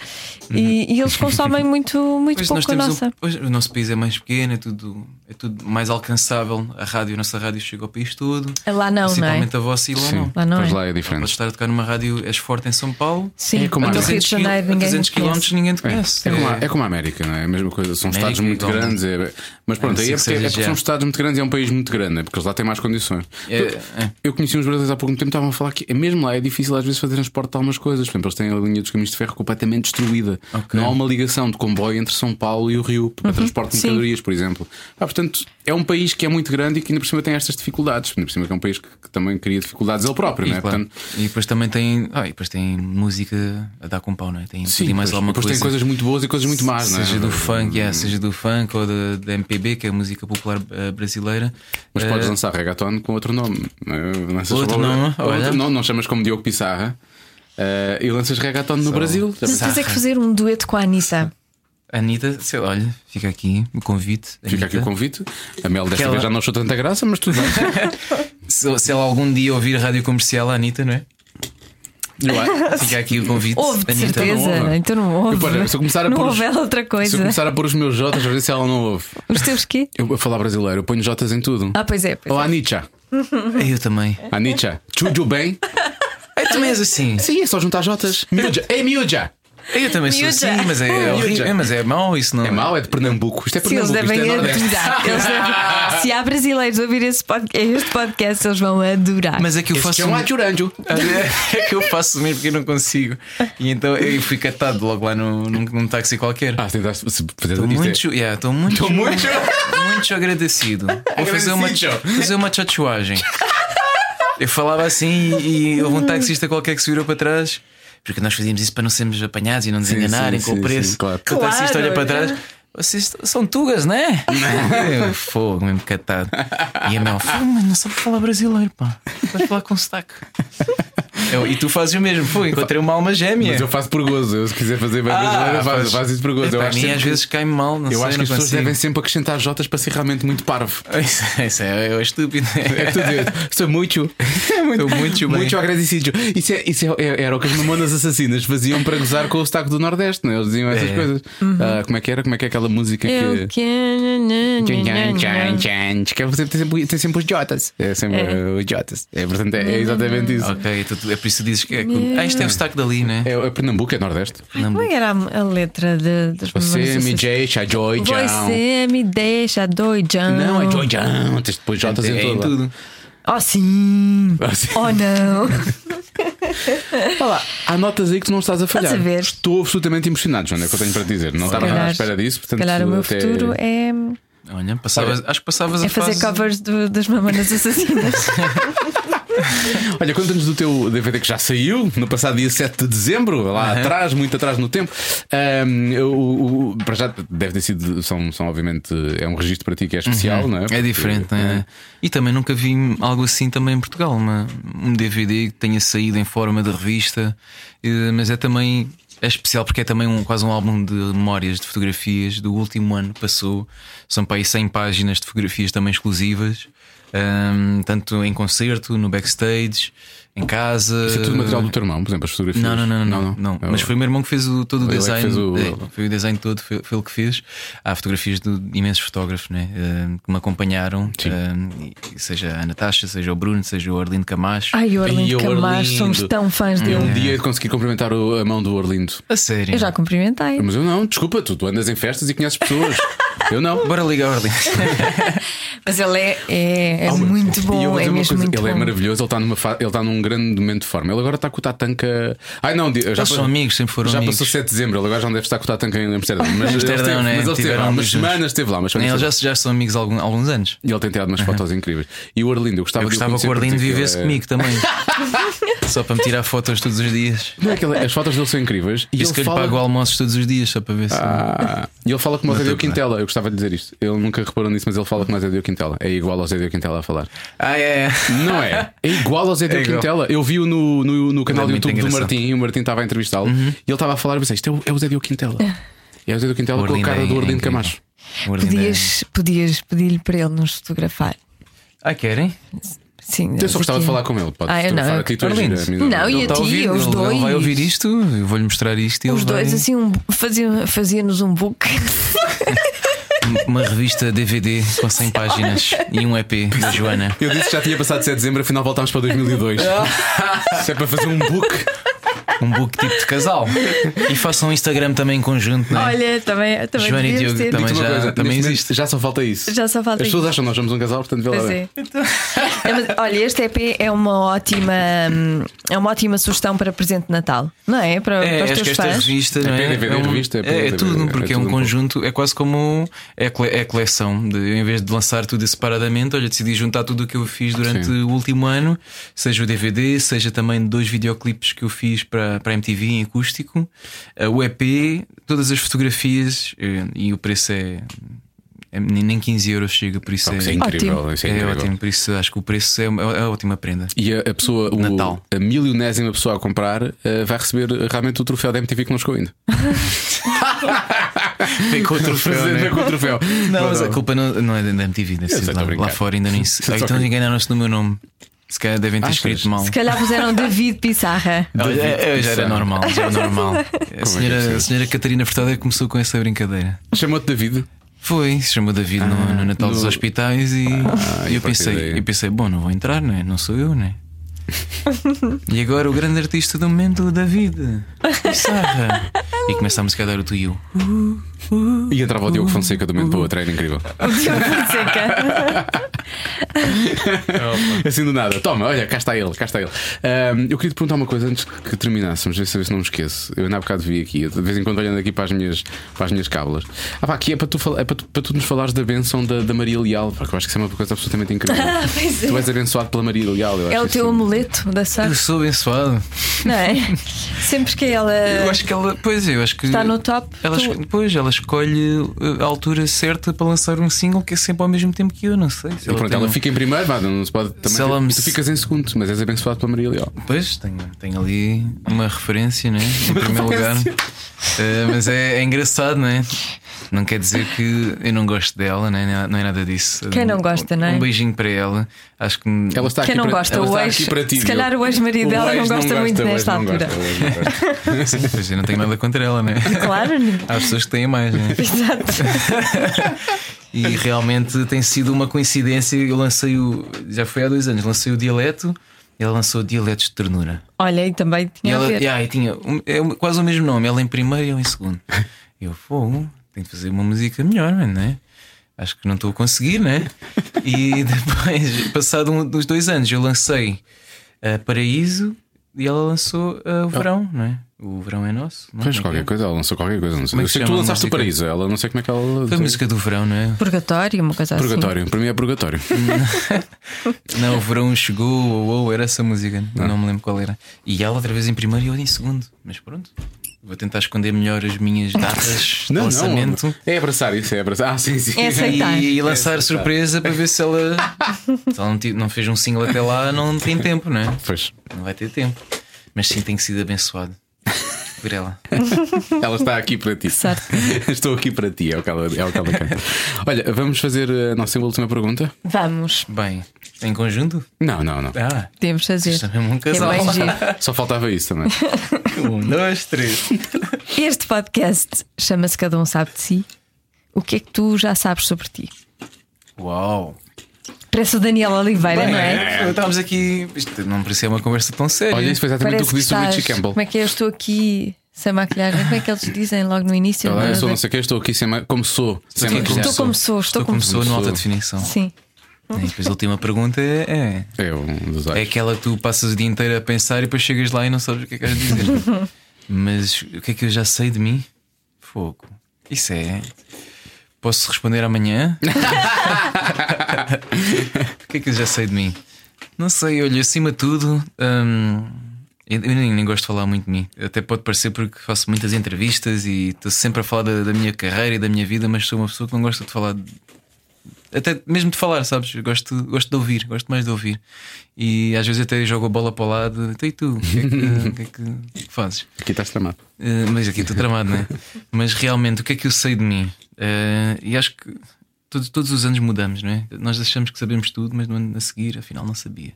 S3: E,
S2: Uhum.
S3: e eles consomem muito, muito
S4: Pois,
S3: pouco a
S4: um-
S3: nossa.
S4: pois, o nosso país é mais pequeno, é tudo, é tudo mais alcançável. A rádio, a nossa rádio chega ao país todo.
S3: Lá não, não é?
S4: Principalmente a vossa e lá
S2: Sim,
S4: não.
S3: Lá não
S2: pois
S3: é.
S2: lá é
S4: Podes
S2: diferente.
S4: estar a tocar numa rádio, és forte em São Paulo.
S3: Sim,
S2: É como
S3: no
S2: a
S3: Rio de
S4: 300 quil-
S3: Janeiro
S4: a
S3: ninguém
S4: 300
S3: conhece.
S4: km ninguém te
S2: É,
S4: conhece.
S2: é como a, é como a América, não é? A mesma coisa, são
S4: América
S2: estados muito
S4: igual.
S2: grandes. é- Mas pronto,
S4: É,
S2: aí é
S4: sim,
S2: porque, é
S4: seja
S2: porque
S4: já.
S2: são estados muito grandes e é um país muito grande, é porque eles lá têm mais condições.
S4: É,
S2: Eu-
S4: é.
S2: Eu conheci uns brasileiros há pouco tempo, estavam a falar que mesmo lá é difícil às vezes fazer transporte de algumas coisas. Por exemplo, eles têm a linha dos caminhos de ferro completamente destruída.
S4: Ok. Uhum,
S2: Não há uma ligação de comboio entre São Paulo e o Rio para transporte de
S3: Sim.
S2: mercadorias, por exemplo. Ah, portanto, é um país que é muito grande e que ainda por cima tem estas dificuldades. Ainda por cima que é um país que, que também cria dificuldades ele próprio,
S4: E,
S2: não é?
S4: claro,
S2: Portanto,
S4: e depois também tem, ah, e depois tem música a dar com pau, não é? Tem, tem mais
S2: pois,
S4: alguma
S2: depois tem
S4: coisa.
S2: coisas muito boas e coisas muito más, não é?
S4: Seja do funk, yeah, seja do funk ou da da MPB, que é a música popular eh, brasileira.
S2: Mas
S4: Eh,
S2: podes lançar reggaeton com outro nome. não é? Lanças
S4: Outro nome,
S2: outro
S4: olha.
S2: nome, não chamas como Diogo Pissarra. eh, e lanças reggaeton no Brasil.
S3: Mas tens é que fazer um dueto com a Anitta.
S4: Anitta, sei lá, olha, fica aqui o convite.
S2: Fica
S4: Anitta.
S2: aqui o convite. A Mel desta
S4: Aquela-
S2: vez já não achou tanta graça, mas tudo bem.
S4: Se, se ela algum dia ouvir rádio comercial, a Anitta, não é?
S2: Eu acho-
S4: Fica aqui o convite.
S3: Houve, de
S4: Anitta,
S3: certeza.
S2: não ouve.
S3: Então não
S2: Eu,
S3: houve.
S2: olha, se eu começar a
S3: não
S2: pôr os-
S3: houve ela outra
S2: Se eu
S3: coisa.
S2: começar a pôr os meus Jotas, a ver se ela não ouve.
S3: Os teus quê?
S2: Eu vou falar brasileiro, eu ponho Jotas em tudo.
S3: Ah, pois é. Pois
S2: Ou
S3: é.
S2: a Anitta.
S4: Eu também.
S2: Anitta, tudo bem?
S4: Eu também és assim.
S2: Sim, é só juntar Jotas. É Miúdia, ei miúdia!
S4: Eu também sou
S3: Miúda.
S4: assim, mas é, é horrível. É, mas é mau isso, não
S2: É mau, é de Pernambuco. Isto é
S3: Sim, eles
S2: Pernambuco,
S3: devem
S2: isto é Nordeste.
S3: adorar. Eles devem- Se há brasileiros a ouvir esse pod- este podcast, eles vão adorar.
S4: Mas é que eu
S2: Este
S4: faço.
S2: é um
S4: um-
S2: Aturândio.
S4: É que eu faço mesmo porque eu não consigo. E então eu fui catado logo lá num, num, num táxi qualquer.
S2: Ah, tentaste se- fazer
S4: Estou
S2: isto é-
S4: muito, yeah, estou muito,
S2: Estou muito-
S4: muito agradecido. Vou fazer uma,
S2: Agradecido.
S4: fazer uma tchotchoagem. Eu falava assim e houve um taxista qualquer que se virou para trás. Porque nós fazíamos isso para não sermos apanhados e não nos
S2: Sim,
S4: enganarem
S2: sim,
S4: com
S2: sim,
S4: o preço.
S2: sim, claro.
S4: O taxista
S3: Claro,
S4: olha para trás.
S3: é.
S4: Vocês são tugas, né? Eu, Fogo, mesmo catado. E a Mel, "Fogo, mas não sabe falar brasileiro, pá. Vai falar com sotaque. Eu, e tu fazes o mesmo, pô, encontrei uma alma gêmea.
S2: Mas eu faço por gozo. Eu, se quiser fazer bem brasileiro, eu faço,
S4: pois.
S2: faço isso por gozo.
S4: Ah, Epá,
S2: eu
S4: a
S2: acho,
S4: mim
S2: sempre-
S4: às vezes cai-me mal, não
S2: eu acho que
S4: sei, não
S2: as pessoas
S4: consigo.
S2: devem sempre acrescentar Jotas para ser realmente muito parvo.
S4: Isso, isso é, é estúpido.
S2: É tudo isso. Estou É muito,
S4: Estou muito bem.
S2: muito agradecido. Isso, é, isso é- é- era o que as mamonas assassinas faziam para gozar com o sotaque do Nordeste, não é? Eles diziam essas
S4: É.
S2: coisas. Ah, como é que era? Como é que é aquela música que.
S3: Eu
S2: Tchan,
S3: quero-
S2: tchan, tchan, tchan. Que é sempre- tem, sempre, tem sempre os Jotas. É sempre eh, os Jotas. É, portanto, é, é exatamente isso.
S4: Ok, tu- tu- é por isso que dizes que é. que- Ah, isto é o sotaque dali, né?
S2: É, é Pernambuco, é Nordeste.
S3: Como é que era a a letra de, das
S2: Você é
S3: memórias
S2: me
S3: assassinas?
S2: deixa doidão.
S3: Você me deixa doidão.
S2: Não, é doidão. Tens depois Jotas em
S4: É
S2: todo
S4: em
S2: lado.
S4: tudo.
S3: Oh, sim.
S2: Assim.
S3: Oh, não.
S2: Olha lá, há notas aí que tu não estás a falhar.
S3: Estás a ver?
S2: Estou absolutamente emocionado, Joana, é o que eu tenho para te dizer. Não estava nada à
S3: calhar-
S2: espera disso,
S3: Se
S2: portanto.
S3: calhar o meu
S2: até-
S3: futuro é,
S4: Olha, passavas, acho que passavas a
S3: é fazer
S4: fase-
S3: covers do- das mamonas assassinas. é-
S2: Olha, conta-nos do teu DVD que já saiu no passado dia 7 de dezembro, lá atrás, muito atrás no tempo. Ahm, o- o- para já deve ter sido, são, são obviamente, é um registro para ti que é especial, não é?
S4: É diferente, não é? E também nunca vi algo assim também em Portugal, uma- um DVD que tenha saído em forma de revista, eh, mas é também é especial porque é também um, quase um álbum de memórias de fotografias do último ano que passou. São para aí 100 páginas de fotografias também exclusivas. Ahm, tanto em concerto, no backstage, em casa.
S2: Isso é tudo material do teu irmão, por exemplo, as fotografias.
S4: Não, não, não, não, não, não.
S2: É o-
S4: Mas foi o meu irmão que fez o, todo o
S2: Ele é que
S4: design.
S2: fez o-
S4: é, foi o design todo, foi, foi ele que fez. Há fotografias de imensos fotógrafos né, eh, que me acompanharam,
S2: Sim.
S4: eh, e- seja a Natasha, seja o Bruno, seja o Arlindo Camacho.
S3: Ai, o Orlindo
S2: Ai, o
S3: Camacho, somos
S2: Orlindo.
S3: tão fãs dele.
S2: Um dia eu de conseguir cumprimentar o- a mão do Orlindo.
S4: A sério.
S3: Eu já cumprimentei.
S2: Mas eu não, desculpa, tu, tu andas em festas e conheces pessoas. eu não.
S4: Bora ligar, Arlindo.
S3: Mas ele é, é, é
S2: Ah,
S3: muito
S2: e eu
S3: bom,
S2: vou
S3: é
S2: dizer uma
S3: mesmo
S2: coisa,
S3: muito
S2: Ele é
S3: bom.
S2: maravilhoso, ele está, numa fa- ele está num grande momento de forma. Ele agora está com o Tatanka. Ai não, eu já
S4: Eles são amigos, sempre foram
S2: Já
S4: amigos.
S2: passou 7 de dezembro, ele agora já não deve estar com o Tatanka em Amsterdã. Mas ele
S4: Amsterdão,
S2: esteve-
S4: né?
S2: mas ele esteve
S4: Tiveram
S2: lá, umas
S4: amigos juntos.
S2: semanas esteve lá. Mas
S4: Eles já,
S2: já...
S4: já são amigos há algum- há alguns anos.
S2: E ele tem tirado umas fotos incríveis. E o Orlindo, Ah, eu gostava
S4: Eu
S2: de
S4: gostava que
S2: conhecer
S4: o Arlindo
S2: porque ele
S4: vivesse
S2: é-
S4: comigo também. Só para me tirar fotos todos os dias.
S2: Não, é que ele- As fotos dele são incríveis. E
S4: Por isso
S2: ele
S4: que eu lhe
S2: fala-
S4: pago almoços todos os dias, só para ver se.
S2: Ah, e ele fala como o Zé
S4: Não
S2: Diogo
S4: tem
S2: Quintela. Eu gostava de dizer isto. Ele nunca reparou nisso, mas ele fala como o Zé Diogo Quintela. É igual ao Zé Diogo Quintela a falar.
S4: Ah, é.
S2: Não é? É igual ao Zé Diogo
S4: igual.
S2: Quintela. Eu vi-o no, no, no canal do
S4: Ele é muito
S2: YouTube do
S4: engraçado. Uhum.
S2: Martim. E o Martim estava a entrevistá-lo. E ele estava a falar. Eu pensei, isto é o, é o Zé Diogo Quintela. E é o Zé Diogo Quintela
S4: O
S2: com a
S4: Arlindo
S2: cara
S4: é-
S2: do
S4: é
S2: Ordino
S4: incrível.
S2: Camacho. né?
S4: O Arlindo é-
S3: Podias, podias pedir-lhe para ele nos fotografar.
S4: Ah, querem?
S3: É Sim,
S2: Eu só gostava de falar com ele. Podes
S3: Ah, eu
S2: fotografar
S3: não.
S2: aqui, tu és
S4: Arlindo.
S2: gira, menina.
S3: Não, e a
S4: Está a
S3: ti,
S4: ouvir,
S3: os
S4: Tá ele,
S3: dois.
S4: ele vai ouvir isto, eu vou-lhe mostrar isto e
S3: Os
S4: ele vai-
S3: dois, assim, um, fazia- fazia-nos um book.
S4: um, Uma revista DVD com 100 páginas e um EP da Joana.
S2: Eu disse que já tinha passado 7 de dezembro, afinal voltámos para 2002. Isso é para fazer um book.
S4: Um book tipo de casal. E façam um Instagram também em conjunto, não é?
S3: Olha, também, também
S4: Joana e
S3: devíamos
S4: Diogo
S3: ter.
S4: também.
S2: Digo-te uma
S4: já-
S2: coisa,
S4: também
S2: neste momento
S4: existe.
S2: Já só falta isso.
S3: Já só falta
S2: As pessoas
S3: isso.
S2: acham que nós somos um casal, portanto, vê lá
S3: Pois
S2: bem.
S3: é. É, mas, olha, este EP é uma ótima hum, é uma ótima sugestão para presente de Natal, não é? Para,
S4: É,
S3: para os
S4: acho
S3: teus
S4: que esta
S3: fãs.
S4: revista não é?
S2: PDV,
S4: é, um-
S2: revista, é
S4: é, é
S2: PDV,
S4: tudo,
S2: é
S4: porque é,
S2: tudo um
S4: um
S2: pouco.
S4: conjunto, é quase como é, cole- é coleção. De, em vez de lançar tudo separadamente, olha, decidi juntar tudo o que eu fiz durante
S2: Sim.
S4: o último ano, seja o DVD, seja também dois videoclipes que eu fiz para, para a MTV em acústico, eh, o EP, todas as fotografias eh, e o preço é, é nem nem 15 euros chega, por isso
S2: Pá, Isso é
S4: é,
S2: incrível.
S3: Ótimo.
S2: Isso é
S4: é
S2: incrível.
S4: ótimo. Por isso acho que o preço é, uma- é uma ótima prenda.
S2: E a, a pessoa, o-
S4: Natal.
S2: a milionésima pessoa a comprar, eh, vai receber realmente o troféu da MTV que não chegou ainda.
S4: Ficou o
S3: né?
S2: Presente com o troféu.
S4: Não, mas a culpa não, não é da MTV, deve
S2: Eu
S4: ser
S2: sei, tô a
S4: lá,
S2: brincar.
S4: lá fora ainda nem se.
S2: Só
S4: Ah, Então
S2: que-
S4: enganaram-se no meu nome. Se calhar devem ter
S2: Achas? É,
S4: escrito mal.
S3: Se calhar puseram David Pissarra.
S4: Olha, eu já
S2: Pissarro.
S4: era normal, já era normal. A senhora,
S2: é que é
S4: a senhora Catarina Furtado é que começou com essa brincadeira.
S2: Chamou-te David.
S4: Foi, se chamou David no, no Natal dos
S2: Ah, no- Ah,
S4: Hospitais e, e
S2: e a
S4: eu,
S2: partir daí?
S4: pensei, eu pensei, bom, não vou entrar, não é? Não sou eu, não é? e agora o grande artista do momento, o David. Pissarra. E começámos a dar o tu e eu.
S2: E entrava o Diogo
S3: Uhum.
S2: Fonseca do momento para o outro, era incrível.
S3: O Diogo Fonseca.
S2: Assim do nada. Toma, olha, cá está ele, cá está ele. Ahm, eu queria te perguntar uma coisa antes que terminássemos, deixa eu ver se não me esqueço. Eu ainda há bocado vi aqui, eu de vez em quando olhando aqui para as minhas, para as minhas cábulas. Ah, pá, aqui é para tu, fala- é para tu, para tu nos falares da benção da, da Maria Leal, porque eu acho que isso é uma coisa absolutamente incrível.
S3: Ah, pois é.
S2: tu és abençoado pela Maria Leal, eu acho
S3: É o
S2: isso
S3: teu
S2: um-
S3: amuleto da
S4: Eu
S3: sorte,
S4: sou abençoado.
S3: não é? Sempre que ela
S4: Eu acho que ela, pois é, eu acho que
S3: está no top,
S4: Ela,
S3: tu-
S4: esco- Pois, ela escolhe uh, a altura certa para lançar um single que é sempre ao mesmo tempo que eu, não sei. Se
S2: E pronto,
S4: tem
S2: ela
S4: um-
S2: fica em primeiro, vá, não se pode também.
S4: Se ela me-
S2: Tu ficas em segundo, mas és abençoado pela Maria Leal.
S4: Pois, tenho, tenho ali uma referência, né? Em primeiro lugar. Eh, mas é, é engraçado, não é? Não quer dizer que eu não gosto dela, né? não é nada disso.
S3: Quem não gosta,
S4: um,
S3: não é?
S4: Um beijinho para ela. Acho que.
S2: Ela está
S3: Quem
S2: aqui
S3: não
S2: para,
S3: gosta?
S2: ela
S3: O
S2: está
S3: ex-
S2: aqui para ti,
S3: se
S2: Diogo.
S3: calhar o ex-marido
S2: O
S3: dela não
S2: ex
S3: gosta muito
S2: o ex
S3: nesta
S2: não gosta,
S3: altura.
S2: o ex não gosta.
S4: Sim, pois eu não tenho nada contra ela, né?
S3: claro,
S4: Há pessoas que têm mais, né?
S3: exato.
S4: E realmente tem sido uma coincidência. Eu lancei o. Já foi há dois anos, lancei o dialeto. Ela lançou dialetos de ternura.
S3: Olha, e também
S4: E
S3: tinha a
S4: ela
S3: ver.
S4: yeah, e tinha um- é um- quase o mesmo nome, ela em primeiro e eu em segundo. E Eu fogo, tenho que fazer uma música melhor, não é? Acho que não estou a conseguir, né? E depois, passado um, dos dois anos, eu lancei eh, Paraíso e ela lançou
S3: Ah.
S4: eh, o Verão, não é? O Verão é Nosso. Não?
S2: Fez
S4: Como é que é?
S2: qualquer coisa, ela lançou qualquer coisa. Não sei.
S4: Como é
S2: Eu
S4: que
S2: sei que tu
S4: chama a
S2: lançaste o
S4: música?
S2: Paraíso, ela não sei como é que ela.
S4: Foi a música do Verão, não é?
S3: Purgatório, uma coisa assim.
S2: Purgatório, para mim é purgatório.
S4: Não, o Verão chegou, ou ou era essa música, não. me lembro qual era. E ela outra vez em primeiro e eu em segundo. Mas pronto, vou tentar esconder melhor as minhas datas de
S2: Não,
S4: lançamento.
S2: não. É abraçar isso, é abraçar. Ah, sim, sim.
S3: É assim. Aceitar.
S4: E, e lançar
S2: aceitar.
S4: surpresa para ver se ela, se ela não, ti- não fez um single até lá, não tem tempo, não é?
S2: Pois.
S4: Não vai ter tempo. Mas sim, tem sido abençoado. Virela.
S2: Ela está aqui para ti.
S3: Certo.
S2: Estou aqui para ti, é o que ela, é o que ela quer. Olha, vamos fazer a nossa última pergunta?
S3: Vamos,
S4: Bem, em conjunto?
S2: Não, não, não.
S4: Ah,
S3: temos de fazer.
S4: Isto é mesmo um
S3: Que é
S4: casal.
S3: bem giro.
S2: Só faltava isso também.
S4: um, dois, três.
S3: Este podcast chama-se Cada Um Sabe de Si. O que é que tu já sabes sobre ti?
S4: Uau!
S3: Parece o Daniel Oliveira, não é?
S4: Bem, Estávamos aqui. Isto não parecia uma conversa tão séria.
S2: Olha, isso foi exatamente o que
S3: que
S2: disse o Richie
S3: estás-
S2: Campbell.
S3: Como é que é? Eu estou aqui sem maquilhagem. Como é que eles dizem logo no início?
S2: Ela, eu sou
S3: Não
S2: não
S3: é?
S2: sei o que, estou aqui sem ma- como sou. Sem
S4: Sim,
S2: maquilhagem.
S3: Estou como sou, estou como
S4: sou. no
S2: sou.
S4: alta definição. É,
S3: Sim.
S4: E depois a última pergunta é,
S2: É um dos
S4: é
S2: olhos.
S4: aquela que tu passas o dia inteiro a pensar e depois chegas lá e não sabes o que é que vais dizer. Mas o que é que eu já sei de mim? Fogo. Isso é. Posso responder amanhã? o que é que eu já sei de mim? Não sei, olha, acima de tudo. hum, eu eu nem, nem gosto de falar muito de mim. Até pode parecer porque faço muitas entrevistas e estou sempre a falar da, da minha carreira e da minha vida, mas sou uma pessoa que não gosta de falar de- até mesmo de falar, sabes? Eu Gosto, gosto de ouvir, gosto mais de ouvir. E às vezes até jogo a bola para o lado. Então, e tu? O que é que, o que, é que- o que é que fazes?
S2: Aqui estás tramado.
S4: Eh, mas aqui estou tramado, não é? Mas realmente, o que é que eu sei de mim? Eh, e acho que todos, todos os anos mudamos, não é? Nós achamos que sabemos tudo, mas no ano a seguir, afinal, não sabia.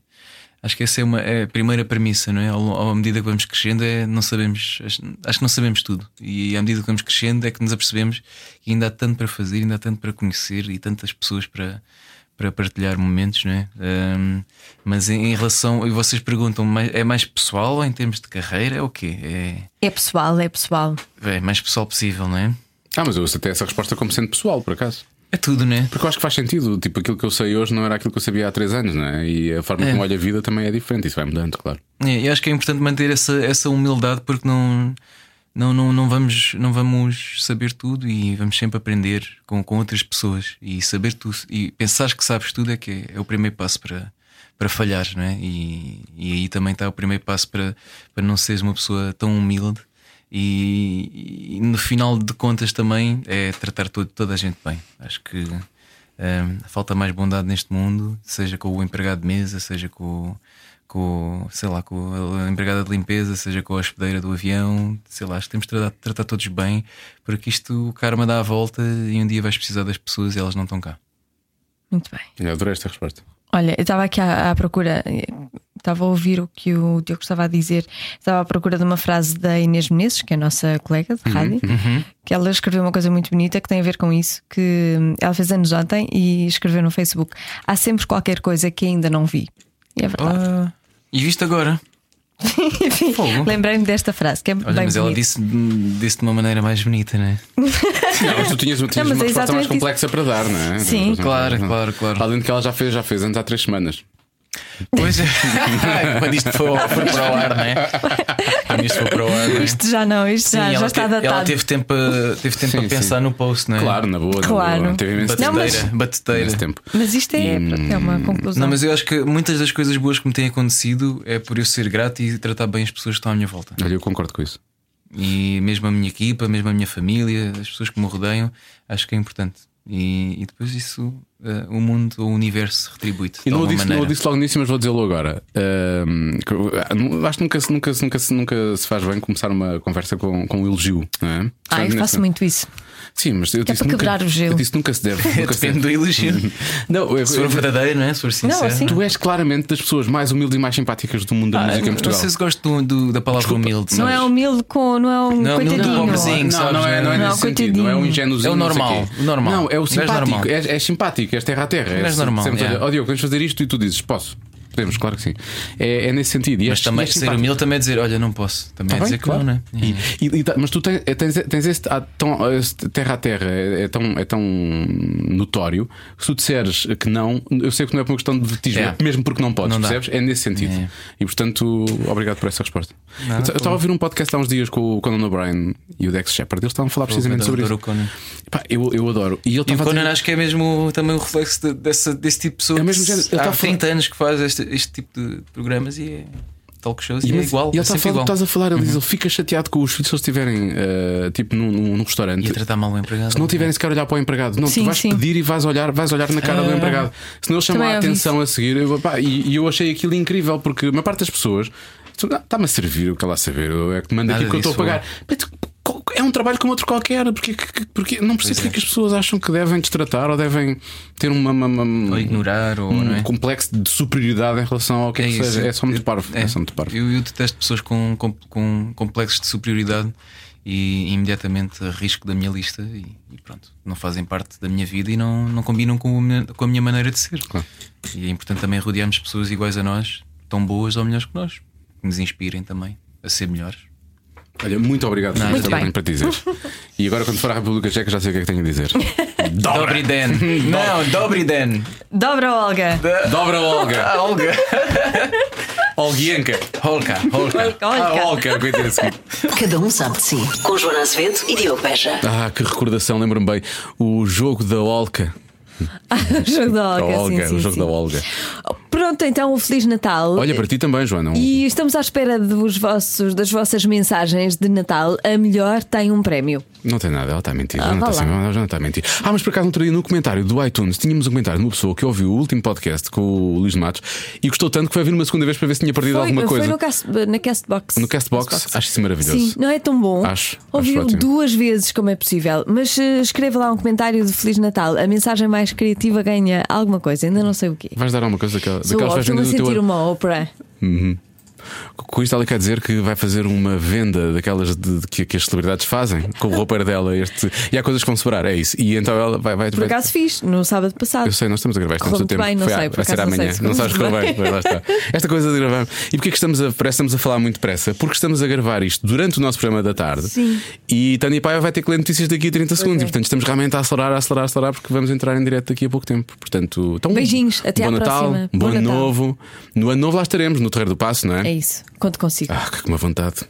S4: Acho que essa é, uma, é a primeira premissa, não é? Ao, ao- à medida que vamos crescendo, é, não sabemos, acho, acho que não sabemos tudo. E à medida que vamos crescendo, é que nos apercebemos que ainda há tanto para fazer, ainda há tanto para conhecer e tantas pessoas para, para partilhar momentos, não é? Ahm, mas em, em relação. E vocês perguntam, mais- é mais pessoal ou em termos de carreira? É o quê? É.
S3: É pessoal, é pessoal.
S4: É, mais pessoal possível, não é?
S2: Ah, mas eu uso até essa resposta como sendo pessoal, por acaso.
S4: É tudo, não é?
S2: Porque eu acho que faz sentido. Tipo, aquilo que eu sei hoje não era aquilo que eu sabia há três anos, não é? E a forma
S4: É.
S2: como olho a vida também é diferente. Isso vai mudando, claro.
S4: É, eu acho que é importante manter essa, essa humildade porque não, não, não, não, vamos, não vamos saber tudo e vamos sempre aprender com, com outras pessoas e saber tudo e pensar que sabes tudo é que é, é o primeiro passo para, para falhar, não é? E, e aí também está o primeiro passo para, para não seres uma pessoa tão humilde. E, e no final de contas também é tratar todo, toda a gente bem. Acho que Hum, falta mais bondade neste mundo, seja com o empregado de mesa, seja com, com sei lá, com a empregada de limpeza, seja com a hospedeira do avião, sei lá, acho que temos de tratar, tratar todos bem, porque isto o karma dá a volta e um dia vais precisar das pessoas e elas não estão cá.
S3: Muito bem.
S2: Eu adorei esta resposta.
S3: Olha, eu estava aqui à, à procura, eh, estava a ouvir o que o Diogo estava a dizer, estava à procura de uma frase da Inês Menezes, que é a nossa colega
S4: Uhum,
S3: de rádio, que ela escreveu uma coisa muito bonita que tem a ver com isso, que hum, ela fez anos ontem e escreveu no Facebook: Há sempre qualquer coisa que ainda não vi. E é verdade.
S4: Ah, e visto agora?
S3: Enfim,
S4: Ah, fogo.
S3: Lembrei-me desta frase, que é
S4: Olha,
S3: bem
S4: mas ela
S3: bonita.
S4: disse, disse de uma maneira mais bonita, né?
S2: Não, mas tu tinhas, tinhas
S3: Não, mas
S2: uma resposta
S3: é
S2: mais
S3: exatamente
S2: complexa para dar, não é?
S3: Sim.
S2: Tinhas uma
S4: Claro,
S2: resposta-
S4: claro, claro.
S2: Além de que ela já fez, já fez antes há três semanas.
S4: Pois é, quando isto for, for para o ar, não é? Quando isto for para o ar, não é?
S3: Isto já não, isto
S4: Sim,
S3: já, já
S4: ela,
S3: está
S4: te- ela
S3: datado.
S4: teve tempo a, teve tempo
S2: Sim,
S4: a pensar
S2: sim.
S4: no post, não é?
S2: Claro, na boa. na
S3: Claro.
S2: boa. Teve imenso
S4: Batedeira,
S3: Não,
S2: tempo.
S3: mas-
S4: batedeira.
S2: Imenso tempo.
S3: Mas isto é, pronto, é uma conclusão.
S4: Hum, Não, mas eu acho que muitas das coisas boas que me têm acontecido é por eu ser grato e tratar bem as pessoas que estão à minha volta.
S2: Olha, eu concordo com isso.
S4: E mesmo a minha equipa, mesmo a minha família, as pessoas que me rodeiam, acho que é importante. E, e depois isso, eh, o mundo ou o universo retribui-te.
S2: E
S4: de
S2: não o
S4: alguma
S2: disse, não o
S4: maneira.
S2: disse logo no início, mas vou dizê-lo agora. Ahm, que eu- ah, não- acho que nunca, se- nunca, se- nunca, se- nunca se faz bem começar uma conversa com, com um elogio, não é?
S3: Ah, eu
S2: Nesse-
S3: faço muito isso.
S2: Sim, mas eu
S3: para
S2: disse nunca,
S3: quebrar o gelo.
S2: Eu disse nunca se deve. Nunca se
S4: Depende
S2: deve.
S4: do elogio.
S2: Não, eu,
S4: Se for
S2: eu-
S4: verdadeiro, não é? Se for sincero.
S3: assim-
S2: tu és claramente das pessoas mais humildes e mais simpáticas do mundo da
S4: Ah,
S2: música em
S4: não
S2: Portugal.
S4: sei se gosto do- do- da palavra
S2: Desculpa.
S4: humilde.
S3: Não
S4: sabes?
S3: é humilde com. Não é um
S4: Não, humilde
S3: coitadinho.
S4: com pobrezinho.
S2: não,
S4: sabes,
S2: não é, não é
S4: não,
S2: nesse sentido, não é um
S3: coitadinho.
S2: ingênuozinho.
S4: É o
S2: não sei
S4: normal,
S2: quê.
S4: o normal.
S2: Não, é o
S4: Mas normal.
S2: simpático, és, és simpático, és terra a terra.
S4: Mas normal, é.
S2: Sempre,
S4: yeah.
S2: olha, ó Diogo, podemos fazer isto e tu dizes, posso. Podemos, claro que sim. É, é nesse sentido. E
S4: Mas
S2: és-
S4: também
S2: e és
S4: ser
S2: simpático.
S4: humilde também é dizer, olha, não posso. Também é
S2: Tá bem,
S4: dizer
S2: claro.
S4: que não, né?
S2: E- e- e tá- mas tu tens, tens, tens este, há tão- este terra a terra, é, é tão, é tão notório que se tu disseres que não, eu sei que não é por uma questão de vetismo,
S4: É.
S2: é mesmo porque não podes,
S4: Não dá.
S2: percebes? É nesse sentido.
S4: É.
S2: E portanto, obrigado por essa resposta.
S4: Nada,
S2: eu t- eu
S4: pô.
S2: estava a ouvir um podcast há uns dias com o Conan O'Brien e o Dex Shepard, eles estavam a falar precisamente sobre
S4: Adoro
S2: isso.
S4: o Conan.
S2: Pá, eu, eu adoro. E ele
S4: E o
S2: estava a
S4: Conan
S2: dizer-
S4: acho que é mesmo também o reflexo de- dessa- desse tipo de pessoa.
S2: É o mesmo
S4: que se-
S2: género. Ele tá
S4: há
S2: a falar-
S4: 30 anos que faz este, este tipo de programas e é talk shows e,
S2: E
S4: é
S2: mas-
S4: igual.
S2: e ele
S4: é
S2: está a
S4: sempre
S2: falar do que
S4: igual. Uhum.
S2: estás a falar, ele diz: ele fica chateado com os filhos se eles estiverem eh, tipo num, num, num
S4: E
S2: restaurante
S4: a tratar mal o empregado. é?
S2: Se não tiverem sequer a olhar para o empregado, não,
S3: Sim,
S2: tu vais
S3: sim.
S2: pedir e vais olhar, vais olhar na cara do
S4: Ah.
S2: empregado. Se não ele chama
S3: Também
S2: a
S3: ouvi
S2: atenção a seguir, eu- pá, e, e eu achei aquilo incrível, porque a maior parte das pessoas Está-me a servir o que ela a saber, eu é que manda
S4: Nada
S2: aqui que eu estou a
S4: disso,
S2: pagar. Mas tu- É um trabalho como outro qualquer, porque, porque não percebo
S4: Pois
S2: porque
S4: é.
S2: é que as pessoas acham que devem destratar ou devem ter uma, uma- uma-
S4: Ou ignorar, ou
S2: um
S4: não é?
S2: complexo de superioridade em relação ao que é, que
S4: isso.
S2: seja. É só muito parvo. É,
S4: É.
S2: só muito parvo.
S4: Eu, eu detesto pessoas com, com, com complexos de superioridade e imediatamente arrisco da minha lista e, e pronto, não fazem parte da minha vida e não, não combinam com a, minha, com a minha maneira de ser.
S2: Claro.
S4: E é importante também rodearmos pessoas iguais a nós, tão boas ou melhores que nós, que nos inspirem também a ser melhores.
S2: Olha, muito obrigado por
S4: Nada.
S2: isso que
S3: Muito
S2: tenho para te dizer. E agora, quando for à República Checa, já sei o que é que tenho a dizer.
S4: Dobri Den! não, Dobri Den!
S3: Dobra Olga.
S2: Dobra Olga!
S4: Ah, Olga!
S2: Olguienka!
S4: Holka, Holka!
S2: Ah,
S3: Olga.
S2: Olga, coitada assim.
S1: Cada um sabe de si. Com Joana Azevedo e Diogo Beja.
S2: Ah, que recordação, lembro-me bem. O jogo da Olga.
S3: O jogo da
S2: A
S3: Olga. sim,
S2: Olga,
S3: sim,
S2: o jogo
S3: sim.
S2: da Olga.
S3: Pronto, então, um Feliz Natal.
S2: Olha para ti também, Joana. um-
S3: E estamos à espera dos vossos, das vossas mensagens de Natal. A melhor tem um prémio.
S2: Não tem nada, ela está a mentir.
S3: Ah,
S2: não
S3: vá
S2: está
S3: lá.
S2: assim, ela já não está a mentir. Ah, mas por acaso, no outro dia, no comentário do iTunes, tínhamos um comentário de uma pessoa que ouviu o último podcast com o Luís de Matos e gostou tanto que foi vir uma segunda vez para ver se tinha perdido
S3: Foi,
S2: alguma coisa.
S3: foi no cast, na Castbox.
S2: No Castbox, acho isso maravilhoso.
S3: Sim, não é tão bom.
S2: Acho,
S3: Ouvi-o
S2: acho ótimo.
S3: duas vezes, como é possível. Mas eh, escreva lá um comentário de Feliz Natal. A mensagem mais criativa ganha alguma coisa, ainda não sei o quê.
S2: Vais dar alguma coisa daquela,
S3: Sou
S2: daquelas que vais
S3: ótima a
S2: vender do
S3: sentir
S2: teu.
S3: uma ópera.
S2: Com isto, ela quer dizer que vai fazer uma venda daquelas de- de que, que as celebridades fazem com o roupeiro dela. Este... E há coisas que vão sobrar, é isso. E então ela vai. vai,
S3: Por
S2: vai...
S3: acaso fiz, no sábado passado.
S2: Eu sei, nós estamos a gravar isto antes
S3: Correu
S2: do
S3: muito
S2: tempo.
S3: bem, não
S2: Foi à-
S3: sei, por
S2: vai ser
S3: acaso não sei
S2: amanhã.
S3: se
S2: Não, sabes
S3: correu
S2: correr
S3: muito
S2: bem.
S3: bem.
S2: Pois lá está. Esta coisa de gravar. E porquê que estamos a, parece que estamos a falar muito depressa? Porque estamos a gravar isto durante o nosso programa da tarde.
S3: Sim.
S2: E Tânia Paiva vai ter que ler notícias daqui a 30 segundos.
S3: é.
S2: E portanto estamos realmente a acelerar, a acelerar, a acelerar, porque vamos entrar em direto daqui a pouco tempo. Portanto, então,
S3: Beijinhos, até
S2: bom
S3: à
S2: Natal,
S3: próxima.
S2: Bom,
S3: Bom
S2: ano
S3: Natal.
S2: novo. No ano novo lá estaremos, no Terreiro do Passo, não é?
S3: É isso, conto consigo.
S2: Ah, que uma vontade.